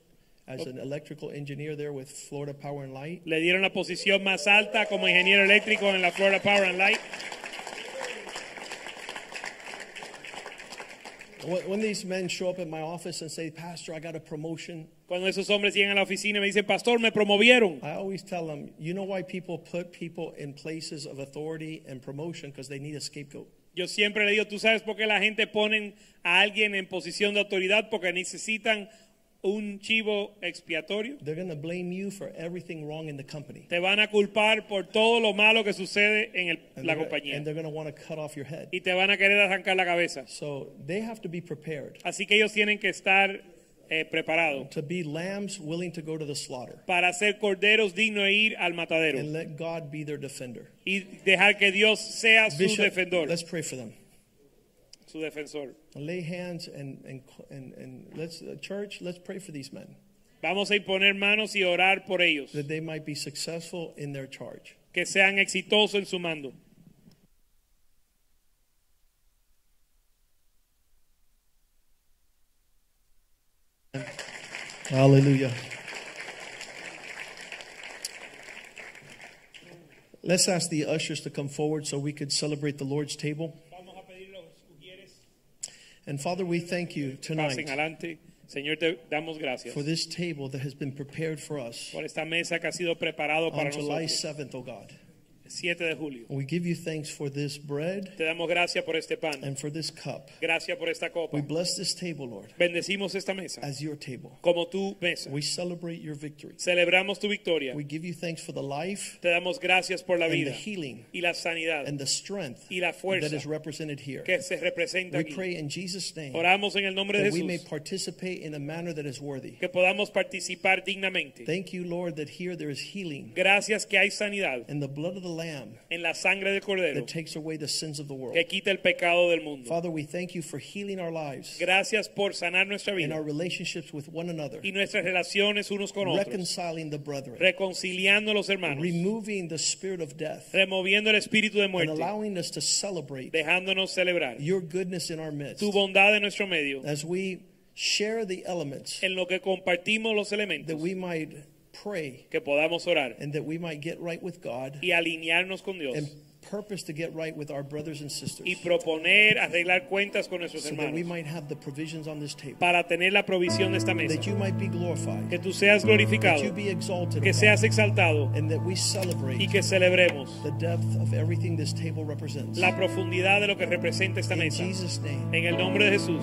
S2: as an electrical engineer there with Florida Power and Light.
S3: le dieron la posición más alta como ingeniero eléctrico en la Florida Power and Light.
S2: When, when these men show up at my office and say, Pastor, I got a promotion,
S3: Cuando esos hombres llegan a la oficina y me dicen, pastor, me promovieron.
S2: I always tell them, you know why people put people in places of authority and promotion? Because they need a scapegoat.
S3: Yo siempre le digo, tú sabes por qué la gente ponen a alguien en posición de autoridad porque necesitan un chivo expiatorio.
S2: They're going to blame you for everything wrong in the company.
S3: Te van a culpar por todo lo malo que sucede en el-
S2: And
S3: la
S2: they're-
S3: compañía
S2: and they're going to want to cut off your head.
S3: y te van a querer arrancar la cabeza.
S2: So they have to be prepared
S3: Así que ellos tienen que estar eh, preparados
S2: to be lambs willing to go to the slaughter.
S3: para ser corderos dignos de ir al matadero
S2: and let God be their defender.
S3: y dejar que Dios sea su
S2: Bishop,
S3: defensor,
S2: let's pray for them.
S3: su defensor.
S2: Lay hands and and and, and let's uh, church. Let's pray for these men
S3: Vamos a imponer manos y orar por ellos,
S2: that they might be successful in their charge.
S3: que sean exitosos en su mando.
S2: Hallelujah. Let's ask the ushers to come forward so we could celebrate the Lord's table.
S3: Vamos a pedir los ujieres.
S2: And Father, we thank you
S3: Pasen
S2: tonight
S3: adelante. Señor, te damos gracias
S2: for this table that has been prepared for us
S3: por esta mesa que ha sido preparado para
S2: on July
S3: nosotros.
S2: 7th, oh God.
S3: 7 de julio.
S2: We give you thanks for this bread
S3: Te damos gracias por este pan.
S2: and for this cup.
S3: Gracias por esta copa.
S2: We bless this table, Lord,
S3: Bendecimos esta mesa
S2: as your table.
S3: como tu mesa.
S2: We celebrate your victory.
S3: Celebramos tu victoria.
S2: We give you thanks for the life
S3: Te damos gracias por la
S2: and the
S3: vida
S2: healing
S3: y la sanidad
S2: and the strength
S3: y la fuerza
S2: that is represented here.
S3: que se representa
S2: We
S3: aquí.
S2: pray in Jesus' name
S3: Oramos en el nombre de
S2: that we may
S3: Jesús
S2: participate in a manner that is worthy.
S3: que podamos participar dignamente.
S2: Thank you, Lord, that here there is healing
S3: Gracias que hay sanidad
S2: in the blood of the Lamb
S3: en la sangre del Cordero
S2: that takes away the sins of the world.
S3: que quita el pecado del mundo.
S2: Father, we thank you for healing our lives
S3: Gracias por sanar nuestra
S2: and our
S3: vida
S2: relationships with one another,
S3: y nuestras relaciones unos con otros,
S2: reconciling the brethren,
S3: reconciliando a los hermanos,
S2: removing the spirit of death,
S3: removiendo el espíritu de
S2: and
S3: muerte,
S2: allowing us to celebrate
S3: dejándonos celebrar
S2: your goodness in our midst.
S3: tu bondad en nuestro medio,
S2: as we share the elements
S3: en lo que compartimos los
S2: that
S3: elementos,
S2: we might pray
S3: que podamos orar
S2: and that we might get right with God
S3: y alinearnos con Dios
S2: and purpose to get right with our brothers and sisters
S3: y proponer arreglar cuentas con nuestros
S2: so that we
S3: hermanos
S2: might have the provisions on this table
S3: para tener la provisión de esta mesa.
S2: that you might be glorified
S3: Que tú seas
S2: that you
S3: glorificado,
S2: be exalted
S3: que
S2: O God,
S3: seas exaltado
S2: and that we
S3: y
S2: celebrate
S3: que celebremos
S2: the depth of everything this table represents
S3: la profundidad de lo que representa esta
S2: in
S3: mesa.
S2: Jesus name
S3: En el nombre de Jesús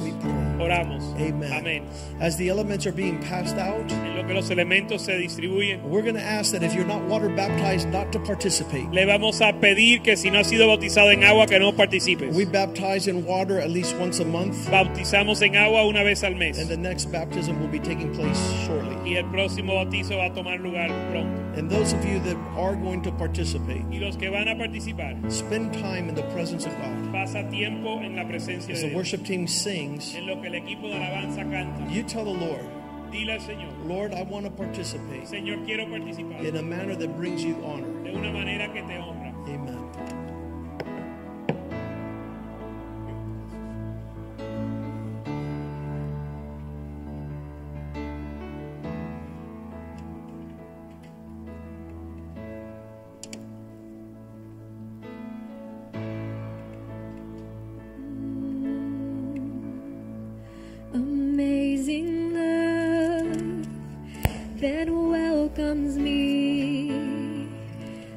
S3: oramos.
S2: amen
S3: Amén.
S2: as the elements are being passed out
S3: En lo que los elementos se distribuyen,
S2: we're going to ask that if you're not water baptized not to participate
S3: le vamos a pedir que si no has sido bautizado en agua, que no participes.
S2: we baptize in water at least once a month
S3: Bautizamos en agua una vez al
S2: And
S3: mes
S2: the next baptism will be taking place shortly.
S3: y el próximo bautizo va a tomar lugar pronto.
S2: And those of you that are going to participate,
S3: Y los que van a participar,
S2: spend time in the presence of God.
S3: pasa tiempo en la presencia
S2: As
S3: de
S2: the
S3: Dios.
S2: worship team sings,
S3: En lo que el equipo de alabanza canta,
S2: you tell the Lord,
S3: dile al Señor,
S2: Lord, I want to participate
S3: Señor, quiero participar
S2: in
S3: de
S2: a manner that brings you honor.
S3: una manera que te honra.
S2: Amen.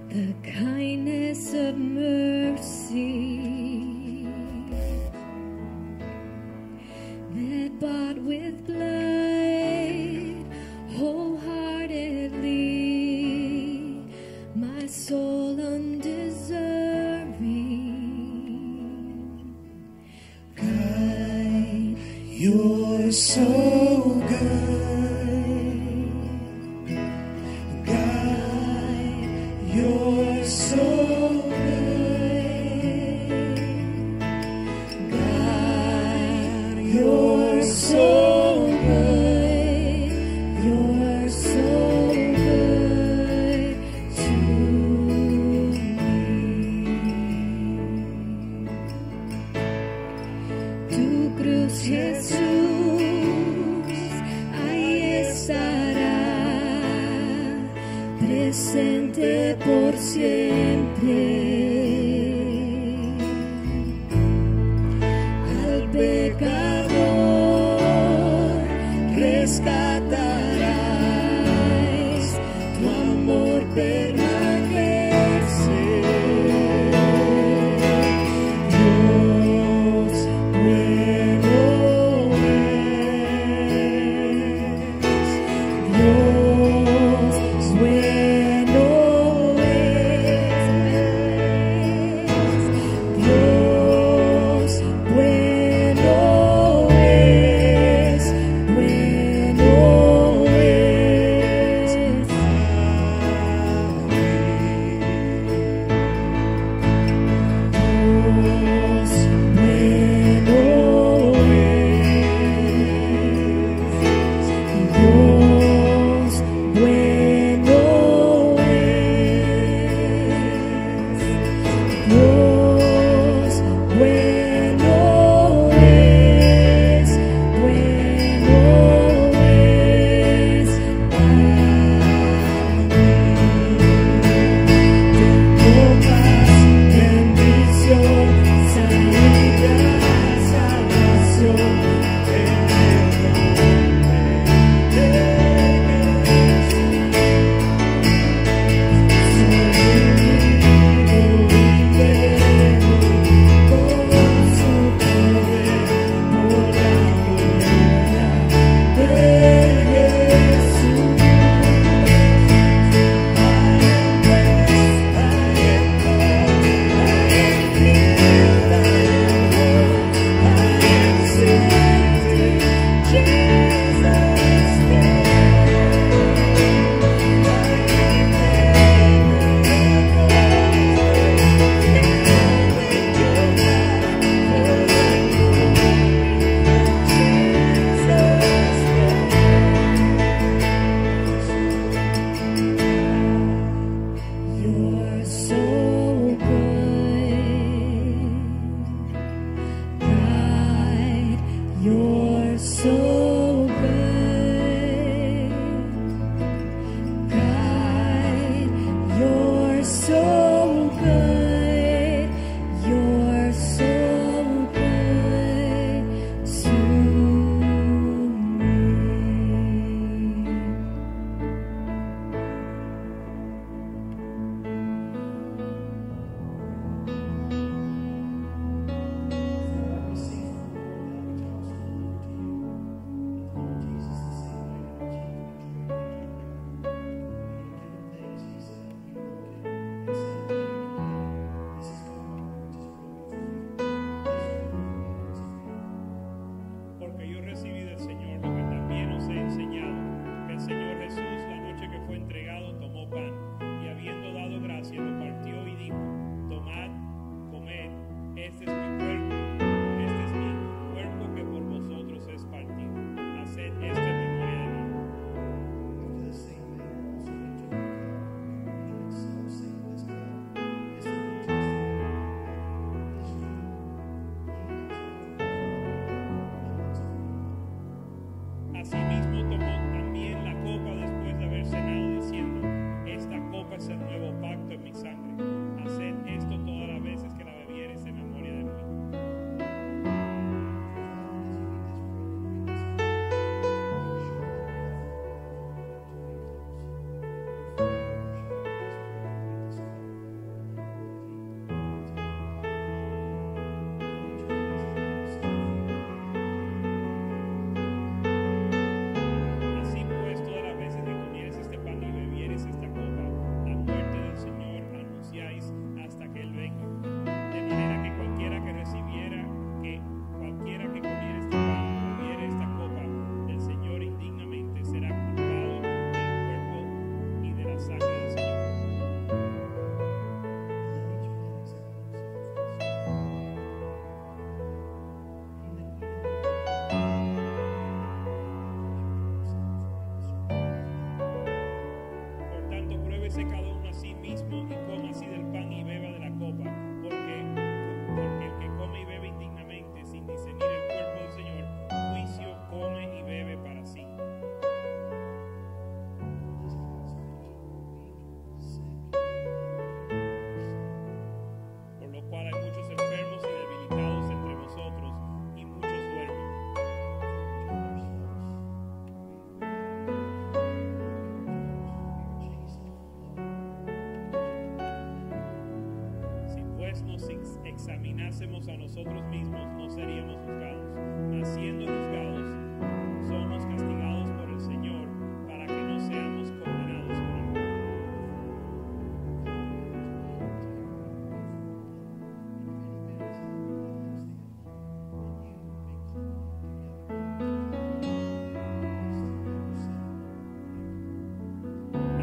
S5: the kindness of mercy that bought with blood wholeheartedly my soul undeserving. God,
S6: You're so good. God, you're so good. God, you're so good. You're so good to me.
S5: tu cruz, Jesús, ahí estará presente por siempre. Al pecador rescatarás, tu amor permanece.
S6: Dios bueno es, Dios bueno es, Dios bueno es, bueno es Dios bueno es, Dios bueno es, Dios bueno es, bueno es, no más bendición, salida, salvación, en el con su poder, por la gloria de Jesús.
S5: You're so good, God. You're so good, God. You're so good. You're so good to me.
S3: Porque yo recibí del Señor lo que también os he enseñado, que el Señor Jesús la noche que fue entregado tomó pan y habiendo dado gracias lo partió y dijo, tomad, comed, este es mi cuerpo, este es mi cuerpo que por vosotros es partido, haced esto en memoria de mí. Asimismo tomó también la copa después de haber cenado, diciendo, esta copa es el nuevo pacto en mi sangre. Haced esto todas las veces que la bebieres en memoria de mí.
S6: Thank you.
S3: pues, este este pues nos ex- examinásemos a nosotros mismos, no seríamos juzgados. Mas siendo juzgados, somos castigados por el Señor para que no seamos condenados con el mundo.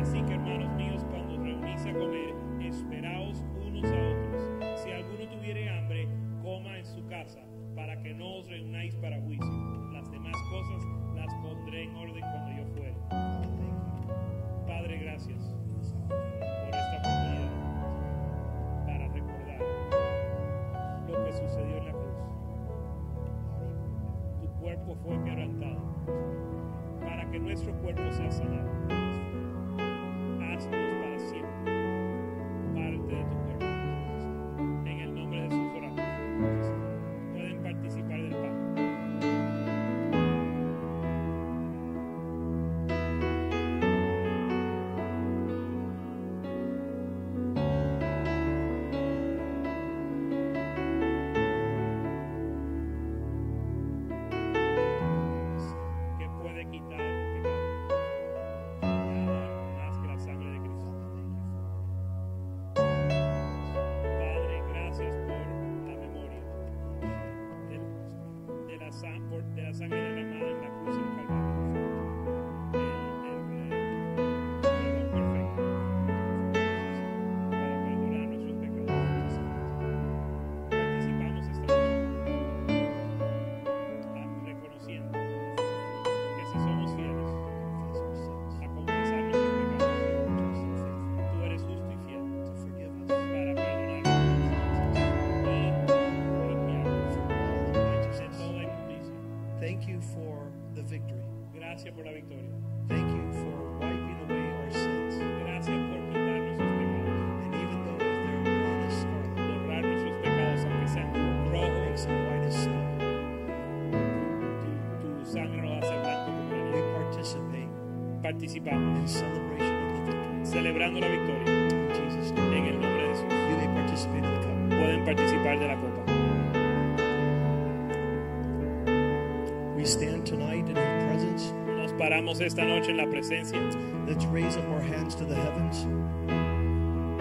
S3: Así que hermanos míos, cuando os reunís a comer, esperaos unos a otros. Si alguno tuviere hambre, coma en su casa, para que no os reunáis para juicio. Las demás cosas las pondré en orden cuando yo fuere. Padre, gracias por esta oportunidad para recordar lo que sucedió en la cruz. Tu cuerpo fue quebrantado para que nuestro cuerpo sea sanado haznos para siempre parte de tu cuerpo. En el nombre de Jesús oramos. Pueden participar del pan. que puede quitar el pecado nada más que la sangre de Cristo. Padre, gracias por la memoria del- de, la, san- por- de la sangre derramada en la cruz del Calvario. El- el- el perdón perfecto para perdonar nuestros pecados. Participamos esta noche ah, reconociendo que si somos fieles a confesar nuestros pecados. Tú eres justo y fiel para perdonarnos y limpiarnos de toda injusticia.
S2: Thank you for the victory.
S3: Gracias por la victoria.
S2: Thank you for wiping away our sins.
S3: Gracias por quitar nuestros pecados,
S2: And even though if they're red as scarlet,
S3: borrar nuestros pecados, aunque sean
S2: makes
S3: rojos.
S2: them white as snow,
S3: Tu, tu sangre nos hace blanco como
S2: we
S3: la nieve.
S2: participate
S3: Participamos
S2: in celebration of the victory.
S3: celebrando la victoria
S2: In Jesus' name.
S3: en el nombre de Jesús.
S2: You may participate in the cup.
S3: Pueden participar de la copa.
S2: We stand tonight in His presence.
S3: Nos paramos esta noche en la presencia.
S2: Let's raise up our hands to the heavens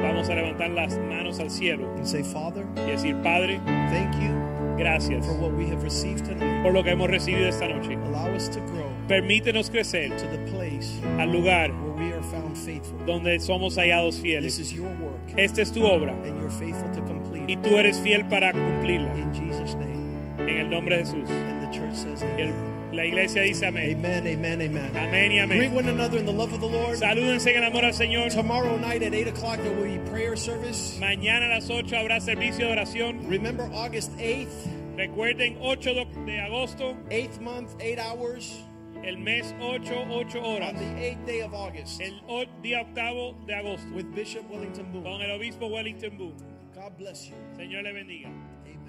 S3: Vamos a levantar las manos al cielo
S2: and say, Father,
S3: y decir, Padre,
S2: thank you
S3: gracias
S2: for what we have received tonight.
S3: por lo que hemos recibido esta noche.
S2: Allow us to grow
S3: Permítenos crecer
S2: to the place
S3: al lugar
S2: where we are found faithful.
S3: donde somos hallados
S2: This
S3: fieles.
S2: is your work,
S3: Esta es tu obra
S2: and you're faithful to complete
S3: y
S2: it.
S3: tú eres fiel para cumplirla.
S2: In Jesus' name.
S3: En el nombre de Jesús.
S2: And the church says,
S3: Y el- la iglesia dice amén.
S2: Amen, amen, amen.
S3: Amén y
S2: Greet
S3: amén.
S2: one another in the love of the Lord.
S3: Salúdense en el amor al Señor.
S2: Tomorrow night at 8 o'clock, there will be prayer service.
S3: Mañana a las 8 habrá servicio de oración.
S2: Remember August 8th,
S3: Recuerden 8 de- de agosto,
S2: 8th month, 8 hours.
S3: el mes 8, 8 horas.
S2: on the 8th day of August
S3: El o- día octavo de agosto
S2: with Bishop Wellington Boone.
S3: con el obispo Wellington Boone.
S2: God bless you.
S3: Señor le bendiga.
S2: Amen.